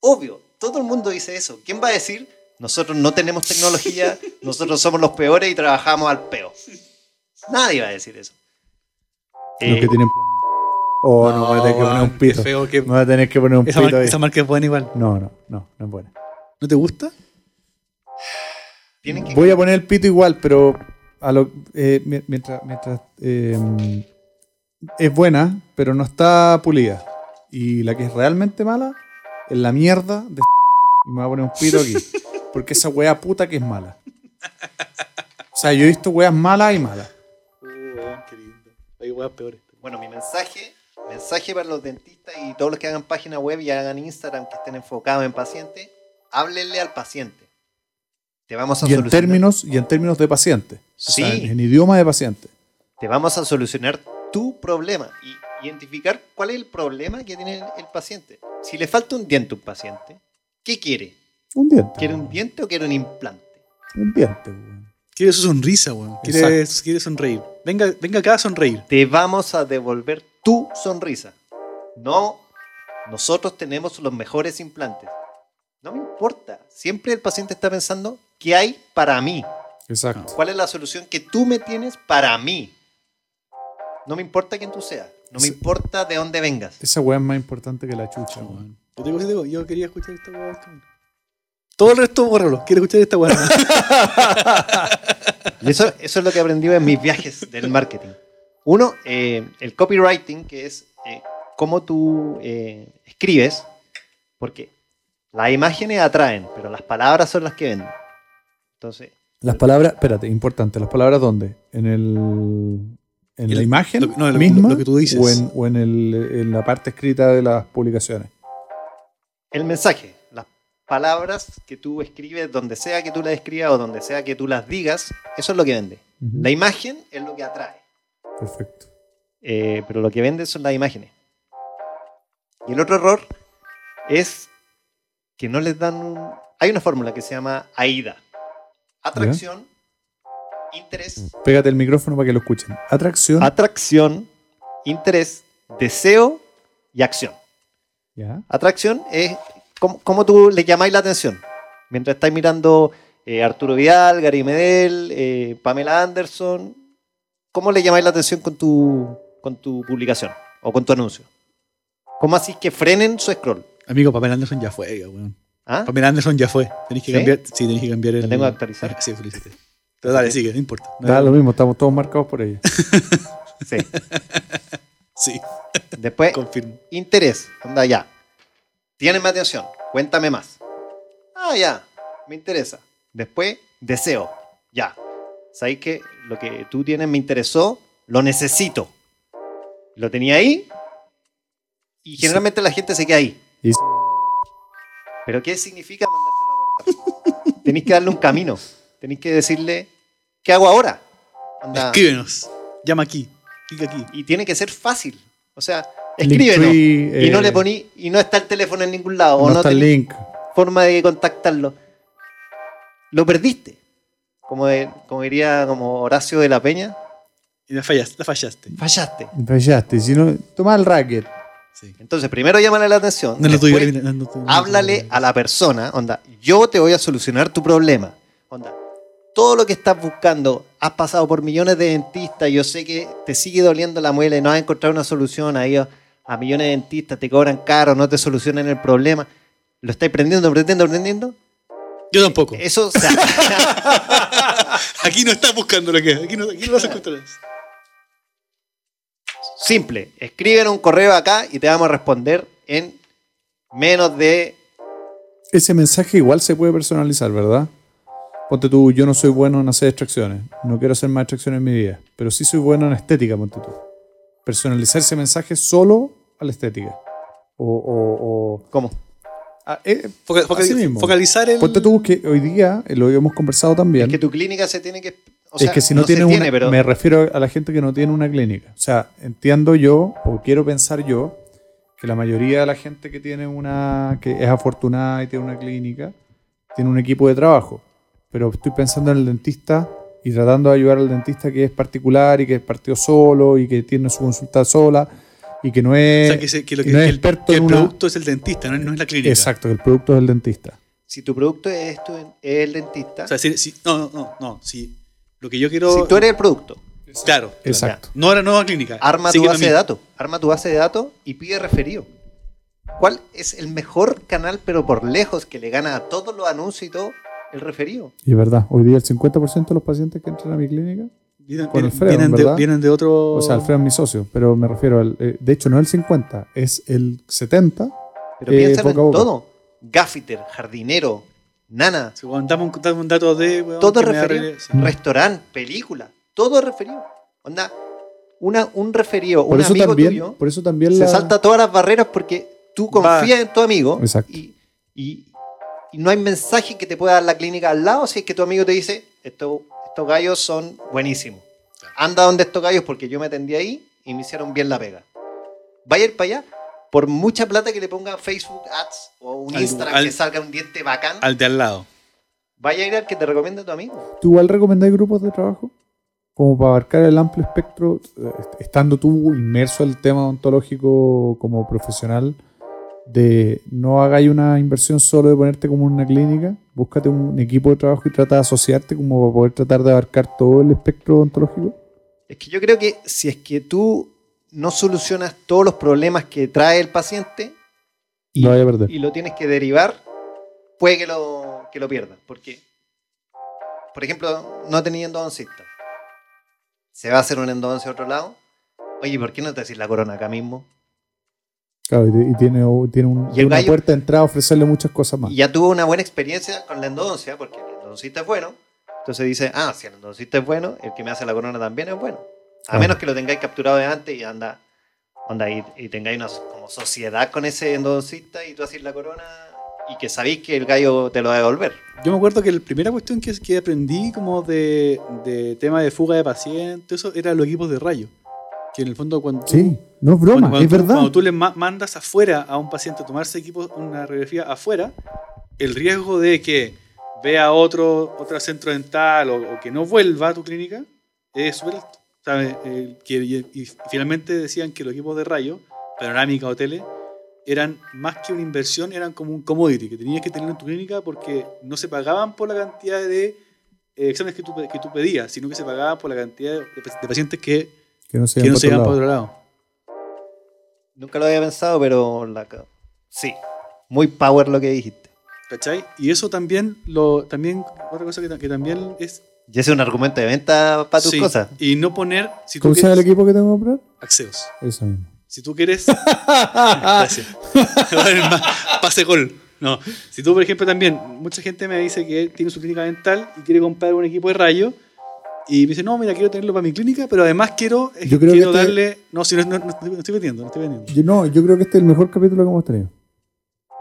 Obvio, todo el mundo dice eso. ¿Quién va a decir, nosotros no tenemos tecnología, nosotros somos los peores y trabajamos al peo? Nadie va a decir eso.
Los
Eh,
que tienen. Oh, no, voy a tener que poner
weón,
un pito.
Qué feo que.
Me voy a tener que poner un
Esa,
pito
marca,
ahí.
esa marca es buena igual.
No, no, no, no es buena.
¿No te gusta?
tienen que
Voy a poner el pito igual, pero a lo, eh, mi- mientras, mientras eh, es buena, pero no está pulida. Y la que es realmente mala es la mierda de. Y me voy a poner un pito aquí. Porque esa wea puta que es mala. O sea, yo he visto weas malas y malas.
Hay weas peores.
Bueno, mi mensaje, mensaje para los dentistas y todos los que hagan página web y hagan Instagram que estén enfocados en pacientes, háblenle al paciente. Te vamos a
Y en,
solucionar.
términos, y en términos de paciente. O sea,
Sí.
en, en idioma de paciente.
Te vamos a solucionar tu problema y identificar cuál es el problema que tiene el, el paciente. Si le falta un diente a un paciente, ¿qué quiere?
Un diente.
¿Quiere un diente o quiere un implante?
Un diente, weón.
Quiere su sonrisa, weón. Quiere, quiere sonreír. Venga, venga acá a sonreír.
Te vamos a devolver tu sonrisa. No, nosotros tenemos los mejores implantes. No me importa. Siempre el paciente está pensando, ¿qué hay para mí?
Exacto.
¿Cuál es la solución que tú me tienes para mí? No me importa quién tú seas. No me
Sí.
importa de dónde vengas.
Ah. Esa weá es más importante que la chucha,
No,
weón.
weón. Yo te digo, yo te digo, yo quería escuchar esta wea. cabrón. Todo el resto, bórralo. Quiero escuchar esta wea.
Y eso, eso es lo que aprendí en mis viajes del marketing. Uno, eh, el copywriting, que es eh, cómo tú eh, escribes, porque las imágenes atraen, pero las palabras son las que venden. Entonces,
Las palabras, espérate, importante, ¿las palabras dónde? ¿En el en
El-
la imagen
lo que- no, lo-
misma?
lo que tú dices.
¿O en, o en el- en la parte escrita de las publicaciones?
el mensaje, las palabras que tú escribes, donde sea que tú las escribas o donde sea que tú las digas, eso es lo que vende. La imagen es lo que atrae.
Perfecto.
Eh, pero lo que venden son las imágenes. Y el otro error es que no les dan un... Hay una fórmula que se llama AIDA. Atracción, interés,
Pégate el micrófono para que lo escuchen. Atracción.
atracción, interés, deseo y acción.
ya.
Atracción es cómo, cómo tú le llamáis la atención. Mientras estáis mirando eh, Arturo Vidal, Gary Medel, eh, Pamela Anderson, ¿cómo le llamáis la atención con tu, con tu publicación o con tu anuncio? ¿Cómo así que frenen su scroll?
Amigo, Pamela Anderson ya fue, ya, weón.
¿Ah?
Pamela Anderson ya fue. Tenés que
¿Sí?
cambiar. Sí, tenés que cambiar el.
¿La tengo que actualizar?
Sí, felicité. Pero dale, sigue, no importa. No
Da
hay-
lo mismo, estamos todos marcados por ella.
Sí.
Sí,
Después,
confirmo.
interés. Anda, ya. Tienes mi atención. Cuéntame más. Ah, ya. Me interesa. Después, deseo. Ya. Sabéis que lo que tú tienes me interesó, lo necesito. Lo tenía ahí. Y generalmente la gente se queda ahí.
Y-
Pero ¿qué significa mandárselo a guardar? Tenéis que darle un camino. Tenéis que decirle, ¿qué hago ahora? Anda.
Escríbenos. Llama aquí. Clic aquí.
Y tiene que ser fácil. O sea, escríbenos.
Linktree,
Y no
eh,
le poní, y no está el teléfono en ningún lado,
No,
o no
está el
tenés
link.
forma de contactarlo. Lo perdiste. Como, de- como diría como Horacio de la Peña,
Y la fallaste. La fallaste.
fallaste.
Fallaste. Si no, toma el racket.
Sí.
Entonces, primero llámale la atención.
No es lo tuyo,
después
Elena, no es lo tuyo, no es lo tuyo.
háblale a la persona, onda, yo te voy a solucionar tu problema. Onda, todo lo que estás buscando, has pasado por millones de dentistas, yo sé que te sigue doliendo la muela y no has encontrado una solución ahí a, a millones de dentistas, te cobran caro, no te solucionan el problema. Lo estáis prendiendo, prendiendo, prendiendo.
Yo tampoco.
Eso se acaba.
Aquí no estás buscando lo que es. Aquí no, aquí no vas a encontrar.
simple. Escriben un correo acá y te vamos a responder en menos de.
Ese mensaje igual se puede personalizar, ¿verdad? Ponte tú, yo no soy bueno en hacer extracciones. No quiero hacer más extracciones en mi vida. Pero sí soy bueno en estética, ponte tú. Personalizar ese mensaje solo a la estética. O. o- o-
¿Cómo?
Ah, eh,
Foca- foca-
Así mismo.
Focalizar el.
ponte tú que hoy día, eh, lo hemos conversado también.
Es que tu clínica se tiene que. O sea,
es que si no,
se
tiene una,
pero
me refiero a la gente que no tiene una clínica. O sea, entiendo yo, o quiero pensar yo, que la mayoría de la gente que tiene una, que es afortunada y tiene una clínica, tiene un equipo de trabajo. Pero estoy pensando en el dentista y tratando de ayudar al dentista que es particular y que partió solo y que tiene su consulta sola y que no
O
es,
sea, que, se- que lo
y
que,
no es
que el,
experto
que
en
el
una-
producto es el dentista, no, es- no es la clínica.
exacto, el producto del dentista.
si tu producto es, esto, es el dentista,
O sea, si, si- no, no, no, no. Si, lo que yo quiero.
si tú eres el producto,
Claro.
Exacto.
No era nueva clínica.
arma tu
sígueme a
base
mí.
de datos, arma tu base de datos y pide referido. ¿Cuál es el mejor canal, pero por lejos, que le gana a todos los anuncios y todo? El referido.
Y es verdad, hoy día el 50% de los pacientes que entran a mi clínica,
Vienen,
Con
vienen-
Alfredo,
vienen de,
¿verdad?
vienen de otro.
o sea, Alfredo es mi socio, pero me refiero al, eh, de hecho no el 50, es el 70
Pero
Eh,
piénsalo
boca a
en
boca.
todo. Gaffiter, jardinero, nana,
Sí, weón, dame, un, dame un dato de. weón,
Todo
que me da
referido.
re- sí.
Mm.
restaurante, película, todo referido. Onda, una, un referido,
Por
un
eso,
amigo
también,
tuyo,
por eso también
se
la-
salta todas las barreras porque tú confías en tu amigo
Exacto.
y, y- y no hay mensaje que te pueda dar la clínica al lado si es que tu amigo te dice, "Esto- estos gallos son buenísimos. Anda donde estos gallos porque yo me atendí ahí y me hicieron bien la pega. Vaya a ir para allá. Por mucha plata que le pongan Facebook Ads o un
Al-
Instagram
al-
que salga un diente bacán,
Al de al lado.
vaya a ir al que te recomienda tu amigo.
¿Tú igual recomendáis grupos de trabajo? Como para abarcar el amplio espectro, eh, estando tú inmerso en el tema odontológico como profesional, de no hagáis una inversión solo de ponerte como en una clínica, búscate un equipo de trabajo y trata de asociarte como para poder tratar de abarcar todo el espectro odontológico.
Es que yo creo que si es que tú no solucionas todos los problemas que trae el paciente,
Lo vaya a perder.
y lo tienes que derivar, puede que lo, que lo pierdas. Porque, por ejemplo, no tenía endodoncista. Se va a hacer un endodoncia a otro lado. Oye, ¿por qué no te haces la corona acá mismo?
Claro, y, y tiene, tiene un-
Y el
una
gallo-
puerta de entrada a ofrecerle muchas cosas
Ah.
más.
Y ya tuvo una buena experiencia con la endodoncia, porque el endodoncista es bueno. Entonces dice, ah, si el endodoncista es bueno, el que me hace la corona también es bueno. A
Ah.
Claro.
menos que lo tengáis capturado de antes y anda, onda y, y tengáis una so- como sociedad con ese endodoncista y tú haces la corona y que sabéis que el gallo te lo va a devolver.
Yo me acuerdo que la primera cuestión que, que aprendí como de, de tema de fuga de pacientes, eso era los equipos de rayo. Que en el fondo cuando tú-
Sí, no es broma,
cuando, cuando
es
tú-
verdad.
Cuando tú le ma- mandas afuera a un paciente a tomarse equipo, una radiografía afuera, el riesgo de que vea otro, otro centro dental o, o que no vuelva a tu clínica es súper alto. ¿Sabes? Eh, que- y, y finalmente decían que los equipos de rayo, panorámica o tele, eran más que una inversión, eran como un commodity que tenías que tener en tu clínica porque no se pagaban por la cantidad de eh, exámenes que tú, pe- que tú pedías, sino que se pagaban por la cantidad de, de pacientes que,
que no se
que
vayan
no
pa'
se
otro
iban por
lado.
otro lado.
Nunca lo había pensado, pero la... ca- sí, muy power lo que dijiste.
¿Cachai? Y eso también, lo, también otra cosa que, ta- que también es...
Y ese es un argumento de venta para tus
sí,
cosas.
Y no poner... Si tú
¿Cómo se llama el
quieres,
equipo que tengo que comprar?
Axeos.
Eso mismo.
Si tú quieres... Gracias. Pase gol. No. Si tú, por ejemplo, también... Mucha gente me dice que tiene su clínica dental y quiere comprar un equipo de rayo. Y me dice, no, mira, quiero tenerlo para mi clínica, pero además quiero, eh,
Yo creo
quiero
que este-
darle... No, si no, no, no estoy- no estoy vendiendo, no estoy vendiendo.
Yo, no, yo creo que este es el mejor capítulo que hemos tenido.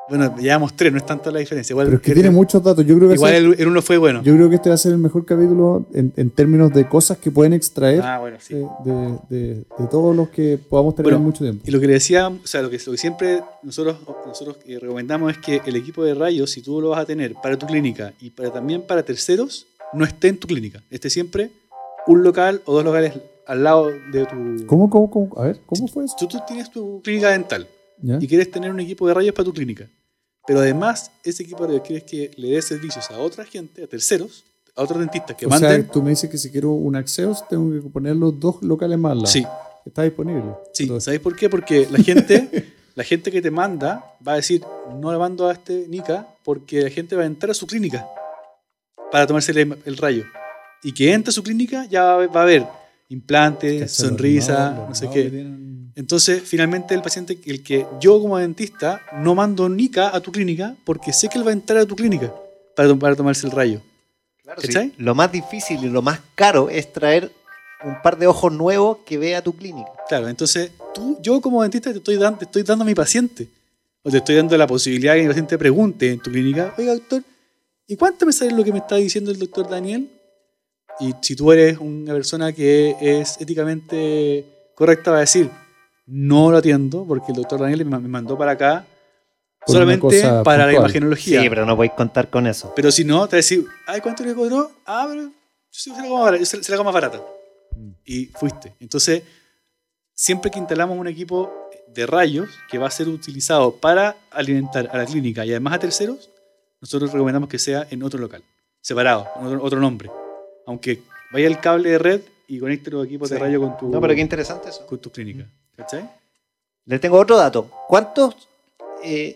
Bueno, llevamos tres, no es tanta la diferencia. Igual,
Pero es que tiene muchos datos. Yo creo que,
igual
ese-
el, el uno fue bueno.
yo creo que este va a ser el mejor capítulo en, en términos de cosas que pueden extraer
Ah, bueno, sí.
eh, de, de- de todos los que podamos tener
Bueno,
en mucho tiempo.
Y lo que le decía, o sea, lo que, lo que siempre nosotros, nosotros eh, recomendamos es que el equipo de rayos, si tú lo vas a tener para tu clínica y para, también para terceros, no esté en tu clínica. Esté siempre un local o dos locales al lado de tu...
¿Cómo, cómo, cómo? A ver, ¿cómo fue eso?
Tú, tú tienes tu clínica dental
¿Ya?
y quieres tener un equipo de rayos para tu clínica. Pero además, ese equipo de rayos quieres que le dé servicios a otra gente, a terceros, a otros dentistas que
O
manden...
sea, tú me dices que si quiero un Axeos tengo que poner los dos locales más al lado.
sí,
Está disponible.
Sí,
Entonces,
¿sabéis por qué? Porque la gente, la gente que te manda va a decir, no le mando a este Nica porque la gente va a entrar a su clínica para tomarse el, el rayo. Y que entre a su clínica ya va a ver, va a ver implantes,
cacha, los
Eh, sonrisa,
nuevos- los
no sé
nuevos que
qué.
tienen-
Entonces, finalmente el paciente, el que yo como dentista, no mando Nica a tu clínica porque sé que él va a entrar a tu clínica para, tom- para tomarse el rayo.
Claro,
¿Cachai?
sí. Lo más difícil y lo más caro es traer un par de ojos nuevos que vea tu clínica.
Claro, entonces tú, yo como dentista te estoy, dando, te estoy dando a mi paciente. O te estoy dando la posibilidad que mi paciente pregunte en tu clínica, oiga doctor, ¿y cuánto me sale lo que me está diciendo el doctor Daniel? Y si tú eres una persona que es éticamente correcta, va a decir, no lo atiendo porque el doctor Daniel me me mandó para acá
Por una
solamente
cosa
para la
puntual".
imagenología.
Sí, pero no podéis contar con eso.
Pero si no, te va a decir, ay, ¿cuánto le cobró? Ah, pero yo se la hago más barata. yo se- se la hago más barata.
Mm.
Y fuiste. Entonces, siempre que instalamos un equipo de rayos que va a ser utilizado para alimentar a la clínica y además a terceros, nosotros recomendamos que sea en otro local, separado, en otro, otro nombre. Aunque vaya el cable de red y conecte los equipos de
Sí.
rayo con tu,
No, pero qué Mm. interesante eso.
con tu clínica. ¿Cachai?
Les tengo otro dato. ¿Cuántos eh,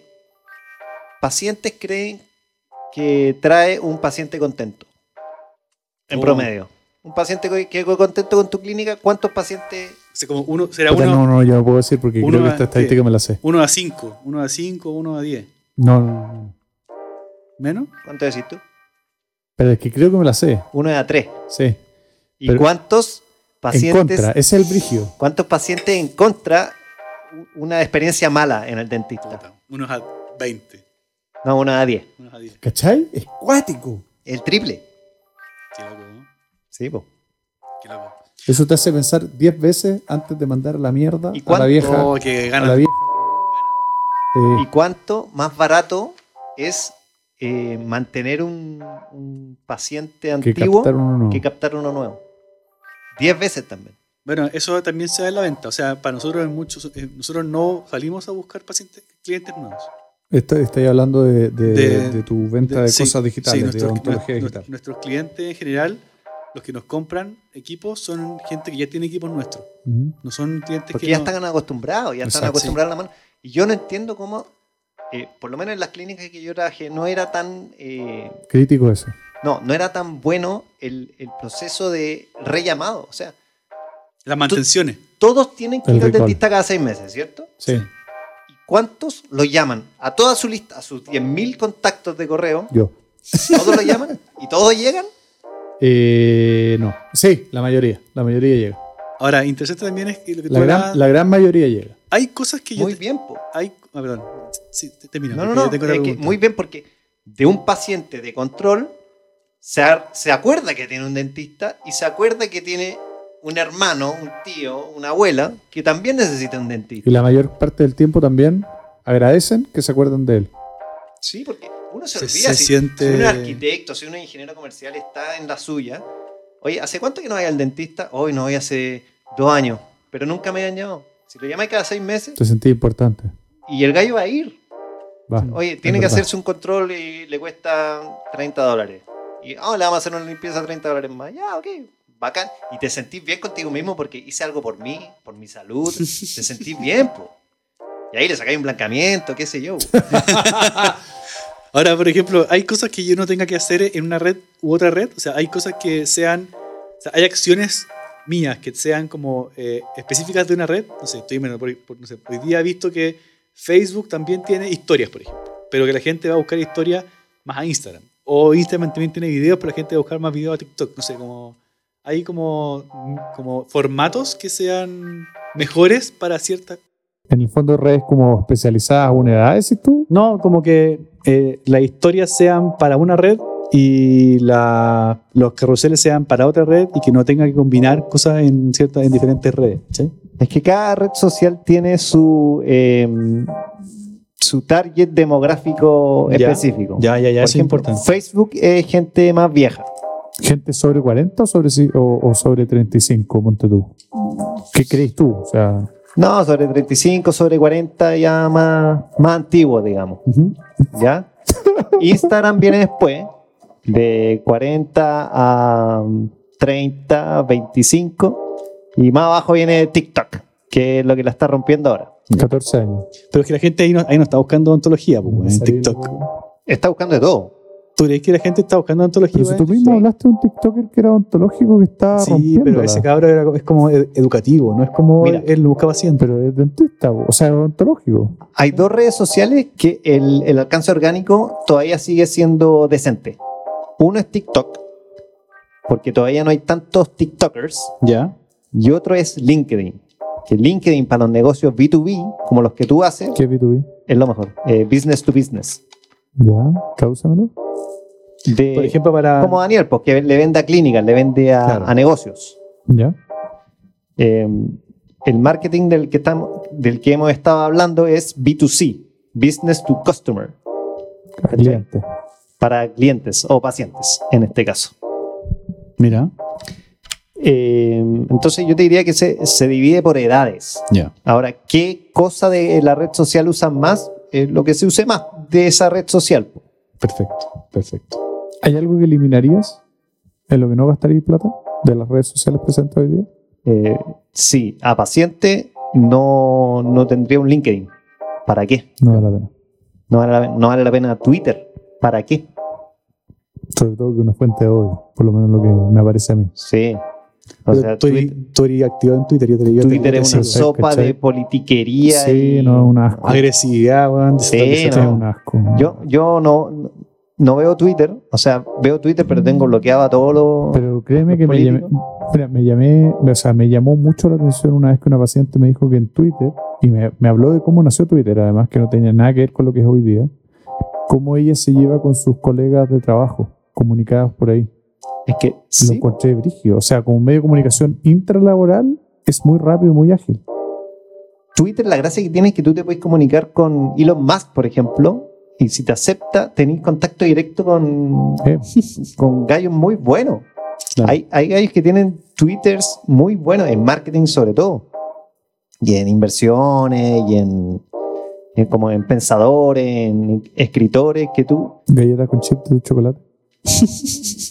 pacientes creen que trae un paciente contento? En
Oh.
promedio. Uh. Un paciente que que quedó contento con tu clínica, ¿cuántos pacientes?
O sea, como uno, será
Puta,
uno,
no, no, yo no puedo decir porque
uno
creo que
a-
esta estadística me la sé.
uno a cinco, uno a cinco, uno a diez.
No, no, no.
¿Menos?
¿Cuánto decís tú?
Pero es que creo que me la sé.
Uno es a tres.
Sí.
¿Y
Pero-
cuántos
En
pacientes?
contra. Ese es el brigio.
¿Cuántos pacientes en contra u- una experiencia mala en el dentista?
Unos a veinte,
No, uno a diez.
unos a diez.
¿Cachai? Es cuático.
El triple.
Qué loco, ¿no?
Sí, po.
Qué loco.
Eso te hace pensar 10 veces antes de mandar a la mierda
¿Y
a la
cuánto-
vieja.
Oh, que
A
gana.
la vieja. Eh,
¿Y cuánto más barato es eh, mantener un, un paciente
que
antiguo
captaron uno nuevo.
que captar uno nuevo? Diez veces también.
Bueno, eso también se da en la venta. O sea, para nosotros es mucho. eh, Nosotros no salimos a buscar pacientes, clientes nuevos.
Está- Estáis hablando de, de-
De-
de tu venta de,
sí,
cosas
sí,
digitales, de
nuestros-
ontología
nuestros-
digital.
Nuestros clientes en general, los que nos compran equipos, son gente que ya tiene equipos nuestros.
Ujú.
No son clientes
Porque
que.
ya
no-
están acostumbrados, ya están
Exacto.
acostumbrados a la mano. Y yo no entiendo cómo, eh, por lo menos en las clínicas que yo trabajé, no era tan eh,
Crítico eso.
no, no era tan bueno el, el proceso de rellamado. O sea,
Las mantenciones.
todos tienen que
El
ir al
recall.
dentista cada seis meses, ¿cierto?
Sí,
¿Y cuántos lo llaman? A toda su lista, a sus 10.000 contactos de correo,
yo.
todos lo llaman y todos llegan.
Eh, no. Sí, la mayoría. La mayoría llega.
Ahora, interesante también es que lo que
La
tú
gran,
hablabas-
la gran mayoría llega.
Hay cosas que yo.
Muy
te-
bien, po.
Hay, ah, perdón. Sí, te- termina.
No, no,
porque
no.
yo tengo la
es que
pregunta.
muy bien porque de un paciente de control se, a- se acuerda que tiene un dentista y se acuerda que tiene un hermano, un tío, una abuela que también necesita un
Y
dentista.
la mayor parte del tiempo también agradecen que se acuerdan de él.
Sí, porque uno se,
Se-
olvida.
se
si,
siente-
si un arquitecto, si un ingeniero comercial está en la suya. Oye, ¿hace cuánto que no hay al dentista? Hoy no, hoy hace dos años, pero nunca me han llamado. Si lo llamáis cada seis meses
Te sentí importante.
y el gallo va a ir.
Va.
Oye,
Es
tiene que
verdad.
hacerse un control y le cuesta 30 dólares. Y ah, le vamos a hacer una limpieza a 30 dólares más. Ya, ok, bacán. Y te sentís bien contigo mismo porque hice algo por mí, por mi salud. te sentís bien, po. Y ahí le sacáis un blancamiento, qué sé yo. po.
Ahora, por ejemplo, hay cosas que yo no tenga que hacer en una red u otra red. O sea, hay cosas que sean. O sea, hay acciones mías que sean como eh, específicas de una red. No sé, estoy menos. Por, por- no sé, hoy día he visto que Facebook también tiene historias, por ejemplo. Pero que la gente va a buscar historias más a Instagram. O Instagram también tiene videos, pero la gente va a buscar más videos a TikTok. No sé, como. Hay como, como formatos que sean mejores para ciertas.
En el fondo, redes como especializadas a una edad, decís tú.
No, como que eh, las historias sean para una red y la- los carruseles sean para otra red y que no tenga que combinar cosas en ciertas en diferentes redes. ¿sí?
Es que cada red social tiene su eh, su target demográfico
Ya,
específico.
Ya,
Por
ya, ya, eso es
ejemplo,
importante.
Facebook es gente más vieja.
¿Gente sobre 40 o sobre, si- o, o sobre 35, ponte tú? ¿Qué crees tú? O sea,
No, sobre 35, sobre 40, ya más, más antiguo, digamos.
ujú.
¿Ya? Instagram viene después, de 40 a mm, 30, 25. Y más abajo viene TikTok, que es lo que la está rompiendo ahora.
14 años.
Pero es que la gente ahí no, ahí no está buscando ontología, pues, weón, en
Salir-
TikTok.
Está buscando de todo.
¿Tú crees que la gente está buscando ontología?
Pero si tú
weón?
mismo hablaste de un TikToker que era ontológico que estaba
Sí, pero ese cabro era- es como ed- educativo, no es como
Mira.
él lo buscaba haciendo.
pero es dentista, o sea, es ontológico.
Hay dos redes sociales que el, el alcance orgánico todavía sigue siendo decente. Uno es TikTok, porque todavía no hay tantos TikTokers.
Ya.
Y otro es LinkedIn. Que LinkedIn para los negocios B2B, como los que tú haces,
¿Qué B2B?
es lo mejor. Eh, business to business.
Ya, cáusamelo.
De,
Por ejemplo, para.
como Daniel, pues, que le vende a clínicas, le vende a,
Claro.
a negocios.
¿Ya?
Eh, el marketing del que, estamos, del que hemos estado hablando es B2C, Business to Customer,
Al cliente.
para clientes o pacientes en este caso.
Mira.
Eh, entonces yo te diría que se, se divide por edades.
Ya.
Ahora, ¿qué cosa de la red social usan más? Eh, lo que se use más de esa red social. po.
Perfecto. Perfecto.
¿Hay algo que eliminarías en lo que no gastarías plata de las redes sociales presentes hoy día?
Eh, sí, a paciente no, no tendría un LinkedIn. ¿Para qué?
No vale la pena.
No vale la, pe- no vale la pena Twitter. ¿Para qué?
Sobre todo que una fuente de odio, por lo menos lo que me aparece a mí.
Sí. O
Pero
sea,
tú,
Twitter,
eres, tú eres activo en Twitter. Yo te yo te-
Twitter
yo te
es una
sigo.
sopa
¿cachai?
de politiquería.
Sí,
y-
no, un asco.
Agresividad, weón.
Sí,
desestabilización.
Es un asco.
Yo, yo no, no veo Twitter. O sea, veo Twitter, pero tengo bloqueado a todos los.
Pero créeme
los
que me llamé, mira, me llamé, o sea, me llamó mucho la atención una vez que una paciente me dijo que en Twitter, y me, me habló de cómo nació Twitter, además que no tenía nada que ver con lo que es hoy día, cómo ella se lleva con sus colegas de trabajo, comunicados por ahí.
Es que
Lo
sí,
encontré brígido. O sea, como medio de comunicación intralaboral, es muy rápido y muy ágil.
Twitter la gracia que tiene es que tú te puedes comunicar con Elon Musk, por ejemplo, y si te acepta, tenés contacto directo con,
Eh.
con gallos muy buenos.
Claro.
Hay, hay gallos que tienen twitters muy buenos, en marketing sobre todo, y en inversiones, y en, en como en pensadores, en escritores, que tú,
Galletas con chip de chocolate.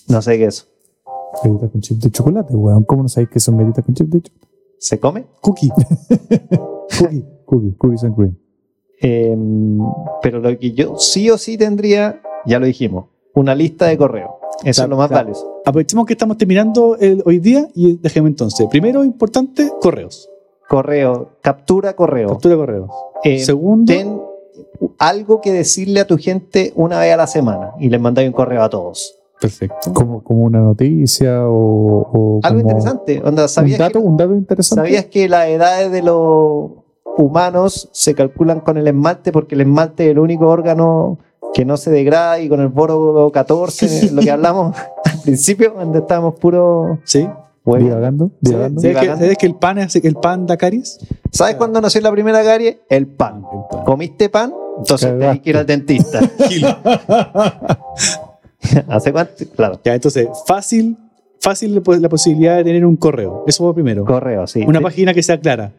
no sé qué es eso,
Galletas con chip de chocolate, weón. ¿Cómo no sabéis que son galletas con chip de chocolate?
se come.
Cookie. Cookie.
Cookies, cookies and cream.
Eh, pero lo que yo sí o sí tendría, ya lo dijimos, una lista de correo. Eso
Claro,
es lo más
claro.
valioso.
Aprovechemos que estamos terminando el- hoy día y dejemos entonces. Primero, importante, correos.
Correo, captura correo.
Captura de correos.
Eh,
Segundo,
ten algo que decirle a tu gente una vez a la semana y les mandáis un correo a todos.
perfecto.
Como, como una noticia o. o como
Algo interesante. Onda,
Un
¿sabías,
dato,
que,
un dato interesante.
¿Sabías que las edades de los humanos se calculan con el esmalte? Porque el esmalte es el único órgano que no se degrada y con el boro 14, lo que hablamos al principio, donde estábamos puro.
Sí.
huevo.
Divagando, divagando.
¿Sabes que,
Divagando.
sabes que el pan hace que el pan da caries?
¿Sabes cuándo nació la primera carie? El pan.
El pan.
¿Comiste pan? Entonces tenés que ir al dentista. ¿Hace cuánto? Claro,
Ya, entonces, fácil, fácil la pos- la posibilidad de tener un correo. Eso fue primero.
correo, sí.
Una página que sea clara.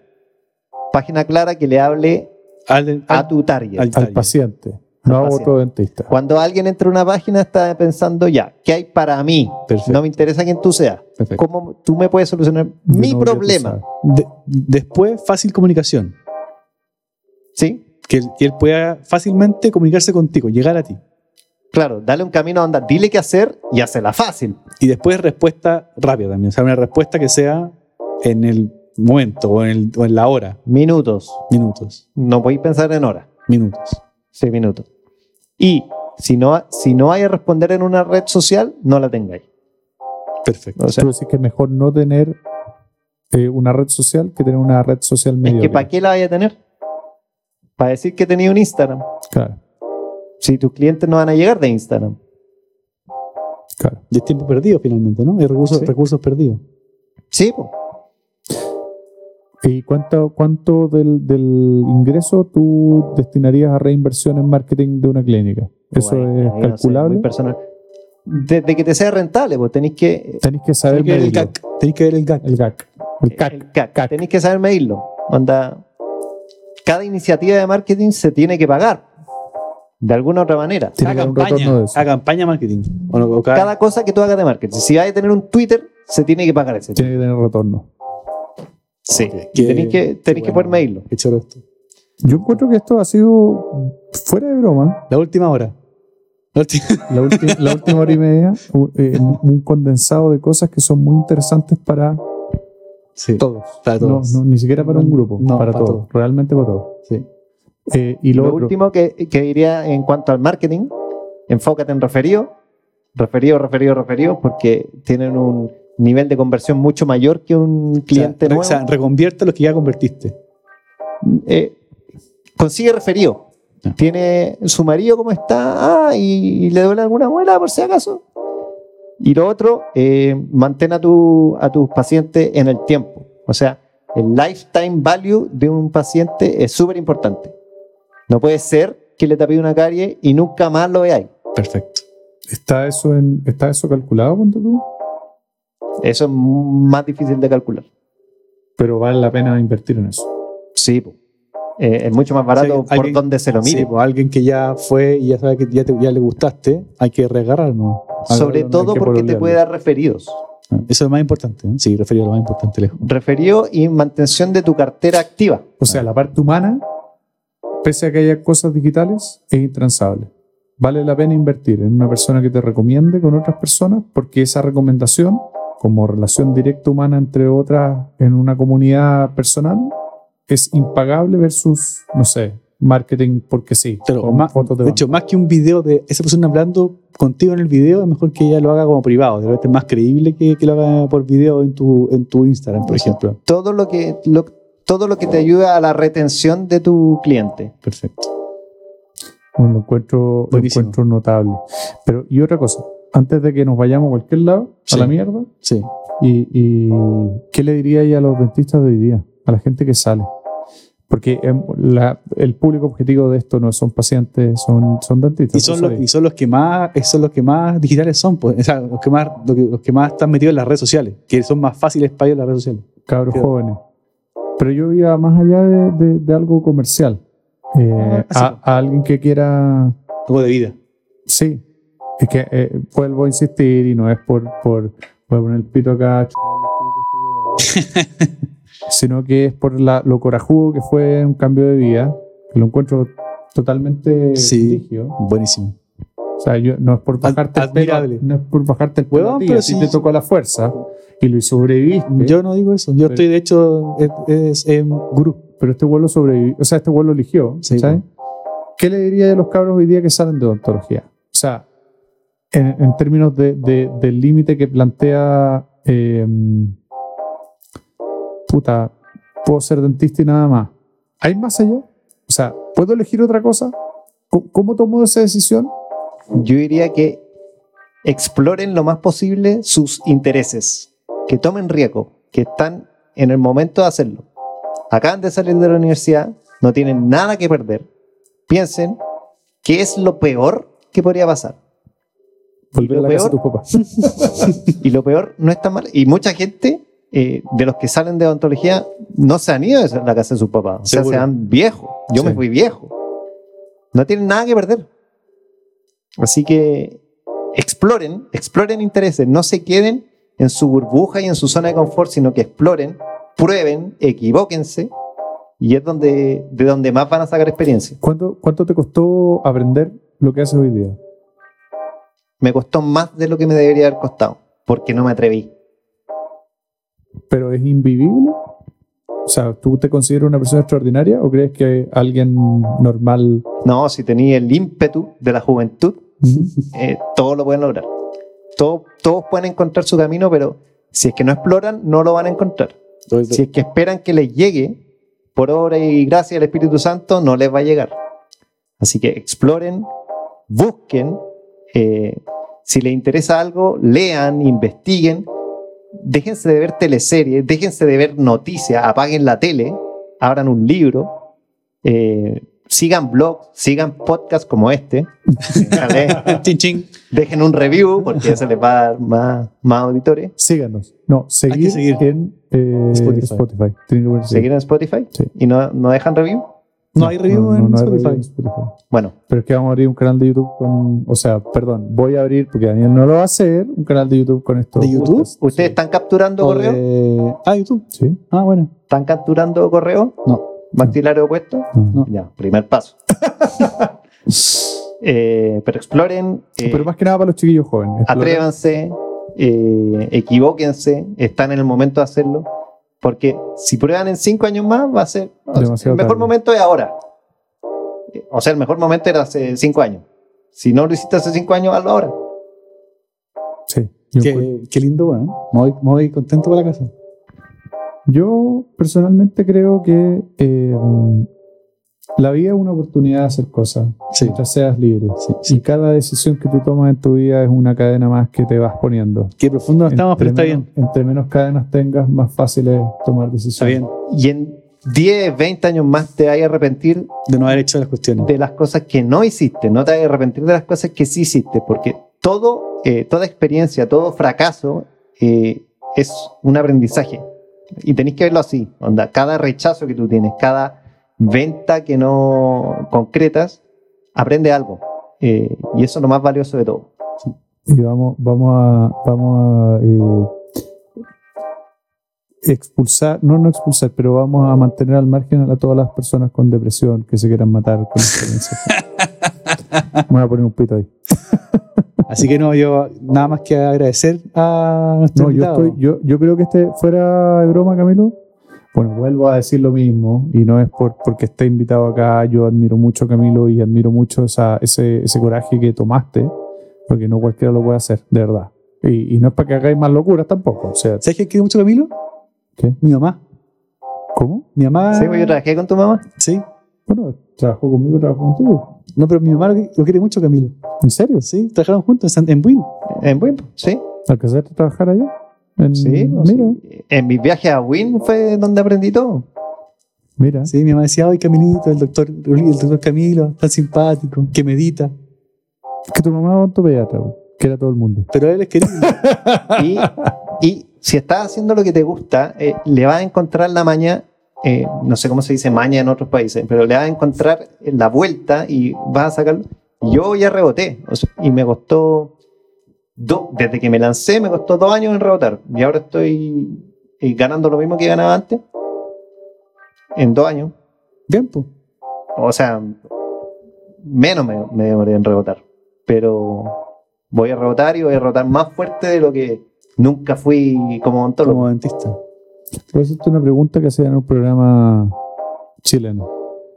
página clara que le hable
Al,
a tu target.
al-
al paciente, no a
paciente.
otro dentista.
Cuando alguien entra a una página está pensando ya, ¿qué hay para mí?
Perfecto.
No me interesa quién tú seas.
Perfecto.
¿Cómo tú me puedes solucionar
Yo
mi
no voy a
problema?
acusar.
De- después, fácil comunicación.
¿Sí?
Que, él- que él pueda fácilmente comunicarse contigo, llegar a ti.
Claro, dale un camino a onda, dile qué hacer y hazla fácil.
Y después, respuesta rápida también. O sea, una respuesta que sea en el momento o en, el- o en la hora.
Minutos.
Minutos.
No podéis pensar en horas.
Minutos.
Seis minutos. Y si no, si no hay a responder en una red social, no la tengáis.
Perfecto.
O sea,
Tú decís que es mejor no tener eh, una red social que tener una red social
es que
mediocre.
¿para qué la vaya a tener? Para decir que tenía un Instagram.
Claro,
Si tus clientes no van a llegar de Instagram.
claro.
Y es tiempo perdido finalmente, ¿no? Es recursos,
Sí.
recursos perdidos.
Sí, po.
¿Y cuánto, cuánto del, del ingreso tú destinarías a reinversión en marketing de una clínica? ¿Eso
Bueno, ahí no
es
sé,
calculable?
muy personal. Desde que te sea rentable, pues tenéis que.
Tenéis que saber
Tenéis que ver el
medirlo.
CAC. Tenéis que ver el GAC.
El GAC. El CAC.
Eh, el CAC. Tenéis que saber medirlo. Onda, cada iniciativa de marketing se tiene que pagar. De alguna u otra manera.
Tiene que
a
haber un retorno de eso.
campaña, a campaña marketing. O no, o cada-
Cada cosa que tú hagas de marketing. Si vas a tener un Twitter, se tiene que pagar ese.
Tiene que tener retorno.
Sí.
Qué-
Tenéis que, tenéis
qué
que poder
bueno.
medirlo.
qué choro esto.
Yo encuentro que esto ha sido, fuera de broma,
La última hora. La última-
la, ulti- la última hora y media, u- eh, un un condensado de cosas que son muy interesantes para
Sí,
todos.
para
No,
todos.
no, ni siquiera para un grupo,
No,
para,
para
todos,
todos.
realmente
Ah,
para todos.
Sí.
Eh, y lo,
Lo,
otro,
último que, que diría en cuanto al marketing, enfócate en referido, referido, referido, referido, porque tienen un nivel de conversión mucho mayor que un
O sea,
cliente
re-
nuevo.
o sea, reconvierte los que ya convertiste.
Eh, consigue referido. tiene su marido como está ah, y, y le duele alguna muela por si acaso. Y lo otro, eh, mantén a, tu, a tus pacientes en el tiempo. O sea, el lifetime value de un paciente es súper importante. No puede ser que le tapéis una carie y nunca más lo veáis.
Perfecto.
¿Está eso, en, ¿Está eso calculado, ponte tú?
Eso es m- más difícil de calcular.
Pero vale la pena invertir en eso.
Sí, po. Eh, es mucho más barato
Sí, hay
por
que-
donde se lo mire.
Sí, pues, alguien que ya fue y ya sabe que ya, te- ya le gustaste, hay que regarrar, ¿no?
Sobre
no hay
todo
que
porque te
pololearlo.
puede dar referidos.
Ah, Eso es lo más importante. ¿no? Sí, referido a lo más importante, lejos.
Referido y mantención de tu cartera activa.
O sea, la parte humana, pese a que haya cosas digitales, es intransable. Vale la pena invertir en una persona que te recomiende con otras personas porque esa recomendación, como relación directa humana entre otras en una comunidad personal, es impagable versus, no sé, marketing porque sí.
Claro,
o
ma-
fotos
De
de banco.
hecho, más que un video de esa persona hablando contigo en el video, es mejor que ella lo haga como privado. De repente es más creíble que, que lo haga por video en tu, en tu Instagram, por ejemplo.
Todo lo que, lo- todo lo que te ayuda a la retención de tu cliente.
Perfecto.
Bueno, lo encuentro, lo
Buenísimo.
encuentro notable. Pero, y otra cosa, antes de que nos vayamos a cualquier lado,
Sí.
a la mierda,
Sí.
y, y qué le diría ahí a los dentistas de hoy día, a la gente que sale? Porque em, la- el público objetivo de esto no son pacientes, son, son dentistas.
Y
tú
son, los,
sabes.
y son los que más son los que más digitales son, pues, o sea, los que más los que, los que más están metidos en las redes sociales, que son más fáciles para ellos las redes sociales.
cabros
Claro.
jóvenes. Pero yo iba más allá de, de- de algo comercial. Eh,
Ah, sí.
a, a alguien que quiera.
Algo de vida.
Sí. Es que eh, vuelvo a insistir y no es por, por, por poner el pito acá. sino que es por la- lo corajudo que fue un cambio de vida, que lo encuentro totalmente
Sí.
rígido.
Buenísimo.
O sea, yo, no es por bajarte el pelo,
admirable.
no es por bajarte el pelo,
Huevón,
a ti,
pero
a ti
sí.
te tocó la fuerza y lo sobreviviste.
Yo no digo eso. Yo estoy, de hecho, es, es, em, gurú.
pero este vuelo sobrevivió, o sea, este vuelo eligió,
Sí,
¿sabes? ¿Qué le diría a los cabros hoy día que salen de odontología? O sea, en, en términos de- de- del límite que plantea, eh, puta, puedo ser dentista y nada más. ¿Hay más allá? O sea, ¿puedo elegir otra cosa? ¿Cómo, cómo tomo esa decisión?
Yo diría que exploren lo más posible sus intereses, que tomen riesgo, que están en el momento de hacerlo. Acaban de salir de la universidad, no tienen nada que perder. Piensen qué es lo peor que podría pasar.
Volver a la
lo
casa de
peor?
tus papás.
Y lo peor no es tan mal. Y mucha gente eh, de los que salen de odontología no se han ido de la casa de sus papás. O sea,
Seguro.
se han viejos. Yo me
Sí.
fui viejo. No tienen nada que perder. Así que exploren, exploren intereses. No se queden en su burbuja y en su zona de confort, sino que exploren, prueben, equivóquense. Y es donde, de donde más van a sacar experiencia.
¿Cuánto, ¿Cuánto te costó aprender lo que haces hoy día?
Me costó más de lo que me debería haber costado, porque no me atreví.
pero es invivible? O sea, ¿tú te consideras una persona extraordinaria o crees que alguien normal
No, si tenía el ímpetu de la juventud, eh, todos lo pueden lograr. Todo- todos pueden encontrar su camino, pero si es que no exploran, no lo van a encontrar. Si es que esperan que les llegue, por obra y gracia del Espíritu Santo, no les va a llegar. Así que exploren, busquen, eh, si les interesa algo, lean, investiguen, déjense de ver teleseries, déjense de ver noticias, apaguen la tele, abran un libro, eh, sigan blogs, sigan podcasts como este. Déjale-
Chin, chin.
Dejen un review porque se les va a dar más, más auditores.
síganos? No,
que
seguir,
seguir.
en eh,
Spotify.
Spotify. Tienen que poner
Seguir en Spotify
Sí.
y no, no dejan review.
No hay review en
hay
Spotify.
review en Spotify.
Bueno,
Pero es que vamos a abrir un canal de YouTube con. O sea, perdón, voy a abrir, porque Daniel no lo va a hacer, un canal de YouTube con esto.
¿De YouTube?
¿ustedes están capturando
O
correo?
de- Ah, YouTube.
Sí.
Ah, bueno.
¿Están capturando correo?
No.
¿Dactilar opuesto?
No.
Ya, primer paso. Eh, pero exploren, eh,
Pero más que nada para los chiquillos jóvenes. explorar.
atrévanse, eh, equivóquense, están en el momento de hacerlo. Porque si prueban en cinco años más, va a ser. o sea,
Demasiado
el mejor
tarde.
momento es ahora. Eh, O sea, el mejor momento era hace cinco años. Si no lo hiciste hace cinco años, hazlo ahora.
Sí. Yo, encuentro-
Qué, qué lindo, weón. Me voy, me voy contento para la casa.
yo personalmente creo que eh, La vida es una oportunidad de hacer cosas,
Sí,
mientras seas libre.
sí,
Y
sí.
cada decisión que tú tomas en tu vida es una cadena más que te vas poniendo.
Qué profundo no estamos, pero
Entre
está
menos-
bien.
Entre menos cadenas tengas, más fácil es tomar
Está
decisiones.
bien.
Y en 10, 20 años más te vas a arrepentir
De no haber hecho las cuestiones.
de las cosas que no hiciste, no te vas a arrepentir de las cosas que sí hiciste, porque todo, eh, toda experiencia, todo fracaso eh, es un aprendizaje. Y tenéis que verlo así, onda, cada rechazo que tú tienes, cada venta que no concretas, aprende algo. Eh, y eso es lo más valioso de todo.
Y vamos, vamos a, vamos a eh, expulsar, no no expulsar, pero vamos a mantener al margen a todas las personas con depresión que se quieran matar con experiencia. Me voy a poner un pito ahí.
Así que no, yo nada más que agradecer a nuestro
No, yo,
invitado.
estoy, yo, yo creo que este fuera de broma, Camilo. Bueno, vuelvo a decir lo mismo y no es por, porque esté invitado acá. Yo admiro mucho a Camilo y admiro mucho esa, ese, ese coraje que tomaste, porque no cualquiera lo puede hacer, de verdad. Y, y no es para que hagáis más locuras tampoco. O sea,
¿Sabes quién quiere mucho a Camilo?
¿Qué?
Mi mamá.
¿cómo?
Mi mamá.
Sí, pues yo trabajé con tu mamá.
Sí.
Bueno, trabajó conmigo, trabajó contigo.
No, pero mi mamá lo, lo quiere mucho, Camilo.
¿En serio?
Sí, trabajaron juntos en, San- en Buin.
En Win, sí.
¿Alcanzaste a trabajar allá? En-
Sí, pues
mira,
sí. En mis viajes a Win fue donde aprendí todo.
mira.
Sí, mi mamá decía, ay, Camilito, el doctor, Ruli- el doctor Camilo, tan simpático, que medita.
Es que tu mamá era ontopediatra, que era todo el mundo.
Pero él es querido.
Y, y si estás haciendo lo que te gusta, eh, le vas a encontrar la maña, eh, no sé cómo se dice maña en otros países, pero le vas a encontrar la vuelta y vas a sacarlo. Yo ya reboté o sea, y me costó, do- desde que me lancé, me costó dos años en rebotar y ahora estoy eh, ganando lo mismo que ganaba antes en dos años.
Bien, pues.
O sea, menos me, me demoré en rebotar. Pero voy a rebotar y voy a rebotar más fuerte de lo que nunca fui como odontólogo.
Como dentista.
Voy a hacerte una pregunta que hacía en un programa chileno.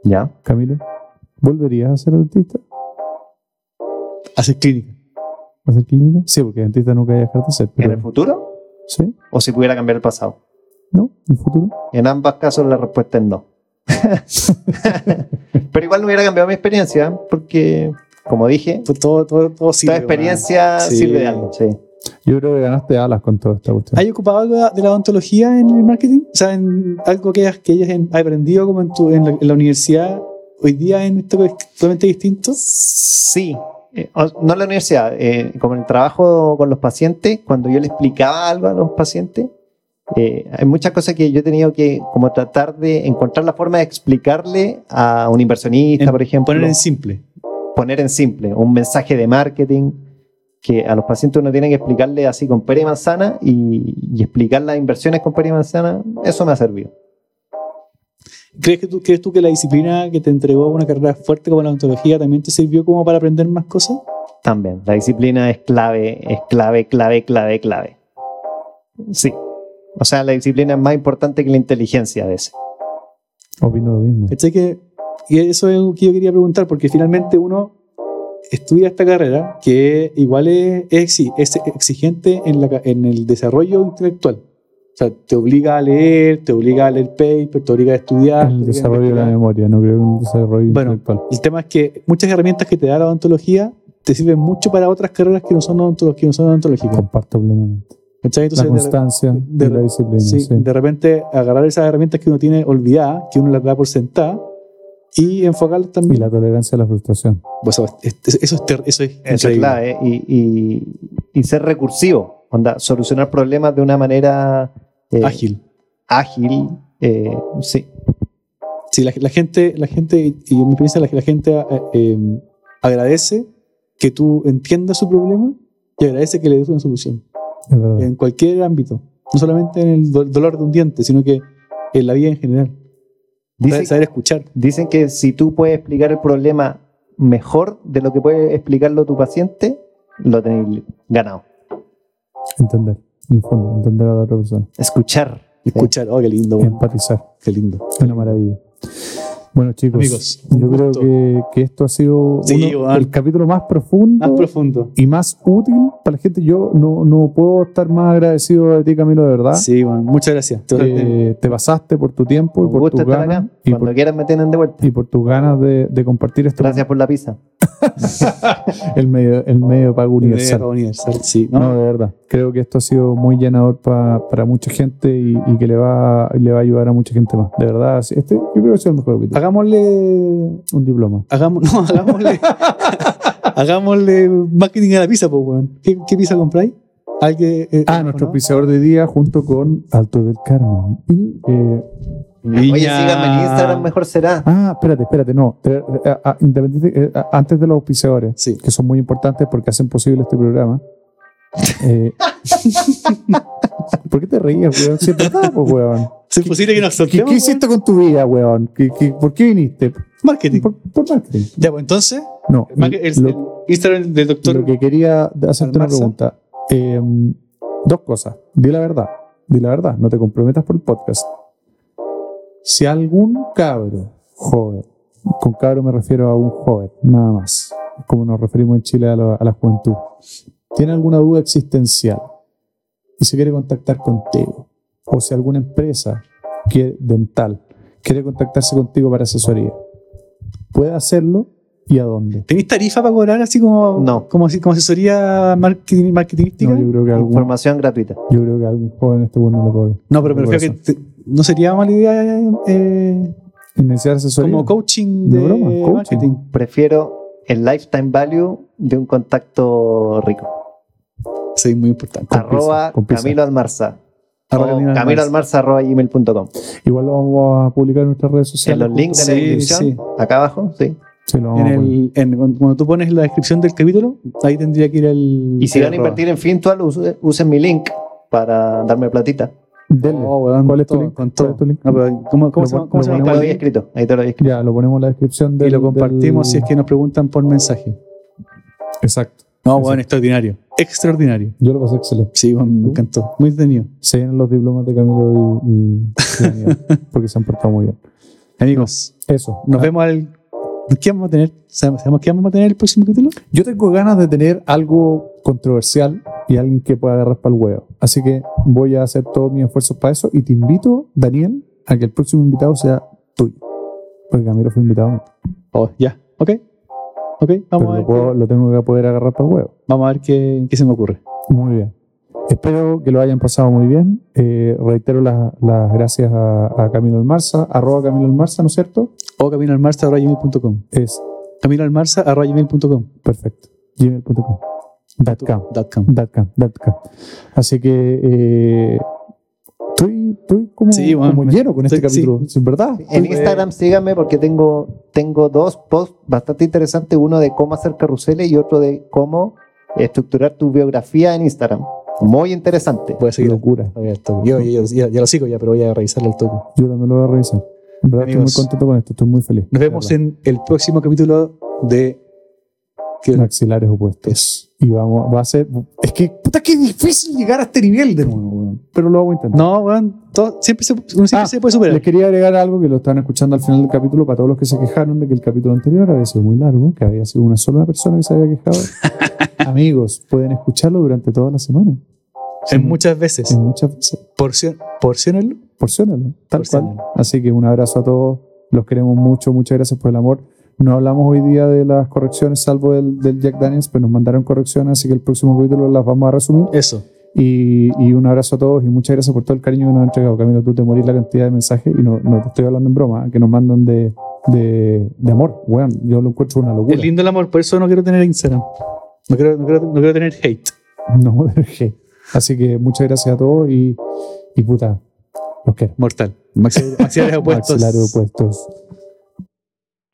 ¿Ya?
Camilo, ¿volverías a ser dentista?
Hacer clínica.
¿A hacer clínica? Sí, porque dentista nunca voy a dejar de ser.
¿En el
Pero,
futuro?
¿Sí?
¿O si pudiera cambiar el pasado?
¿No? ¿En el futuro?
En ambas casos la respuesta es no. Pero igual no hubiera cambiado mi experiencia porque, como dije,
Pues Todo, todo, todo sirve.
toda experiencia
Sí.
sirve de algo. Sí.
Yo creo que ganaste alas con toda esta
weón.
cuestión.
¿Hay ocupado algo de la odontología en el marketing? O sea, en algo que hayas, que hayas en- aprendido como en, tu, en, la, en la universidad hoy día en esto que es totalmente distinto.
Sí, eh, o- no en la universidad, eh, como en el trabajo con los pacientes, cuando yo le explicaba algo a los pacientes, eh, hay muchas cosas que yo he tenido que como tratar de encontrar la forma de explicarle a un inversionista,
En
por ejemplo,
Poner en simple.
poner en simple un mensaje de marketing que a los pacientes uno tiene que explicarle así con pera y manzana y, y explicar las inversiones con pera y manzana, eso me ha servido.
¿Crees, que tú, ¿Crees tú que la disciplina que te entregó una carrera fuerte como la odontología también te sirvió como para aprender más cosas?
También, la disciplina es clave, es clave, clave, clave, clave. Sí. O sea, la disciplina es más importante que la inteligencia a veces.
Opino lo mismo.
¿Cachai que, y eso es lo que yo quería preguntar, porque finalmente uno estudia esta carrera que igual es, es exi- es exigente en, la ca- en el desarrollo intelectual. O sea, te obliga a leer, te obliga a leer paper, te obliga a estudiar. te
El
obliga a
desarrollo de la
investigar.
memoria, no creo que un desarrollo
Bueno,
intelectual.
El tema es que muchas herramientas que te da la odontología te sirven mucho para otras carreras que no son, odontolo- que no son odontológicas.
Comparto plenamente.
¿Cachai? Entonces, de
La
re-
constancia
de-
y la disciplina.
Sí,
Sí,
de repente agarrar esas herramientas que uno tiene olvidadas, que uno las da por sentadas, y enfocarlas
Y
también.
la tolerancia a la frustración.
Pues eso, es- es- eso es ter- eso es
Eso es
increíble.
clave. Y, y- y ser recursivo. Onda, solucionar problemas de una manera eh,
ágil.
ágil, eh, sí.
Sí, la, la gente, la gente, y en mi experiencia, la, la gente eh, eh, agradece que tú entiendas su problema y agradece que le des una solución
Es verdad.
en cualquier ámbito, no solamente en el do- dolor de un diente, sino que en la vida en general.
Dicen,
Saber, saber escuchar.
dicen que si tú puedes explicar el problema mejor de lo que puede explicarlo tu paciente, lo tenéis ganado.
Entender. En el fondo, entender a la otra persona.
Escuchar.
Escuchar, oh, qué lindo, bueno,
Empatizar.
qué lindo.
Es una maravilla. Bueno, chicos,
Amigos, un
yo creo
gusto.
que, que esto ha sido
Sí,
uno-
Iván.
el capítulo más profundo
Más profundo.
y más útil para la gente. Yo no, no puedo estar más agradecido de ti, Camilo, de verdad.
Sí, bueno, muchas gracias.
¿Ah? Eh, te pasaste por tu tiempo y
Un
por
gusto
tus
estar
ganas,
acá.
y
Cuando
por,
quieran me tienen de vuelta.
y por tus ganas de, de compartir esto
Gracias por la pizza.
el medio, el medio de pago universal.
Universal, sí.
No,
¿no?
de verdad. Creo que esto ha sido muy llenador pa- para mucha gente y, y que le va, le va a ayudar a mucha gente más. De verdad, sí, este, yo creo que ha sido el mejor capítulo.
Hagámosle.
Un diploma.
Hagamos, no, hagámosle. hagámosle marketing a la pizza, pues, weón. ¿Qué, qué pizza compráis? ¿Alguien, eh,
Ah,
¿o
nuestro
no?
auspiciador de día junto con Alto del Carmen. Y, eh,
Oye, síganme en Instagram, mejor será.
ah, espérate, espérate, no. Te- eh, ah, independiente- eh, ah, antes de los auspiciadores,
Sí.
que son muy importantes porque hacen posible este programa. Eh, ¿Por qué te reías, weón? Si es verdad, pues, weón.
¿Es posible que nos
¿Qué,
sorteemos?
qué hiciste con tu vida, weón? ¿Qué- qué- por qué viniste?
weón? Marketing.
Por, por marketing.
Ya, pues entonces,
No,
el market- el-
lo-
el Instagram del
lo
doctor.
que quería hacerte una
Almarza.
pregunta. Eh, dos cosas. Di la verdad. Di la verdad. No te comprometas por el podcast. Si algún cabro joven, con cabro me refiero a un joven, nada más, como nos referimos en Chile a, la- a la juventud, tiene alguna duda existencial y se quiere contactar contigo, o si alguna empresa que- dental quiere contactarse contigo para asesoría, puede hacerlo y a dónde.
¿Tenéis tarifa para cobrar así como,
No.
como, asi- como asesoría marketing, marketingística?
No,
No,
yo creo que algún
Información gratuita.
Yo creo que algún joven en este mundo le cobra.
pero
por
prefiero que te- no sería mala idea eh, eh,
Iniciar asesoría.
como coaching
De
de,
broma, coaching.
marketing.
Prefiero el lifetime value de un contacto rico.
Sí, muy importante.
arroba
con pizza.
Camilo Almarza.
Arroba
O
Camilo Almarza.
Camilo Almarza arroba gmail.com.
Igual lo vamos a publicar en nuestras redes
En
sociales.
los links de la
Sí,
descripción,
sí.
acá abajo, sí.
Sí, lo vamos
En
a poner.
el, en- cuando tú pones la descripción del capítulo, ahí tendría que ir el.
Y si
el
van a
arroba.
invertir en Fintual, us- usen mi link para darme platita.
Denle.
Oh, weón,
¿Cuál es tu
todo,
link?
con
¿Cuál
todo.
es tu link?
No, Ah, pero ¿Cómo, cómo
Lo
se llama?
pon-
¿Cómo
lo
se llama?
Ahí te
ponemos
lo
el
había
link?
escrito, ahí te lo había escrito.
Ya, lo ponemos en la descripción.
Y
del-
lo compartimos
del-
si es que nos preguntan por mensaje.
Exacto.
No,
Exacto.
bueno, extraordinario. Extraordinario.
Yo lo pasé excelente.
Sí, bueno, me encantó. Muy entretenido.
Se vienen los diplomas de Camilo y, y- y Daniel, porque se han portado muy bien.
Amigos,
Eso.
nos vemos al. ¿Qué vamos a tener? ¿Sabemos qué vamos a tener el próximo capítulo?
Yo tengo ganas de tener algo controversial y alguien que pueda agarrar para el huevo. Así que voy a hacer todos mis esfuerzos para eso y te invito, Daniel, a que el próximo invitado sea tuyo. Porque Camilo fue invitado. mío.
Oh, ya. Ok. Ok, vamos
Pero
a ver,
lo, puedo- lo tengo que poder agarrar para el huevo.
vamos a ver qué, qué se me ocurre.
Muy bien. Espero que lo hayan pasado muy bien. Eh, reitero las, las gracias a, a Camilo Almarza, arroba Camilo Almarza, ¿no es cierto?
O caminoalmarza.com.
Es
Caminoalmarza.com.
perfecto. Gmail.com. Dot com. Dot com, dot com. Así que eh, estoy, estoy como,
Sí, bueno,
como
me-
lleno con este
estoy-
capítulo, es ¿verdad?
En
Estoy-
Instagram síganme porque tengo, tengo dos posts bastante interesantes, uno de cómo hacer carruseles y otro de cómo estructurar tu biografía en Instagram. Muy interesante.
Voy a seguir.
locura.
Voy al toque. Yo, yo- yo- ya, ya lo sigo ya, pero voy a revisarlo al toque.
Yo también lo voy a revisar. En verdad
Amigos.
estoy muy contento con esto, estoy muy feliz.
Nos vemos
De
en el próximo capítulo de
verdad. Maxilares opuestos. Y vamos, va a ser. Es que, puta, que difícil llegar a este nivel de nuevo, weón. Pero lo vamos a intentar.
No, weón, todo- siempre se, uno siempre
Ah,
se puede superar.
Les quería agregar algo que lo estaban escuchando al final del capítulo para todos los que se quejaron de que el capítulo anterior había sido muy largo, que había sido una sola persona que se había quejado. Amigos, pueden escucharlo durante toda la semana.
en muchas veces.
En muchas veces.
Porción, porciónenlo.
Porciónalo, tal
Porciónalo.
cual. Así que un abrazo a todos. Los queremos mucho. Muchas gracias por el amor. No hablamos hoy día de las correcciones, salvo del, del Jack Daniels, pero nos mandaron correcciones, así que el próximo capítulo las vamos a resumir.
Eso.
Y, y un abrazo a todos y muchas gracias por todo el cariño que nos han entregado. Camilo, tú te morís la cantidad de mensajes y no, no te estoy hablando en broma, ¿eh? que nos mandan de, de, de amor. Weón, yo lo encuentro una locura.
Es lindo el amor, por eso no quiero tener Instagram. No quiero, no quiero, no quiero tener hate.
No, de qué. Así que muchas gracias a todos y, y puta, los quiero.
Mortal. Maxilares, maxilares opuestos.
Maxilares opuestos.